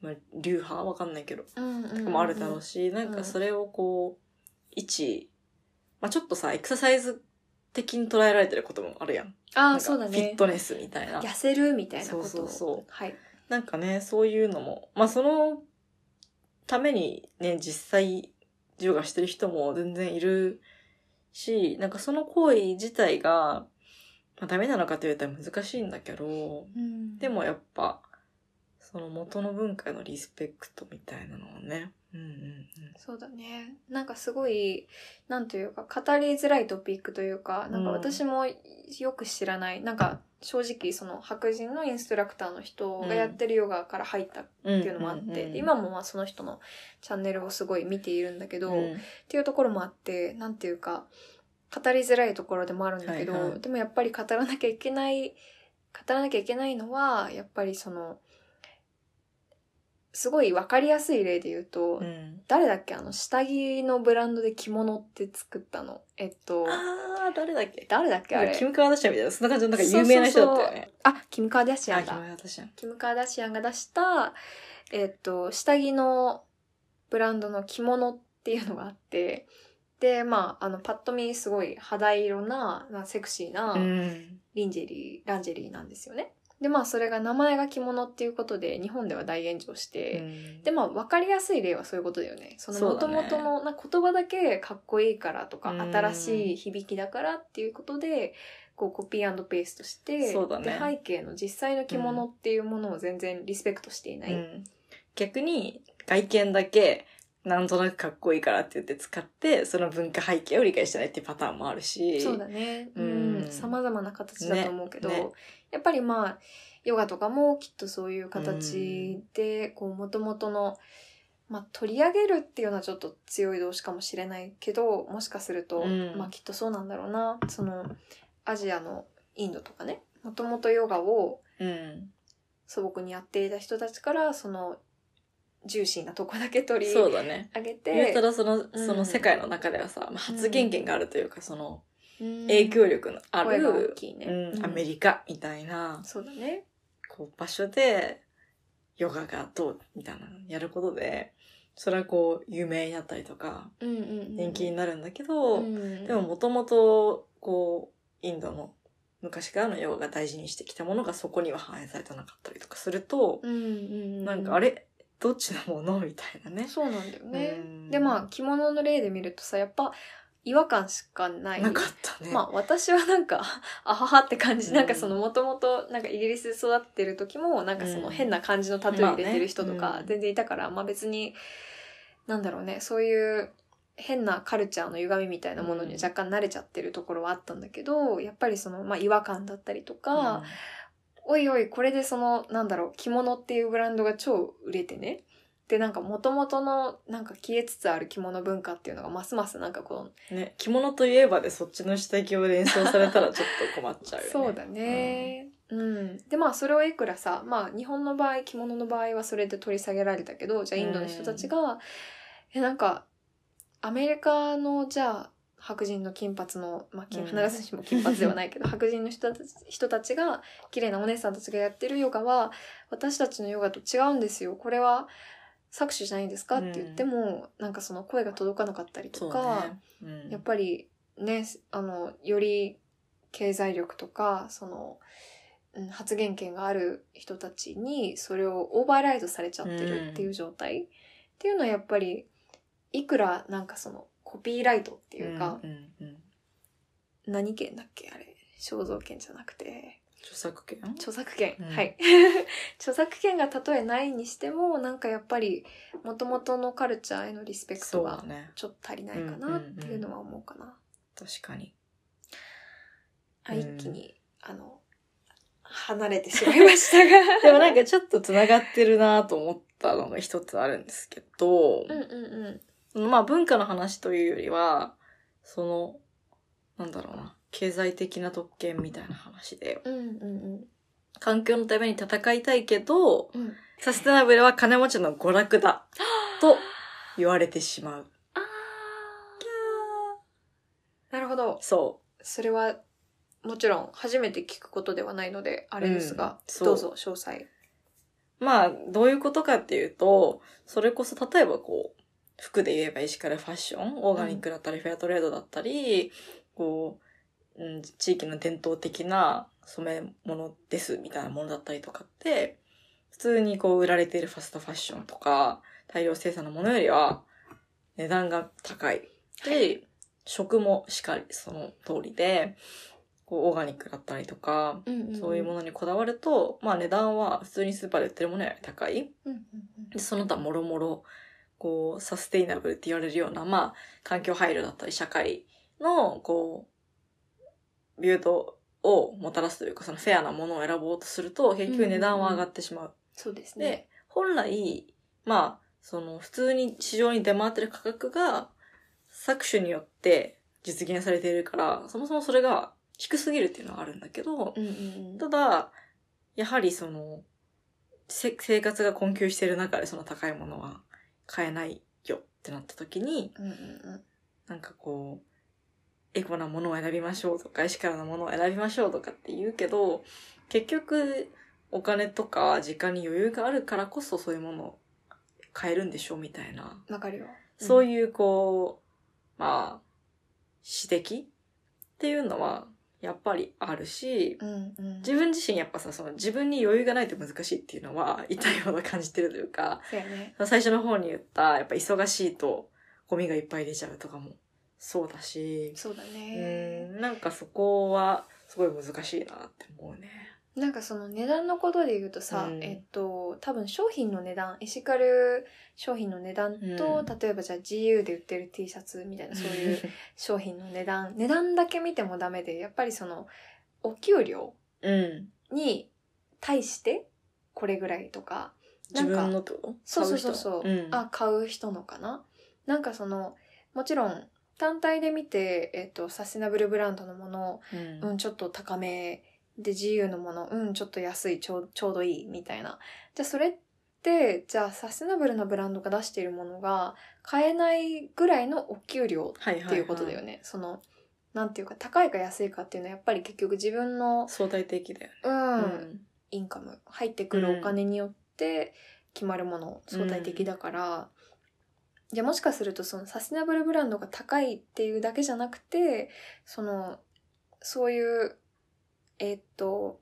Speaker 2: まあ流派わかんないけど
Speaker 1: うんうんうん
Speaker 2: もあるだろうし、なんかそれをこう、一、まあちょっとさ、エクササイズ的に捉えられてることもあるやん。
Speaker 1: あ
Speaker 2: なん
Speaker 1: あ
Speaker 2: か
Speaker 1: そうだ
Speaker 2: フィッ
Speaker 1: ね
Speaker 2: トネスみたいな。
Speaker 1: 痩せるみたいなことを
Speaker 2: そうそうそう
Speaker 1: はい
Speaker 2: なんかね、そういうのも、まあそのためにね、実際、ヨガしてる人も全然いるし、なんかその行為自体が、まあダメなのかというと難しいんだけど、でもやっぱ、その元の文化へのリスペクトみたいなのをね。うんうんうん。
Speaker 1: そうだね。なんかすごい、なんというか、語りづらいトピックというか、なんか
Speaker 2: うん
Speaker 1: 私もよく知らない、なんか正直その白人のインストラクターの人がやってるヨガから入ったっ
Speaker 2: って
Speaker 1: いうのもあって、で今もまあその人のチャンネルをすごい見ているんだけど、
Speaker 2: うん
Speaker 1: っていうところもあって、なんていうか、語りづらいところでもあるんだけど、
Speaker 2: はいはい
Speaker 1: でもやっぱり語らなきゃいけない、語らなきゃいけないのは、やっぱりその、すごいわかりやすい例で言うと、
Speaker 2: うん。
Speaker 1: 誰だっけあの、下着のブランドで着物って作ったの。えっと、
Speaker 2: あー、誰だっけ
Speaker 1: 誰だっけあ
Speaker 2: なんかキ
Speaker 1: れ。
Speaker 2: ム・カーダシアンみたいな、そんな感じのなんか有名な人だったよね。
Speaker 1: あ、キム・カーダシア
Speaker 2: あ、
Speaker 1: ン
Speaker 2: キム・カ
Speaker 1: だ。
Speaker 2: ーダシアン。
Speaker 1: キム・カーダシアンが出した、えっと、下着のブランドの着物っていうのがあって、で、まあ、あの、パッと見すごい肌色な、まあ、セクシーな、
Speaker 2: うん。
Speaker 1: リンジェリー、ランジェリーなんですよね。で、まあ、それが名前が着物っていうことで、日本では大炎上して、で、まあ、わかりやすい例はそういうことだよね。その、
Speaker 2: そ
Speaker 1: も
Speaker 2: うだ
Speaker 1: と
Speaker 2: ね
Speaker 1: もとの、な言葉だけかっこいいからとか、
Speaker 2: うん
Speaker 1: 新しい響きだからっていうことで、こう、コピーペーストして、
Speaker 2: そうだね
Speaker 1: で、背景の実際の着物っていうものを全然リスペクトしていない。
Speaker 2: うん、逆に外見だけなんとなくかっこいいからって言って使ってその文化背景を理解してないっていうパターンもあるし
Speaker 1: そうだね。う
Speaker 2: うん
Speaker 1: ん。様々な形だと思うけど、
Speaker 2: ねね
Speaker 1: やっぱりまあ、ヨガとかもきっとそういう形で、こう、元々の、まあ、取り上げるっていうのはちょっと強い動詞かもしれないけど、もしかすると、
Speaker 2: うん
Speaker 1: まあ、きっとそうなんだろうな。その、アジアのインドとかね、もともとヨガを
Speaker 2: うん、
Speaker 1: 素朴にやっていた人たちから、その、ジューシーなとこだけ取り
Speaker 2: そうだね
Speaker 1: 上げ
Speaker 2: 言う
Speaker 1: て
Speaker 2: た、らその
Speaker 1: うん
Speaker 2: その世界の中ではさ、まあ、発言権があるというかその
Speaker 1: うん
Speaker 2: 影響力のあ
Speaker 1: 声が大
Speaker 2: る、
Speaker 1: きいね。
Speaker 2: うん、アメ
Speaker 1: カ。
Speaker 2: リカみたいな
Speaker 1: そうだね。
Speaker 2: こう場所でヨガがどうみたいなのやることでそれはこう有名になったりとか
Speaker 1: うんうんうん。
Speaker 2: 人気になるんだけど、
Speaker 1: うん
Speaker 2: でももともと、こう、インドの昔からのヨガが大事にしてきたものがそこには反映されてなかったりとかすると、
Speaker 1: うんうんう
Speaker 2: なんかあれどっちのものみたいなね。
Speaker 1: そうなんだよね
Speaker 2: うん
Speaker 1: でまあ着物の例で見るとさやっぱ違和感しかない
Speaker 2: なかったね。
Speaker 1: まあ私はなんか あははって感じ、
Speaker 2: うん
Speaker 1: なんかそのもともとなんかイギリスで育ってる時もなんかその変な感じのタトゥー入れてる人と
Speaker 2: まあね
Speaker 1: か
Speaker 2: うん
Speaker 1: 全然いたから、まあ別になんだろうねそういう変なカルチャーの歪みみたいなものに若干慣れちゃってるところはあったんだけどやっぱりその、まあ、違和感だったりとか、おいおい、これでその、なんだろう、着物っていうブランドが超売れてね。で、なんか元々の、なんか消えつつある着物文化っていうのが、ますますなんかこう、
Speaker 2: うんね、着物といえばでそっちの下着を連想されたらちょっと困っちゃうよね。
Speaker 1: そうだね。うん。で、まあ、それをいくらさ、まあ、日本の場合、着物の場合はそれで取り下げられたけど、じゃあインドの人たちが、え、なんか、アメリカの、じゃあ、白人の金髪の、まあ、
Speaker 2: う
Speaker 1: 金
Speaker 2: ん
Speaker 1: 必ずしも金髪ではないけど、白人の人たち人たちが、綺麗なお姉さんたちがやってるヨガは、私たちのヨガと違うんですよ。これは搾取じゃないんですかって言っても、なんかその声が届かなかったり
Speaker 2: そ
Speaker 1: と
Speaker 2: う
Speaker 1: か、
Speaker 2: ね。うん
Speaker 1: やっぱりね、あの、より経済力とか、その、うん発言権がある人たちにそれをオーバーライドされちゃってるっていう状態、っていうのはやっぱり、いくらなんかそのコピーライトっていうか、
Speaker 2: うんうんうん
Speaker 1: 何権だっけあれ、肖像権じゃなくて、
Speaker 2: 著作権
Speaker 1: 著作権、
Speaker 2: うん
Speaker 1: はい 著作権がたとえないにしてもなんかやっぱりもともとのカルチャーへのリスペクト
Speaker 2: そうだ
Speaker 1: が
Speaker 2: ね。
Speaker 1: ちょっと足りないかなっていうのは思うかな、
Speaker 2: 確かに。
Speaker 1: あ
Speaker 2: うん
Speaker 1: 一気にあの離れてしまいましたが
Speaker 2: でもなんかちょっと繋がってるなと思ったのが一つあるんですけど、
Speaker 1: うんうんうん
Speaker 2: そのまあ文化の話というよりは、その、なんだろうな、経済的な特権みたいな話で、
Speaker 1: うんうん
Speaker 2: 環境のために戦いたいけど、
Speaker 1: うんうん
Speaker 2: サステナブルは金持ちの娯楽だ、と言われてしまう。
Speaker 1: あーなるほど
Speaker 2: そ
Speaker 1: それはもちろん初めて聞くことではないのであれですが
Speaker 2: うん、そう
Speaker 1: どうぞ詳細
Speaker 2: う。まあ、どういうことかっていうと、それこそ例えばこう、服で言えば石からファッション、オーガニックだったり、フェアトレードだったり、こう、うん、地域の伝統的な染め物ですみたいなものだったりとかって、普通にこう売られているファストファッションとか、大量生産のものよりは値段が高い。で、食もしっかりその通りで、こうオーガニックだったりとか、そういうも
Speaker 1: の、
Speaker 2: のにこだわると、まあ値段は普通にスーパーで売ってるものより高い。
Speaker 1: うんうんうん
Speaker 2: で、その他もろもろ、こう、サステイナブルって言われるような、まあ、環境配慮だったり、社会の、こう、ビュートをもたらすというか、そのフェアなものを選ぼうとすると、結局値段は上がってしまう。
Speaker 1: そうですね
Speaker 2: で、本来、まあ、その、普通に市場に出回ってる価格が、搾取によって実現されているから、そもそもそれが低すぎるっていうのはあるんだけど、
Speaker 1: うんうんうん
Speaker 2: ただ、やはりその、せ生活が困窮してる中でその高いものは買えないよってなった時に、
Speaker 1: うんうん
Speaker 2: なんかこう、エコなものを選びましょうとか、エシカルなものを選びましょうとかって言うけど、結局、お金とか時間に余裕があるからこそそういうものを買えるんでしょみたいな。
Speaker 1: うん。わかるよ。
Speaker 2: そう
Speaker 1: うん。
Speaker 2: いうこう、まあ、指摘っていうのはやっぱりあるし、
Speaker 1: うんうん。
Speaker 2: 自分自身やっぱさ、その自分に余裕がないと難しいっていうのは 痛いほど感じてるというか、
Speaker 1: そうやね。
Speaker 2: 最初の方に言った、やっぱ忙しいとゴミがいっぱい出ちゃうとかもそうだし、
Speaker 1: そうだ
Speaker 2: う
Speaker 1: ね。
Speaker 2: ん、なんかそこはすごい難しいなって思うね。
Speaker 1: なんかその値段のことで言うとさ、
Speaker 2: うん
Speaker 1: えっと、多分商品の値段、エシカル商品の値段と、
Speaker 2: うん
Speaker 1: 例えばじゃあ GU で売ってる T シャツみたいな、そういう 商品の値段、値段だけ見てもダメで、やっぱりその、お給料
Speaker 2: うん。
Speaker 1: に対して、これぐらいとか、な
Speaker 2: 自
Speaker 1: んか
Speaker 2: 分のってこと
Speaker 1: そうそうそうそう、
Speaker 2: 買人
Speaker 1: あ、買う人のかななんかその、もちろん、単体で見て、えっと、サステナブルブランドのもの、
Speaker 2: うん。
Speaker 1: うん、ちょっと高め、で、自由のもの、うん、ちょっと安い、ちょうちょうどいい、みたいな。じゃあ、それって、じゃあ、サステナブルなブランドが出しているものが、買えないぐらいのお給料
Speaker 2: はいはい、は
Speaker 1: っていうことだよね。。その、なんていうか、高いか安いかっていうのは、やっぱり結局自分の、
Speaker 2: 相対的だよね。
Speaker 1: うん、
Speaker 2: うん
Speaker 1: インカム、入ってくるお金によって決まるもの、
Speaker 2: うん
Speaker 1: 相対的だから、じゃあもしかすると、そのサステナブルブランドが高いっていうだけじゃなくて、その、そういう、えーっと、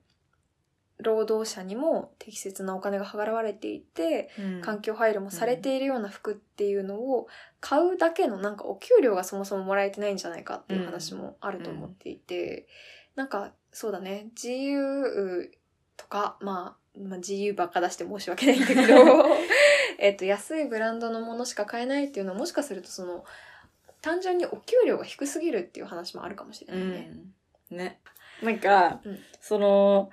Speaker 1: 労働者にも適切なお金が払われていて、
Speaker 2: うん
Speaker 1: 環境配慮もされているような服っていうのを買うだけのなんかお給料がそもそももらえてないんじゃないかっていう話もあると思っていて、なんかそうだね自由とか、まあ、まあ自由ばっか出して申し訳ないんだけど えっと安いブランドのものしか買えないっていうのはもしかするとその単純にお給料が低すぎるっていう話もあるかもしれ
Speaker 2: う
Speaker 1: ないね。
Speaker 2: んね。なんか、
Speaker 1: うん
Speaker 2: その、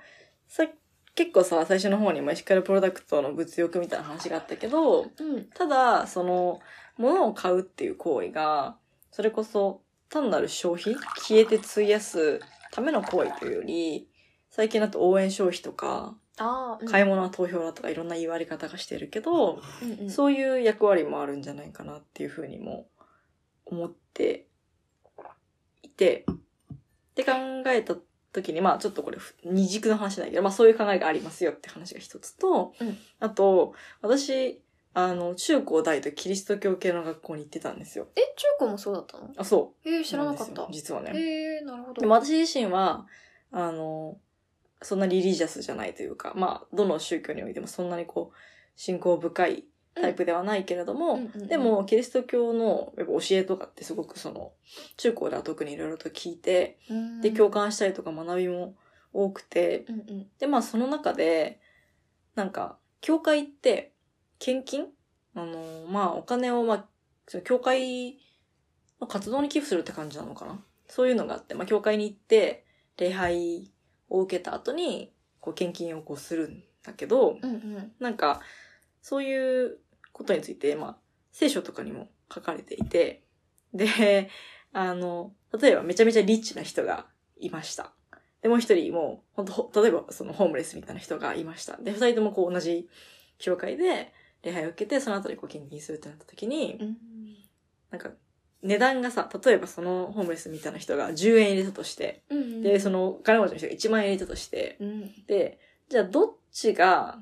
Speaker 2: さ、結構さ、最初の方にもエシカルプロダクトの物欲みたいな話があったけど、
Speaker 1: うん
Speaker 2: ただ、その、物を買うっていう行為が、それこそ単なる消費消えて費やすための行為というより、最近だと応援消費とか、
Speaker 1: ああ、
Speaker 2: 買い物は投票だとかいろんな言われ方がしてるけど、
Speaker 1: うんうん
Speaker 2: そういう役割もあるんじゃないかなっていうふうにも思っていて、って考えた時に、まあちょっとこれふ二軸の話だけど、まあそういう考えがありますよって話が一つと、
Speaker 1: うん
Speaker 2: あと、私、あの、中高大とキリスト教系の学校に行ってたんですよ。
Speaker 1: え中高もそうだったの
Speaker 2: あ、そ
Speaker 1: えー、
Speaker 2: う。
Speaker 1: 知らなかった
Speaker 2: ん。ですよ実はね。
Speaker 1: えー、なるほど。
Speaker 2: でも私自身は、あの、そんなリリジャスじゃないというか、まあ、どの宗教においてもそんなにこう、信仰深いタイプではないけれども、
Speaker 1: うんうんうん
Speaker 2: でも、キリスト教のやっぱ教えとかってすごくその、中高では特にいろいろと聞いて、
Speaker 1: うん、
Speaker 2: で、共感したりとか学びも多くて、
Speaker 1: うんうん
Speaker 2: で、まあ、その中で、なんか、教会って、献金あの、まあ、お金を、まあ、その教会の活動に寄付するって感じなのかなそういうのがあって、まあ、教会に行って、礼拝を受けた後に、こう、献金をこうするんだけど、
Speaker 1: うんうん
Speaker 2: なんか、そういうことについて、まあ、聖書とかにも書かれていて、で、あの、例えばめちゃめちゃリッチな人がいました。で、もう一人もう、ほんとほ、例えばそのホームレスみたいな人がいました。で、二人ともこう同じ教会で礼拝を受けて、その後にこう献金するってなった時に、
Speaker 1: うん
Speaker 2: なんか、値段がさ、例えばそのホームレスみたいな人が10円入れたとして、
Speaker 1: うんうん
Speaker 2: で、その金持ちの人が1万円入れたとして、
Speaker 1: うん
Speaker 2: で、じゃあどっちが、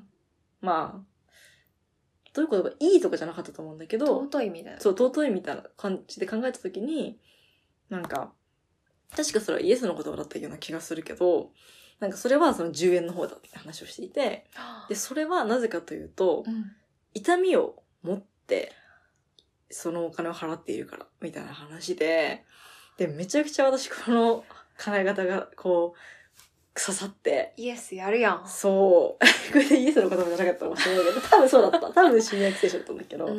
Speaker 2: まあ、どういうことか、いいとかじゃなかったと思うんだけど、
Speaker 1: 尊いみたいな
Speaker 2: そう、尊いみたいな感じで考えたときに、なんか、確かそれはイエスの言葉だったような気がするけど、なんかそれはその10円の方だって話をしていて、で、それはなぜかというと
Speaker 1: う、ん
Speaker 2: 痛みを持って、そのお金を払っているから、みたいな話で、で、めちゃくちゃ私この考え方が、こう、刺さって、
Speaker 1: イエスやるやん
Speaker 2: そう。こ れでイエスの言葉じゃなかったかもしれないけど、多分そうだった。多分新約聖書だったんだけど。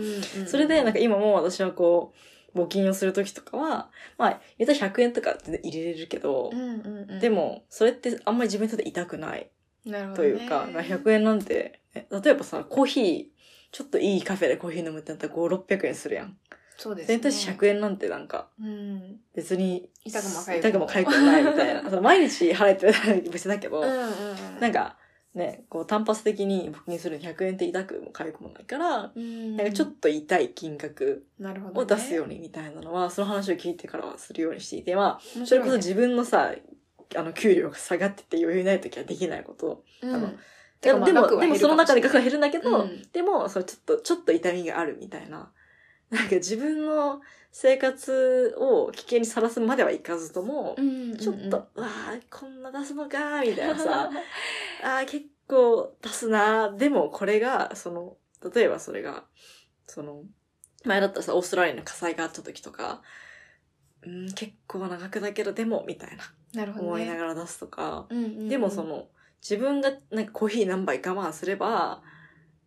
Speaker 2: それで、なん
Speaker 1: か
Speaker 2: か今も私はこう、募金をするときとかは、まあ、言ったら100円とかって入れれるけど、
Speaker 1: うんうんうん
Speaker 2: でも、それってあんまり自分にとって痛くない
Speaker 1: なるほど
Speaker 2: というか、まあ100円なんて、え例えばさ、コーヒー、ちょっといいカフェでコーヒー飲むってなったら5、600円するやん。
Speaker 1: そうですね
Speaker 2: 全体100円なんてなんか、
Speaker 1: うん
Speaker 2: 別に、
Speaker 1: 痛くも痒くも
Speaker 2: 痛くも痒くもないみたいな。その毎日払えてるなら別だけど、
Speaker 1: うんうんうん
Speaker 2: なんか、ね、こう単発的に募金する100円って痛くも痒くもないから、
Speaker 1: うん
Speaker 2: なんかちょっと痛い金額
Speaker 1: なるほど、
Speaker 2: を出すようにみたいなのは、その話を聞いてからはするようにしていて、まあ、それこそ自分のさ、あの、給料が下がってて余裕ない時はできないこと。
Speaker 1: 分
Speaker 2: あの
Speaker 1: で
Speaker 2: で
Speaker 1: も
Speaker 2: も、
Speaker 1: で
Speaker 2: で
Speaker 1: も
Speaker 2: も、でもその中で額は減るんだけ
Speaker 1: う
Speaker 2: ど、
Speaker 1: ん
Speaker 2: でも、そのちょっと、ちょっと痛みがあるみたいな。なんか自分の生活を危険にさらすまではいかずとも、ちょっと、うわあこんな出すのかーみたいなさ、あー結構出すなーでもこれが、その、例えばそれが、その、前だったらさ、オーストラリアの火災があった時とか、うん、結構長くだけど、でも、みたいな、
Speaker 1: なるほど
Speaker 2: 思いな
Speaker 1: ね、
Speaker 2: がら出すとか、
Speaker 1: うんうんうん
Speaker 2: でもその、自分がなんかコーヒー何杯我慢すれば、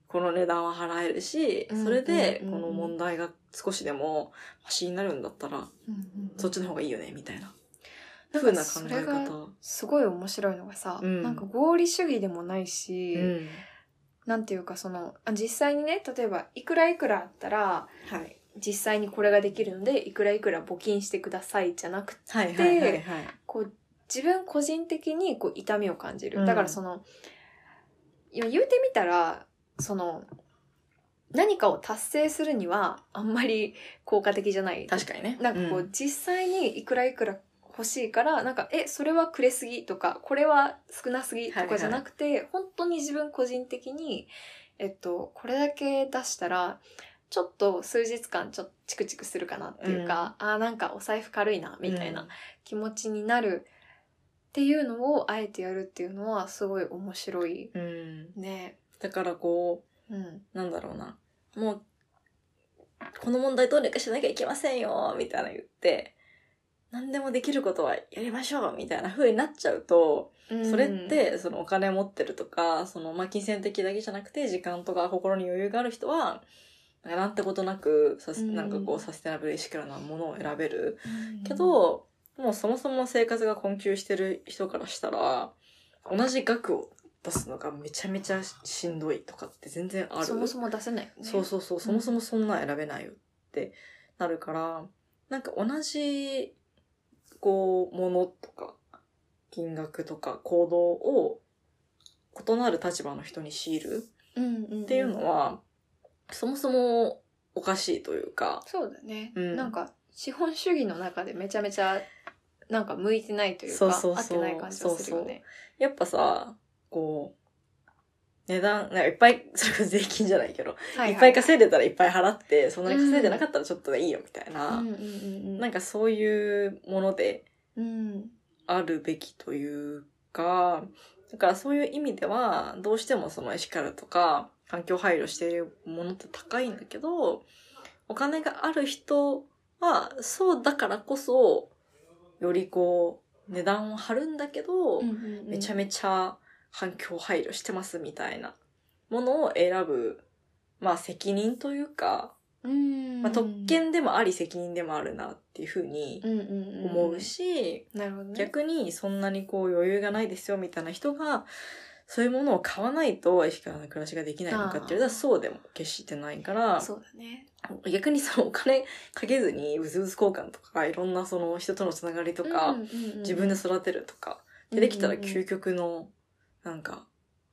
Speaker 2: この値段は払えるし、
Speaker 1: うん
Speaker 2: それで、
Speaker 1: うん
Speaker 2: この問題が少しでも、マシになるんだったら、
Speaker 1: うんうんうん
Speaker 2: そっちの方がいいよね、みたいな。
Speaker 1: なん
Speaker 2: ふう
Speaker 1: か
Speaker 2: な考
Speaker 1: そ
Speaker 2: え
Speaker 1: れが
Speaker 2: 方。
Speaker 1: すごい面白いのがさ、
Speaker 2: うん
Speaker 1: なんか合理主義でもないし、
Speaker 2: うん。
Speaker 1: なんていうかそのあ実際にね例えばいくらいくらあったら
Speaker 2: はい。
Speaker 1: 実際にこれができるのでいくらいくら募金してくださいじゃなくて
Speaker 2: はいはいはいはい。
Speaker 1: こう自分個人的にこう痛みを感じる、
Speaker 2: うん
Speaker 1: だからそのいや言うてみたらその何かを達成するにはあんまり効果的じゃない
Speaker 2: 確かにね。
Speaker 1: なんかこう、
Speaker 2: ん
Speaker 1: 実際にいくらいくら欲しいからなんかえそれはくれすぎとかこれは少なすぎとかじゃなくて、本当に自分個人的に、えっと、これだけ出したらちょっと数日間ちょっとチクチクするかなっていうか、あーなんかお財布軽いなみたいな気持ちになるっていうのをあえてやるっていうのはすごい面白い
Speaker 2: うん。
Speaker 1: ね。
Speaker 2: だからこ
Speaker 1: うん、
Speaker 2: う、なんだろうな。もう、この問題どうにかしなきゃいけませんよ、みたいな言って、何でもできることはやりましょう、みたいな風になっちゃうと、それって、そのお金持ってるとか、その、まあ、金銭的だけじゃなくて、時間とか心に余裕がある人は、なんかなんてことなく、サス
Speaker 1: うん
Speaker 2: なんかこう、サステナブル意識のようなものを選べる。
Speaker 1: うん
Speaker 2: け、ど、もうそもそも生活が困窮してる人からしたら、同じ額を出すのがめちゃめちゃしんどいとかって全然ある。
Speaker 1: そもそも出せないよね。
Speaker 2: そうそうそう、そもそもそんなん選べないよってなるから、なんか同じ、こう、ものとか、金額とか行動を異なる立場の人に強いる
Speaker 1: うんんん
Speaker 2: っていうのは、そもそもおかしいというか、
Speaker 1: そうだね、
Speaker 2: うん
Speaker 1: なんか資本主義の中でめちゃめちゃなんか向いてないというか
Speaker 2: そうそうそう
Speaker 1: 合ってない感じがするよね。
Speaker 2: やっぱさ、こう、値段、なんかいっぱい、 それこそ税金じゃないけど、
Speaker 1: はいい
Speaker 2: っ
Speaker 1: は
Speaker 2: ぱ
Speaker 1: い
Speaker 2: い稼いでたらいっぱい払って、そんなに稼いでなかったらちょっとでいいよみたいな、
Speaker 1: うんうんうんうん
Speaker 2: なんかそういうもので
Speaker 1: うん
Speaker 2: あるべきというか、だからそういう意味では、どうしてもそのエシカルとか、環境配慮しているものって高いんだけど、お金がある人は、そうだからこそ、よりこう、値段を張るんだけど、
Speaker 1: うんうんうん
Speaker 2: めちゃめちゃ環境配慮してますみたいなものを選ぶ、まあ責任というか、
Speaker 1: うん
Speaker 2: まあ、特権でもあり責任でもあるなっていうふうに
Speaker 1: うんうんん
Speaker 2: 思うし、
Speaker 1: なるほどね。
Speaker 2: 逆にそんなにこう余裕がないですよみたいな人が、そういうものを買わないとエシカルな暮らしができないのかって言われたらそうでも決してないから、
Speaker 1: そうだね。
Speaker 2: 逆にそのお金かけずにうずうず交換とか、いろんなその人とのつながりとか、
Speaker 1: うんうんうんうん
Speaker 2: 自分で育てるとか、でできたら究極のなんか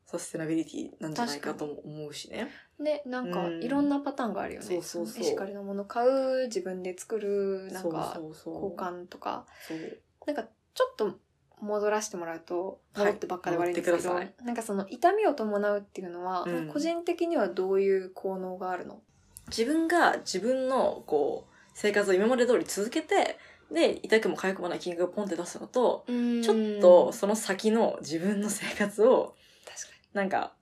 Speaker 2: サステナビリティなんじゃないかとも思うしね。
Speaker 1: ねなんか
Speaker 2: うん
Speaker 1: いろんなパターンがあるよね。
Speaker 2: そうそうそう
Speaker 1: エシカルなもの買う自分で作るなん
Speaker 2: そう
Speaker 1: か
Speaker 2: そうそう
Speaker 1: 交換とか
Speaker 2: そう
Speaker 1: なんかちょっと戻らせてもらうと
Speaker 2: はい
Speaker 1: 戻ってばっかで悪いんですけど、
Speaker 2: 戻って
Speaker 1: なんかその痛みを伴うっていうのは、
Speaker 2: うん
Speaker 1: 個人的にはどういう効能があるの
Speaker 2: 自分が自分のこう生活を今まで通り続けてで痛くも痒くもない金額をポンって出すのと、
Speaker 1: ち
Speaker 2: ちょっとその先の自分の生活を
Speaker 1: 確かに
Speaker 2: なんか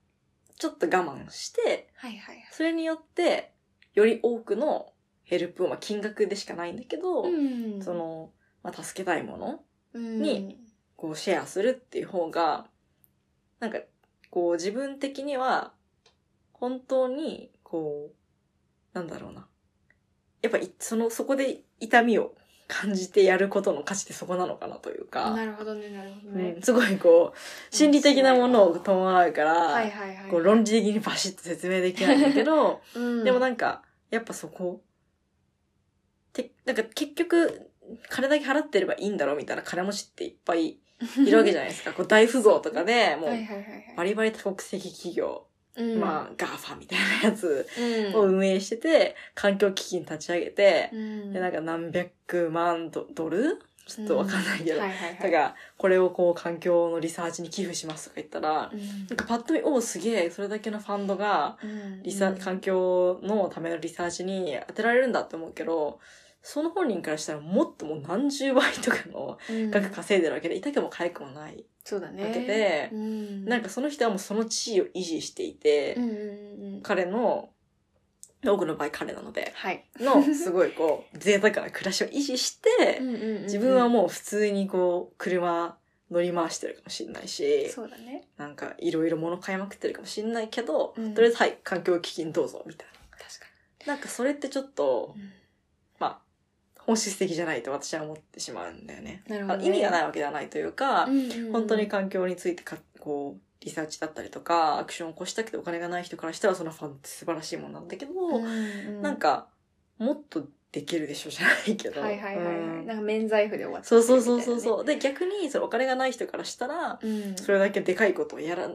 Speaker 2: ちょっと我慢して
Speaker 1: はいはいはい
Speaker 2: それによってより多くのヘルプ、まあ、金額でしかないんだけど、
Speaker 1: うん
Speaker 2: その、まあ、助けたいもの
Speaker 1: に
Speaker 2: こうシェアするっていう方が、なんか、こう自分的には、本当に、こう、なんだろうな。やっぱい、その、そこで痛みを感じてやることの価値ってそこなのかなというか、
Speaker 1: なるほどねなるほど
Speaker 2: う
Speaker 1: ね
Speaker 2: ん、、すごいこう、心理的なものを伴うから、
Speaker 1: はいはいはい
Speaker 2: こう論理的にバシッと説明できないんだけど、
Speaker 1: うん
Speaker 2: でもなんか、やっぱそこ、て、なんか結局、金だけ払ってればいいんだろうみたいな金持ちっていっぱい いるわけじゃないですか。こう大富豪とかね、もう
Speaker 1: はいはいはいは
Speaker 2: バリバリ多国籍企業、
Speaker 1: い。うん
Speaker 2: まあガーファみたいなやつ
Speaker 1: うん
Speaker 2: を運営してて、環境基金立ち上げて、
Speaker 1: うん
Speaker 2: で、なんか何百万ドドルちょっとわかんないけど。
Speaker 1: はいはい
Speaker 2: だか
Speaker 1: はい。
Speaker 2: ら、これをこう環境のリサーチに寄付しますとか言ったら、なんかパッと見、おおすげえ、それだけのファンドが、
Speaker 1: うん
Speaker 2: リサ、環境のためのリサーチに当てられるんだって思うけど、その本人からしたらもっともう何十倍とかの
Speaker 1: うん
Speaker 2: 額稼いでるわけで、痛くも痒くもない。
Speaker 1: そうだね。
Speaker 2: わけで
Speaker 1: うん、
Speaker 2: なんかその人はもうその地位を維持していて
Speaker 1: うん、うんうんうん、
Speaker 2: 彼の、多くの場合彼な ので、
Speaker 1: はい。
Speaker 2: の、すごいこう、贅沢な暮らしを維持して、自分は
Speaker 1: も
Speaker 2: もう普通にこう、車乗り回してるかもしれないし、
Speaker 1: そうだね。
Speaker 2: なんかいろいろ物買いまくってるかもしれないけど、
Speaker 1: うん
Speaker 2: とりあえずはい、環境基金どうぞ、みたい
Speaker 1: 確か
Speaker 2: な。なんかそれってちょっと、
Speaker 1: に。
Speaker 2: まあ、本質的じゃないと私は思ってしまうんだよね。
Speaker 1: なるほ
Speaker 2: あ
Speaker 1: どね、
Speaker 2: の意味がないわけではないというか、
Speaker 1: うんうんうん
Speaker 2: 本当に環境についてか、こう、リサーチだったりとか、アクションを起こしたくてお金がない人からしたらそのファンって素晴らしいものなんだけど、
Speaker 1: うんうん
Speaker 2: なんか、もっとできるでしょじゃないけど。
Speaker 1: はいはいはいはい、
Speaker 2: うん
Speaker 1: なんか免罪符で終わっちゃ
Speaker 2: そう
Speaker 1: ってる
Speaker 2: そ
Speaker 1: みたいな
Speaker 2: うそ
Speaker 1: ね
Speaker 2: うそうそう。で、逆に、そのお金がない人からしたら、
Speaker 1: うん
Speaker 2: それだけでかいことをやら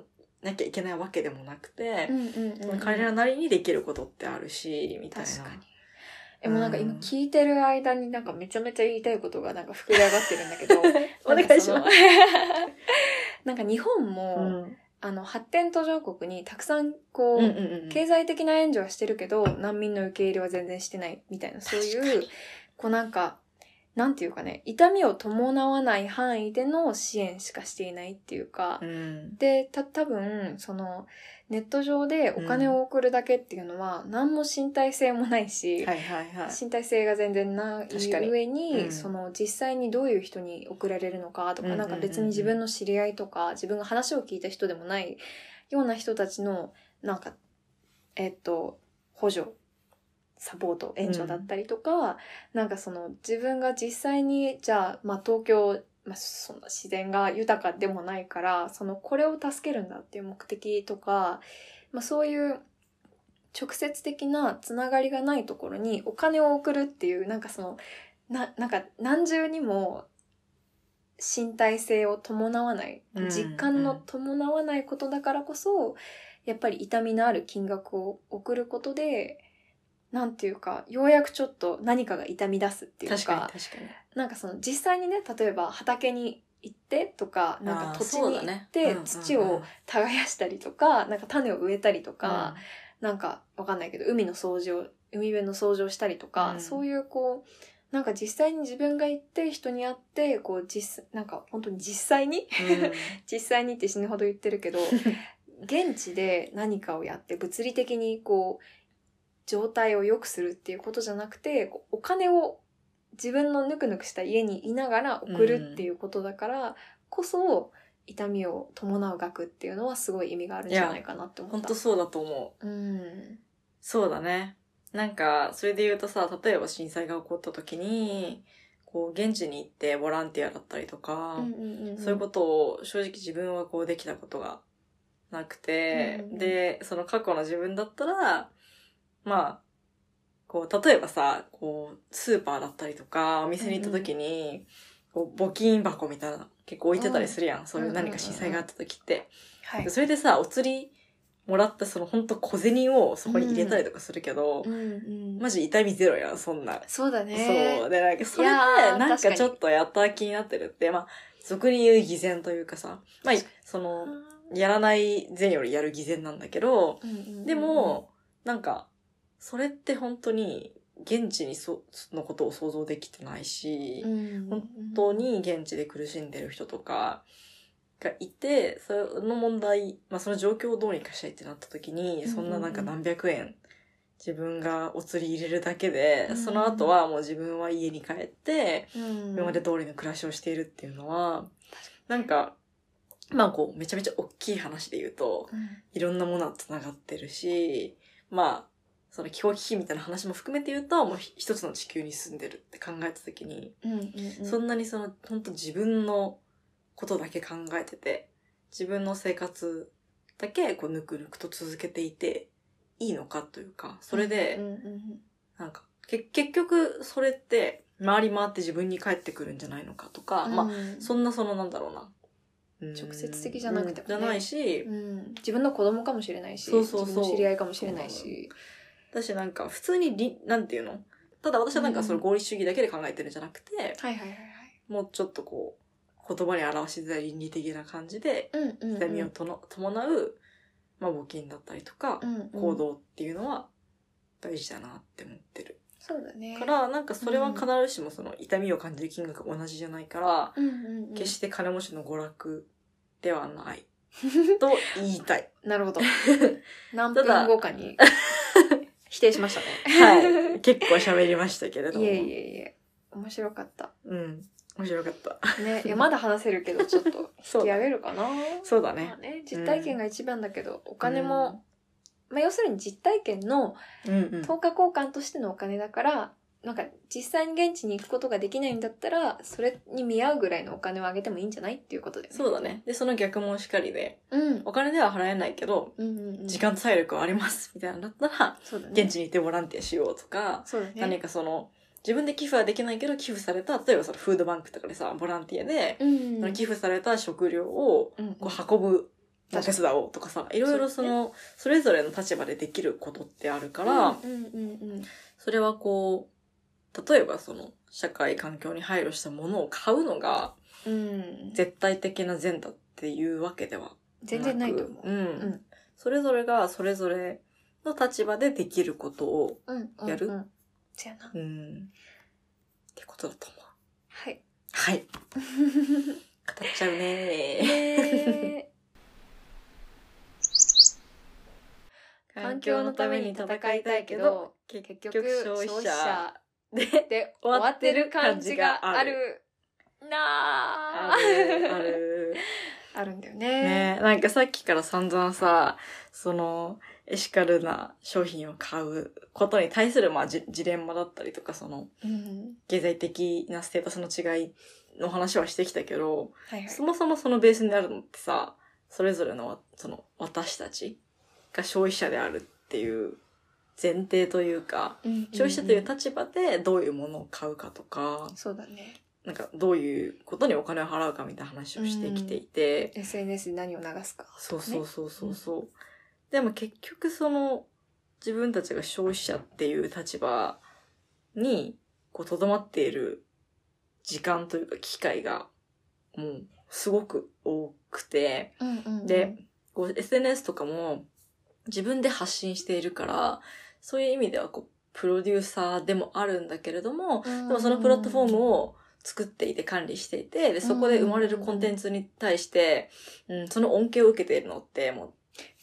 Speaker 2: なきゃいけないわけでもなくて、
Speaker 1: うんうんうん、
Speaker 2: 彼らなりにできることってあるし、みたいな。
Speaker 1: 確 かにでもなんか今聞いてる間になんかめちゃめちゃ言いたいことがなんか膨れ上がってるんだけど
Speaker 2: お 願いします
Speaker 1: なんか日本も、
Speaker 2: うん
Speaker 1: あの発展途上国にたくさんこう、
Speaker 2: うんうんうん。
Speaker 1: 経済的な援助はしてるけど難民の受け入れは全然してないみたいなそういうこうなんかなんていうかね痛みを伴わない範囲での支援しかしていないっていうか、
Speaker 2: うん。
Speaker 1: でた多分そのネット上でお金を送るだけっていうのは、何も身体性もないし、
Speaker 2: はいはいはい。
Speaker 1: 身体性が全然ない
Speaker 2: 確かに
Speaker 1: 上に
Speaker 2: うん
Speaker 1: その実際にどういう人に送られるのかとか、
Speaker 2: うんうんう
Speaker 1: な
Speaker 2: んうん
Speaker 1: んか別に自分の知り合いとか自分が話を聞いた人でもないような人たちのなんかえっと補助サポート援助だったりとか、なんかその自分が実際にじゃあ、まあ、東京、まあ、そんな自然が豊かでもないからそのこれを助けるんだっていう目的とか、まあ、そういう直接的なつながりがないところにお金を送るっていうなんかそのななんか何重にも身体性を伴わない
Speaker 2: うん
Speaker 1: 実感の伴わないことだからこそ、やっぱり痛みのある金額を送ることでなんていうかようやくちょっと何かが痛み出すっていうか
Speaker 2: 確かに確かに。
Speaker 1: なんかその実際にね例えば畑に行ってとかなんか土地に行って土を耕したりとか、なんか種を植えたりとか。
Speaker 2: が、
Speaker 1: なんかわかんないけど海の掃除を海辺の掃除をしたりとか、
Speaker 2: うん
Speaker 1: そういうこうなんか実際に自分が行って人に会ってこう実なんか本当に実際に 実際にって死ぬほど言ってる けど現地で何かをやって物理的にこう状態を良くするっていうことじゃなくてこうお金を自分のぬくぬくした家にいながら送るっていうことだからこそ、痛みを伴う額っていうのはすごい意味があるんじゃないかなって思った。
Speaker 2: 本当そうだと思う。
Speaker 1: うん
Speaker 2: そうだね。なんか、それで言うとさ、例えば震災が起こった時に、こう、現地に行ってボランティアだったりとか、そういうこととを正直自分はこうできたことがなくて、
Speaker 1: うんうん
Speaker 2: で、その過去の自分だったら、まあ、こう、例えばさ、こう、スーパーだったりとか、お店に行った時に、こう、募金箱みたいな、結構置いてたりするやん。そういう何か震災があった時って。
Speaker 1: は
Speaker 2: それでさ、お釣りもらったそのほんと小銭をそこに入れたりとかするけど、
Speaker 1: うんうん
Speaker 2: マジ痛みゼロやん、そんな。
Speaker 1: そうだね
Speaker 2: そう。で、なんか、それ
Speaker 1: い
Speaker 2: で、
Speaker 1: やー
Speaker 2: なん
Speaker 1: 確か
Speaker 2: か
Speaker 1: に
Speaker 2: ちょっとやった気になってるって、まあ、俗に言う偽善というかさ、まあ、その、やらない善よりやる偽善なんだけど、
Speaker 1: うんうんうん
Speaker 2: でも、なんか、それって本当に、現地にそ、そのことを想像できてないし、
Speaker 1: 本
Speaker 2: 本当に現地で苦しんでる人とかがいて、その問題、まあその状況をどうにかしたいってなった時に、
Speaker 1: うん
Speaker 2: そんななんか何百円自分がお釣り入れるだけで、
Speaker 1: うん
Speaker 2: その後はもう自分は家に帰って、
Speaker 1: 今
Speaker 2: 今まで通りの暮らしをしているっていうのは、なんか、まあこう、めちゃめちゃ大きい話で言うと、いろんなものは繋がってるし、まあ、その気候危機みたいな話も含めて言うと、もう一つの地球に住んでるって考えた時に、そんなにその、本当自分のことだけ考えてて、自分の生活だけ、こう、ぬくぬくと続けていて、いいのかというか、それで、なんか、け結局、それって、回り回って自分に返ってくるんじゃないのかとか、まあ、そんなその、なんだろうな、
Speaker 1: 直接的じゃなくてもね
Speaker 2: うんじゃないし、
Speaker 1: うん、自分の子供かもしれないし
Speaker 2: そうそうそう
Speaker 1: 自分の知り合いかもしれないし
Speaker 2: 私なんか普通にり、なんていうのただ私はなんかその合理主義だけで考えてるんじゃなくて、
Speaker 1: はいはいはい
Speaker 2: もうちょっとこう、言葉に表しづらい倫理的な感じで、
Speaker 1: はいうんうん
Speaker 2: 痛みをとの伴う、まあ募金だったりとか
Speaker 1: う、んうん
Speaker 2: 行動っていうのは大事だなって思ってる。
Speaker 1: そうだね
Speaker 2: から、なんかそれは必ずしもその痛みを感じる金額が同じじゃないから、
Speaker 1: うんうんうん、
Speaker 2: 決して金持ちの娯楽ではない。 と言いたい。
Speaker 1: なる ほど何
Speaker 2: ただ
Speaker 1: 分後か に否定しましたね
Speaker 2: はい。結構喋りましたけれ ど
Speaker 1: い
Speaker 2: も。
Speaker 1: えいえいえ面白かった
Speaker 2: うん。面白 かった。
Speaker 1: ねいやまだ話せるけどちょっと
Speaker 2: そ
Speaker 1: 引
Speaker 2: う
Speaker 1: き
Speaker 2: だ
Speaker 1: 上げるかな
Speaker 2: そうだ
Speaker 1: ま
Speaker 2: ね
Speaker 1: あ。ね実体験が一番だけど、お金も、まあ、要するに実体験の
Speaker 2: うんうん。
Speaker 1: 等価交換としてのお金だから、なんか実際に現地に行くことができないんだったらそれに見合うぐらいのお金をあげてもいいんじゃないっていうことだよね。
Speaker 2: そうだね。で、その逆もしかりで、
Speaker 1: うん
Speaker 2: お金では払えないけど、
Speaker 1: うんうんうん、
Speaker 2: 時間と体力はあります。みたいなのだったら、
Speaker 1: そうだね
Speaker 2: 現地に行ってボランティアしようとか、
Speaker 1: そうだね
Speaker 2: 何かその、自分で寄付はできないけど、寄付された、例えばそのフードバンクとかでさ、ボランティアで、
Speaker 1: うん
Speaker 2: その寄付された食料を
Speaker 1: うん
Speaker 2: こう運ぶお手伝おうとかさ、いろいろその、それぞれの立場でできることってあるから、
Speaker 1: うんうんうんうん
Speaker 2: それはこう、例えばその、社会環境に配慮したものを買うのが、
Speaker 1: うん、
Speaker 2: 絶対的な善だっていうわけでは
Speaker 1: 全然ないと思
Speaker 2: う
Speaker 1: う。
Speaker 2: ん。
Speaker 1: ん
Speaker 2: それぞれがそれぞれの立場でできることを、
Speaker 1: うんうん、
Speaker 2: やる
Speaker 1: うんそやな。
Speaker 2: うん。ってことだと思う。
Speaker 1: はい。
Speaker 2: はい。語っちゃうね
Speaker 1: ねー環境のために戦いたいけ、ど、
Speaker 2: 結
Speaker 1: 結局消費者
Speaker 2: で、
Speaker 1: で終わってる感じがある。な
Speaker 2: あ
Speaker 1: あ
Speaker 2: る、ある。
Speaker 1: あるんだよね。
Speaker 2: ねなんかさっきから散々さ、その、エシカルな商品を買うことに対する、まあ、ジジレンマだったりとか、その、
Speaker 1: うん。
Speaker 2: 経済的なステータスの違いの話はしてきたけど、
Speaker 1: はいはい。
Speaker 2: そもそもそのベースにあるのってさ、それぞれのわ、その、私たちが消費者であるっていう前提というか、消費者という立場でどういうものを買うかとか、
Speaker 1: そうだね。
Speaker 2: なんかどういうことにお金を払うかみたいな話をしてきていて、
Speaker 1: SNS で何を流すか。
Speaker 2: そうそうそうそうそう、でも結局その自分たちが消費者っていう立場にこうとどまっている時間というか機会がもうすごく多くて
Speaker 1: うんうんうん
Speaker 2: で、こう SNS とかも自分で発信しているからそういう意味ではこうプロデューサーでもあるんだけれども
Speaker 1: で
Speaker 2: でもそのプラットフォーム
Speaker 1: を、
Speaker 2: を作っていて管理していて、で、そこで生まれるコンテンツに対して、うん、その恩恵を受けているのって、もう、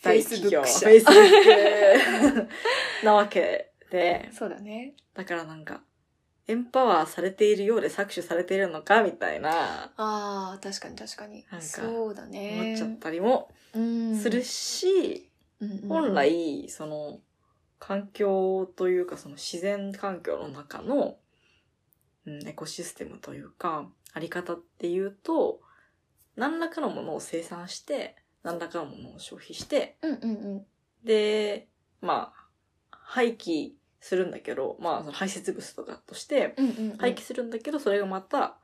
Speaker 2: 大企業、
Speaker 1: Facebook 社
Speaker 2: Facebook なわけで、
Speaker 1: そうだね。
Speaker 2: だからなんか、エンパワーされているようで搾取されているのか、みたいな、
Speaker 1: ああ、確かに確かに
Speaker 2: なん。か
Speaker 1: そうだね。
Speaker 2: 思っちゃったりもするし、
Speaker 1: うん。うんうん
Speaker 2: 本、来、その、環境というか、その自然環境の中の、うん、エコシステムというか、あり方っていうと、何らかのものを生産して、何らかのものを消費して、
Speaker 1: うんうんうん。
Speaker 2: で、まあ、廃棄するんだけど、まあ、その排泄物とかとして、
Speaker 1: うんうんうん。
Speaker 2: 廃棄するんだけど、それがまた、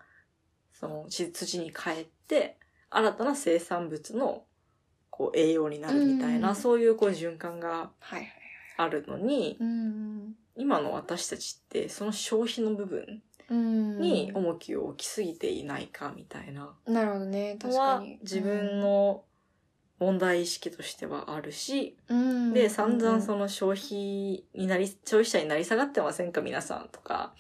Speaker 2: その地土に帰って、新たな生産物の、こう、栄養になるみたいな、
Speaker 1: うん
Speaker 2: そういうこう循環が
Speaker 1: はいはい。
Speaker 2: あるのに、
Speaker 1: うん
Speaker 2: 今の私たちってその消費の部分
Speaker 1: うん。
Speaker 2: に重きを置きすぎていないかみたいな
Speaker 1: なるほどね。確
Speaker 2: の
Speaker 1: か
Speaker 2: は
Speaker 1: に。
Speaker 2: 自分の問題意識としてはあるし、
Speaker 1: うん、
Speaker 2: で散々そ
Speaker 1: の、
Speaker 2: の消費になり消費者になり下がってませんか皆さんとか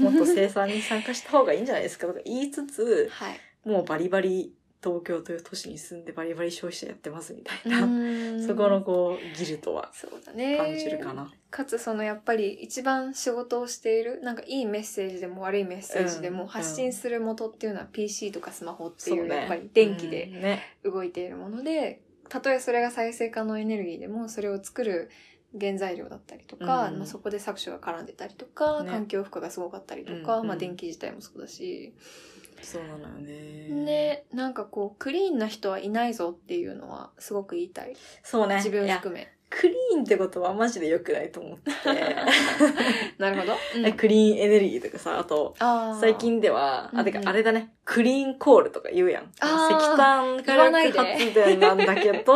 Speaker 2: もっと生産に参加した方がいいんじゃないですかとか言いつつ
Speaker 1: はい。
Speaker 2: もうバリバリ東京という都市に住んでバリバリ消費者やってますみたい な、
Speaker 1: うん
Speaker 2: そこのこうギルトは
Speaker 1: そうだね
Speaker 2: 感じるかな。
Speaker 1: かつそのやっぱり一番仕事をしているなんかいいメッセージでも悪いメッセージで
Speaker 2: う
Speaker 1: も
Speaker 2: ん
Speaker 1: 発信する元っていうのは PC とかスマホってい
Speaker 2: そううね
Speaker 1: やっぱり電気で
Speaker 2: うんね
Speaker 1: 動いているものでたとえそれが再生可能エネルギーでもそれを作る原材料だったりとか、
Speaker 2: うん
Speaker 1: まあ、そこで搾取が絡んでたりとか、
Speaker 2: ね
Speaker 1: 環境負荷がすごかったりとか、
Speaker 2: うん
Speaker 1: まあ、
Speaker 2: うん
Speaker 1: 電気自体もそうだし、
Speaker 2: そうなのよね。
Speaker 1: ねなんかこうクリーンな人はいないぞっていうのはすごく言いたい
Speaker 2: そうね。
Speaker 1: 自分
Speaker 2: いや
Speaker 1: 含め
Speaker 2: クリーンってことはマジで良くないと思って
Speaker 1: なるほど。う
Speaker 2: て クリーンエネルギーとかさあと
Speaker 1: あー
Speaker 2: 最近では
Speaker 1: うんう
Speaker 2: あ
Speaker 1: ん
Speaker 2: てかあれだねクリーンコールとか言うやん
Speaker 1: あー
Speaker 2: 石炭火
Speaker 1: 言わない
Speaker 2: 力
Speaker 1: で
Speaker 2: 発電なんだけど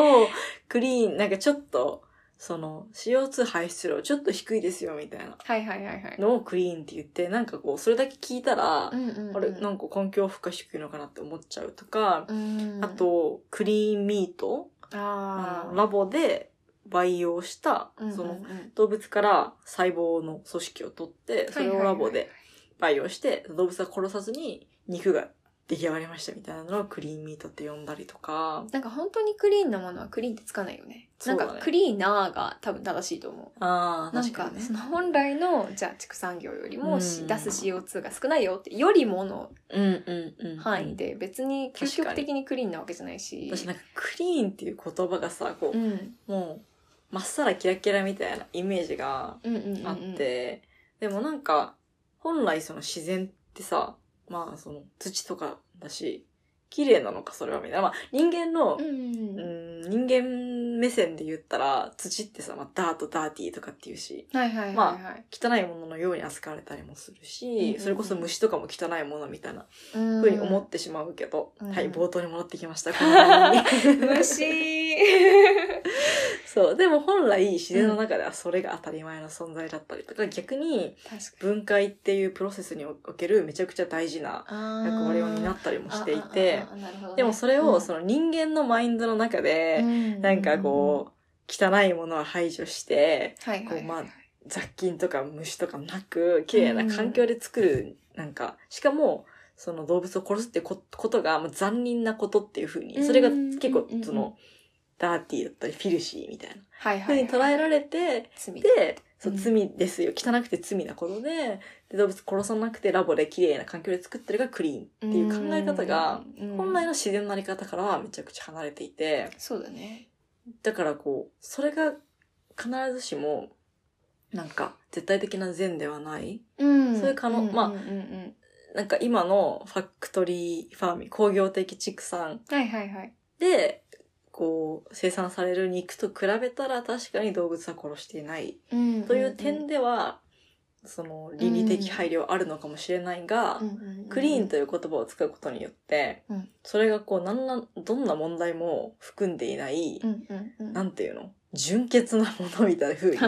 Speaker 2: クリーンなんかちょっとその CO2 排出量ちょっと低いですよみたいな
Speaker 1: はいはいはいはい。
Speaker 2: のをクリーンって言ってなんかこうそれだけ聞いたら、
Speaker 1: うんうんうん
Speaker 2: あれなんか環境負荷低いのかなって思っちゃうとか、
Speaker 1: うん
Speaker 2: あ、とクリーンミートあ
Speaker 1: あ
Speaker 2: の
Speaker 1: ー
Speaker 2: ラボで培養した、
Speaker 1: うんうんうん
Speaker 2: その動物から細胞の組織を取って、それをラボで培養して、動物は殺さずに肉が出来上がりましたみたいなのをクリーンミートって呼んだりとか、
Speaker 1: なんか本当にクリーンなものはクリーンってつかないよね。
Speaker 2: そうだね
Speaker 1: なんかクリーナーが多分正しいと思う。
Speaker 2: ああ、
Speaker 1: なん
Speaker 2: 確
Speaker 1: か
Speaker 2: かにね
Speaker 1: そ。の本来のじゃあ畜産業よりもし、
Speaker 2: うん
Speaker 1: 出す CO2 が少ないよってよりもの
Speaker 2: うんうんうん。
Speaker 1: 範囲。で別に究
Speaker 2: 確か
Speaker 1: 極
Speaker 2: に
Speaker 1: 的にクリーンなわけじゃないし。
Speaker 2: 私なんかクリーンっていう言葉がさ、こう、
Speaker 1: うん
Speaker 2: もう、まっさらキラキラみたいなイメージが
Speaker 1: うんうんうんうん
Speaker 2: あって、でもなんか、本来その自然ってさ、まあその土とかだし、綺麗なのかそれはみたいな。まあ人間の、
Speaker 1: うんうんう
Speaker 2: う
Speaker 1: ん
Speaker 2: ん人間目線で言ったら、土ってさ、まあ、ダート、ダーティーとかっていうし、
Speaker 1: はいはいはいはい。
Speaker 2: 汚いもののように扱われたりもする
Speaker 1: うんうん
Speaker 2: し
Speaker 1: う、ん
Speaker 2: それこそ虫とかも汚いものみたいな
Speaker 1: ふう
Speaker 2: 風に思ってしまうけど、
Speaker 1: うん
Speaker 2: はい、
Speaker 1: うん
Speaker 2: 冒頭に戻ってき ました、この番組
Speaker 1: 虫
Speaker 2: そう、でも本来自然の中ではそれが当たり前の存在だったりとか、逆に
Speaker 1: 確か
Speaker 2: 分解っていうプロセスにおけるめちゃくちゃ大事 な
Speaker 1: に
Speaker 2: 役割を担ったりもしていて、でもそれをその人間のマインドの中で、なんかこう、汚いものは排除して、
Speaker 1: うん、はいはいはい
Speaker 2: こうまあ雑菌とか虫とかなく、綺麗な環境で作る、なんか、しかも、その動物を殺すってこことが、まあ、残忍なことっていうふう
Speaker 1: う
Speaker 2: に、
Speaker 1: ん
Speaker 2: それが結構
Speaker 1: うんうんう、ん
Speaker 2: その、ダーティーだったり、フィルシーみたいな、
Speaker 1: はい
Speaker 2: ふ
Speaker 1: は
Speaker 2: う
Speaker 1: いはい、
Speaker 2: に捉えられて、
Speaker 1: 罪
Speaker 2: で、そううん罪ですよ。汚くて罪なことで、で動物殺さなくてラボで綺麗な環境で作ってるがクリーンっていう考え方が、、
Speaker 1: うん
Speaker 2: 本来の自然のあり方からはめちゃくちゃ離れていて、
Speaker 1: そうだね。
Speaker 2: だからこう、それが必ずしも、なんか、絶対的な善ではない。
Speaker 1: うん
Speaker 2: そういう可能
Speaker 1: ん
Speaker 2: まあ
Speaker 1: うんうんうん
Speaker 2: なんか今のファクトリーファーミング、工業的畜産
Speaker 1: はいはいはい。
Speaker 2: で、こう、生産される肉と比べたら確かに動物は殺していない。という点では、その、倫理的配慮はあるのかもしれないが、クリーンと
Speaker 1: い
Speaker 2: いう言葉を使うことによって
Speaker 1: うん、
Speaker 2: それがこう、なんなん、どんな問題も含んでいない、
Speaker 1: うんうんうん、
Speaker 2: なんていうの純潔なものみたいな風 に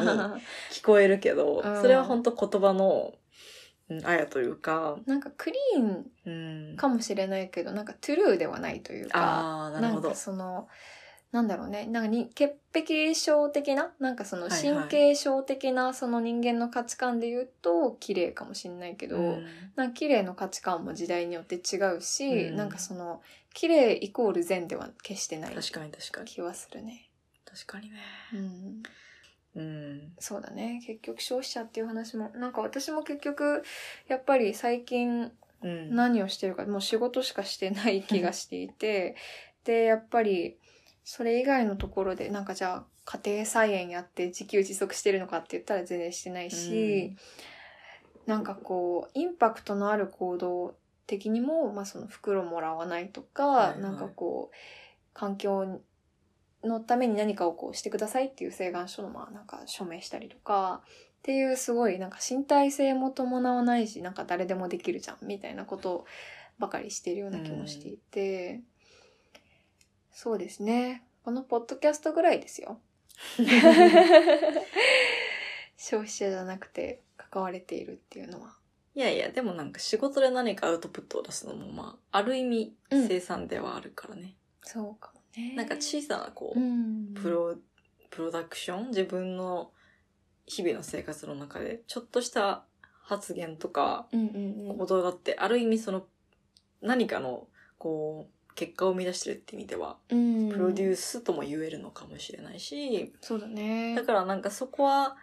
Speaker 2: 聞こえるけど、
Speaker 1: うん
Speaker 2: それは本当言葉の、うんあやというか、
Speaker 1: なんかクリーン
Speaker 2: うん。
Speaker 1: かもしれないけど、なんかトゥルーではないというか、
Speaker 2: ああ、なる
Speaker 1: な
Speaker 2: ほ
Speaker 1: ん
Speaker 2: ど
Speaker 1: か。その、なんだろうね、なんかに潔癖症的な、なんかその
Speaker 2: はいはい
Speaker 1: 神経症的なその人間の価値観で言うと綺麗かもしれないけど、
Speaker 2: うん
Speaker 1: なんか綺麗の価値観も時代によって違うし、
Speaker 2: うん
Speaker 1: なんかその綺麗イコール善では決してない
Speaker 2: 確かに確かに。
Speaker 1: 気はするね。
Speaker 2: 確かにね。
Speaker 1: うん、
Speaker 2: うん。
Speaker 1: そうだね結局消費者っていう話もなんか私も結局やっぱり最近
Speaker 2: うん。
Speaker 1: 何をしてるかもう仕事しかしてない気がしていてでやっぱりそれ以外のところでなんかじゃあ家庭菜園やって自給自足してるのかって言ったら全然してないし。なんかこうインパクトのある行動的にも、まあ、その袋もらわないとか、
Speaker 2: いはい
Speaker 1: なんかこう環境のために何かをこうしてくださいっていう請願書のまあなんか署名したりとかっていうすごいなんか身体性も伴わないしなんか誰でもできるじゃんみたいなことばかりしてるような気もしていて、そうですねこのポッドキャストぐらいですよ。 消費者じゃなくて関われているっていうのは。
Speaker 2: いやいや、でもなんか仕事で何かアウトプットを出すのも、まあ、ある意味
Speaker 1: うん
Speaker 2: 生産ではあるからね。
Speaker 1: そうかもね。
Speaker 2: なんか小さなこう、
Speaker 1: うん、
Speaker 2: プロ、プロダクション自分の日々の生活の中で、ちょっとした発言とか、
Speaker 1: うんうんうん
Speaker 2: 行動だってある意味その何かのこう結果を生み出してるって意味では
Speaker 1: うん、
Speaker 2: プロデュー
Speaker 1: ス
Speaker 2: スとも言えるのかもしれないし、
Speaker 1: そうだね
Speaker 2: だからなんかそこは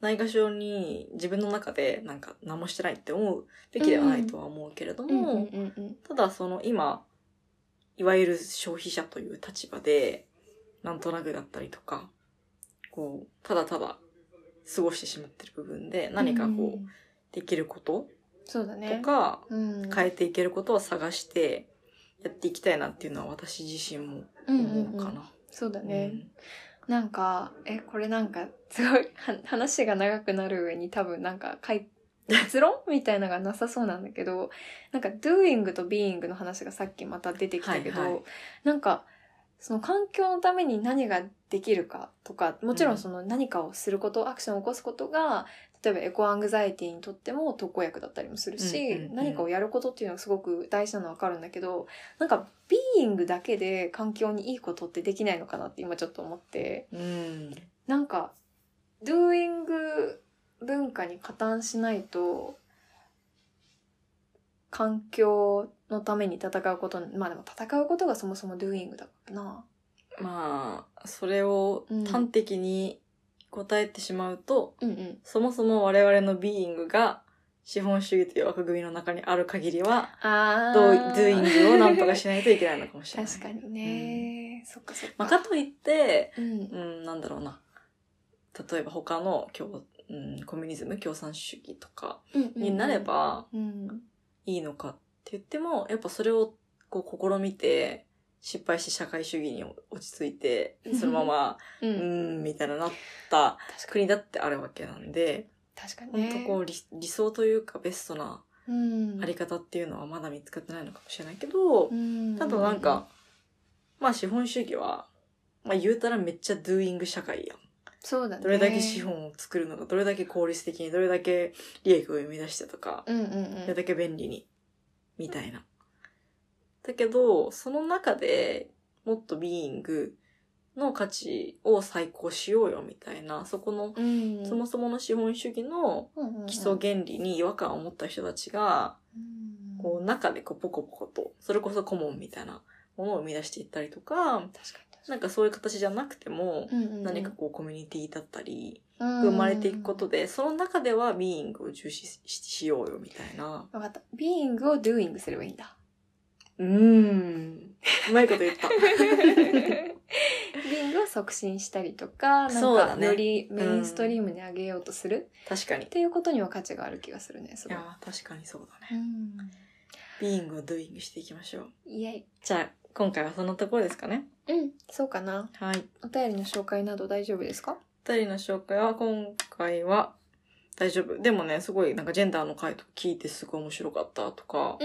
Speaker 2: ないがしろに自分の中でなんか何もしてないって思うべきではないとは思うけれど
Speaker 1: うん
Speaker 2: も、
Speaker 1: うんうんうん
Speaker 2: ただその今いわゆる消費者という立場でなんとなくだったりとかこうただただ過ごしてしまってる部分で何か
Speaker 1: うんう
Speaker 2: こ
Speaker 1: ん
Speaker 2: うできること
Speaker 1: そうだね
Speaker 2: とか、
Speaker 1: うん、
Speaker 2: 変えていけることを探してやっていきたいなっていうのは私自身も
Speaker 1: うんうん
Speaker 2: 思うか
Speaker 1: うん
Speaker 2: な。
Speaker 1: そうだね、なんか、え、これなんか、すごい、は話が長くなる上に多分なんか、 かい、結論みたいなのがなさそうなんだけど、なんか、doing と being の話がさっきまた出てきたけど、
Speaker 2: はいはい
Speaker 1: なんか、その環境のために何ができるかとか、もちろ
Speaker 2: うん
Speaker 1: んその何かをすること、アクションを起こすことが、例えばエコアングザイティにとっても特効薬だったりもするし、
Speaker 2: うんうんうん
Speaker 1: 何かをやることっていうのはすごく大事なのはわかるんだけど、なんか、ビーイングだけで環境にいいことってできないのかなって今ちょっと思って、
Speaker 2: うん。
Speaker 1: なんか、ドゥーイング文化に加担しないと、環境のために戦うことに、まあでも戦うことがそもそもドゥーイングだからな。
Speaker 2: まあ、それを端的に答えてしまうと、
Speaker 1: うんうん。
Speaker 2: そもそも我々のビーイングが資本主義という枠組みの中にある限りは、
Speaker 1: あ
Speaker 2: どう、ドゥイングを何とかしないといけないのかもしれない。
Speaker 1: 確かにね、そっかそっか。
Speaker 2: まあ、かといって、
Speaker 1: うん
Speaker 2: う。ん、なんだろうな。例えば他の共、うん、コミュニズム、共産主義とか
Speaker 1: うんうん
Speaker 2: になれ、ば
Speaker 1: うん。
Speaker 2: いいのかって言っても、やっぱそれをこう試みて、失敗して社会主義に落ち着いて、そのまま、
Speaker 1: う。
Speaker 2: うんん、みたいななった
Speaker 1: 確かに。
Speaker 2: 国だってあるわけなんで、
Speaker 1: 確かに
Speaker 2: 本
Speaker 1: ね。
Speaker 2: 当こう理理想というかベストな
Speaker 1: うん。
Speaker 2: あり方っていうのはまだ見つかってないのかもしれないけど、
Speaker 1: うん
Speaker 2: ただなんか、、まあ資本主義は、まあ言うたらめっちゃドゥーイング社会やん。
Speaker 1: そうだね。
Speaker 2: どれだけ資本を作るのか、どれだけ効率的に、どれだけ利益を生み出してとか、
Speaker 1: うんうん
Speaker 2: ど
Speaker 1: う
Speaker 2: れだけ便利に、みたいな。だけど、その中でもっとビーイングの価値を再考しようよみたいな、そこの、
Speaker 1: ん。うん。
Speaker 2: そもそもの資本主義の基礎原理に違和感を持った人たちが、
Speaker 1: うん
Speaker 2: こう中でこうポコポコと、それこそ顧問みたいなものを生み出していったりとか、
Speaker 1: 確かに確か
Speaker 2: なんかそういう形じゃなくても、
Speaker 1: にうんうんうん
Speaker 2: 何かこうコミュニティだったり、
Speaker 1: 生
Speaker 2: 生まれていくことで、その中ではビーイングを重視ししようよみたいな。
Speaker 1: 分かったビーイングをドゥーイングすればいいん だ
Speaker 2: うーん。うまいこと言 った。
Speaker 1: ビーイングを促進したりとか
Speaker 2: そう
Speaker 1: な
Speaker 2: だ
Speaker 1: んか
Speaker 2: ね
Speaker 1: よりメインストリームに上げようとする、
Speaker 2: 確かに。い
Speaker 1: っていうことには価値がある気がするねすごい
Speaker 2: やー、確かにそうだね。
Speaker 1: うん
Speaker 2: ビーイングをドゥーイングしていきましょう。
Speaker 1: イエイ
Speaker 2: じゃあ、今回はそんなところですかね。
Speaker 1: うんそうかな
Speaker 2: はい。
Speaker 1: お便りの紹介など大丈夫ですか
Speaker 2: 二人の紹介は今回は大丈夫。でもね、すごいなんかジェンダーの回とか聞いてすごい面白かったとか、
Speaker 1: ん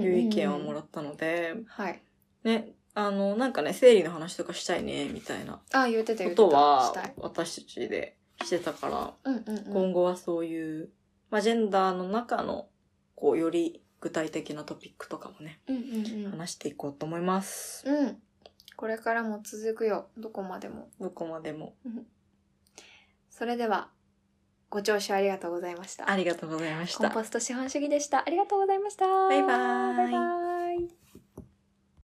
Speaker 2: いう意見をもらったので、
Speaker 1: はい
Speaker 2: ね、あの、なんかね、生理の話とかしたいね、みたいな
Speaker 1: あ言ってた言
Speaker 2: こ
Speaker 1: ってた
Speaker 2: とは
Speaker 1: したい、
Speaker 2: 私たちでしてたから、
Speaker 1: うんうんうん
Speaker 2: 今後はそういう、まあ、ジェンダーの中の、こう、より具体的なトピックとかもね、
Speaker 1: うんうんうん
Speaker 2: 話していこうと思います。
Speaker 1: うんこれからも続くよどこまでも
Speaker 2: どこまでも。
Speaker 1: それではご聴取ありがとうございました
Speaker 2: ありがとうございまし
Speaker 1: コン
Speaker 2: た。
Speaker 1: ポスト資本主義でした。ありがとうございました。
Speaker 2: バイバーイ
Speaker 1: バイバーイ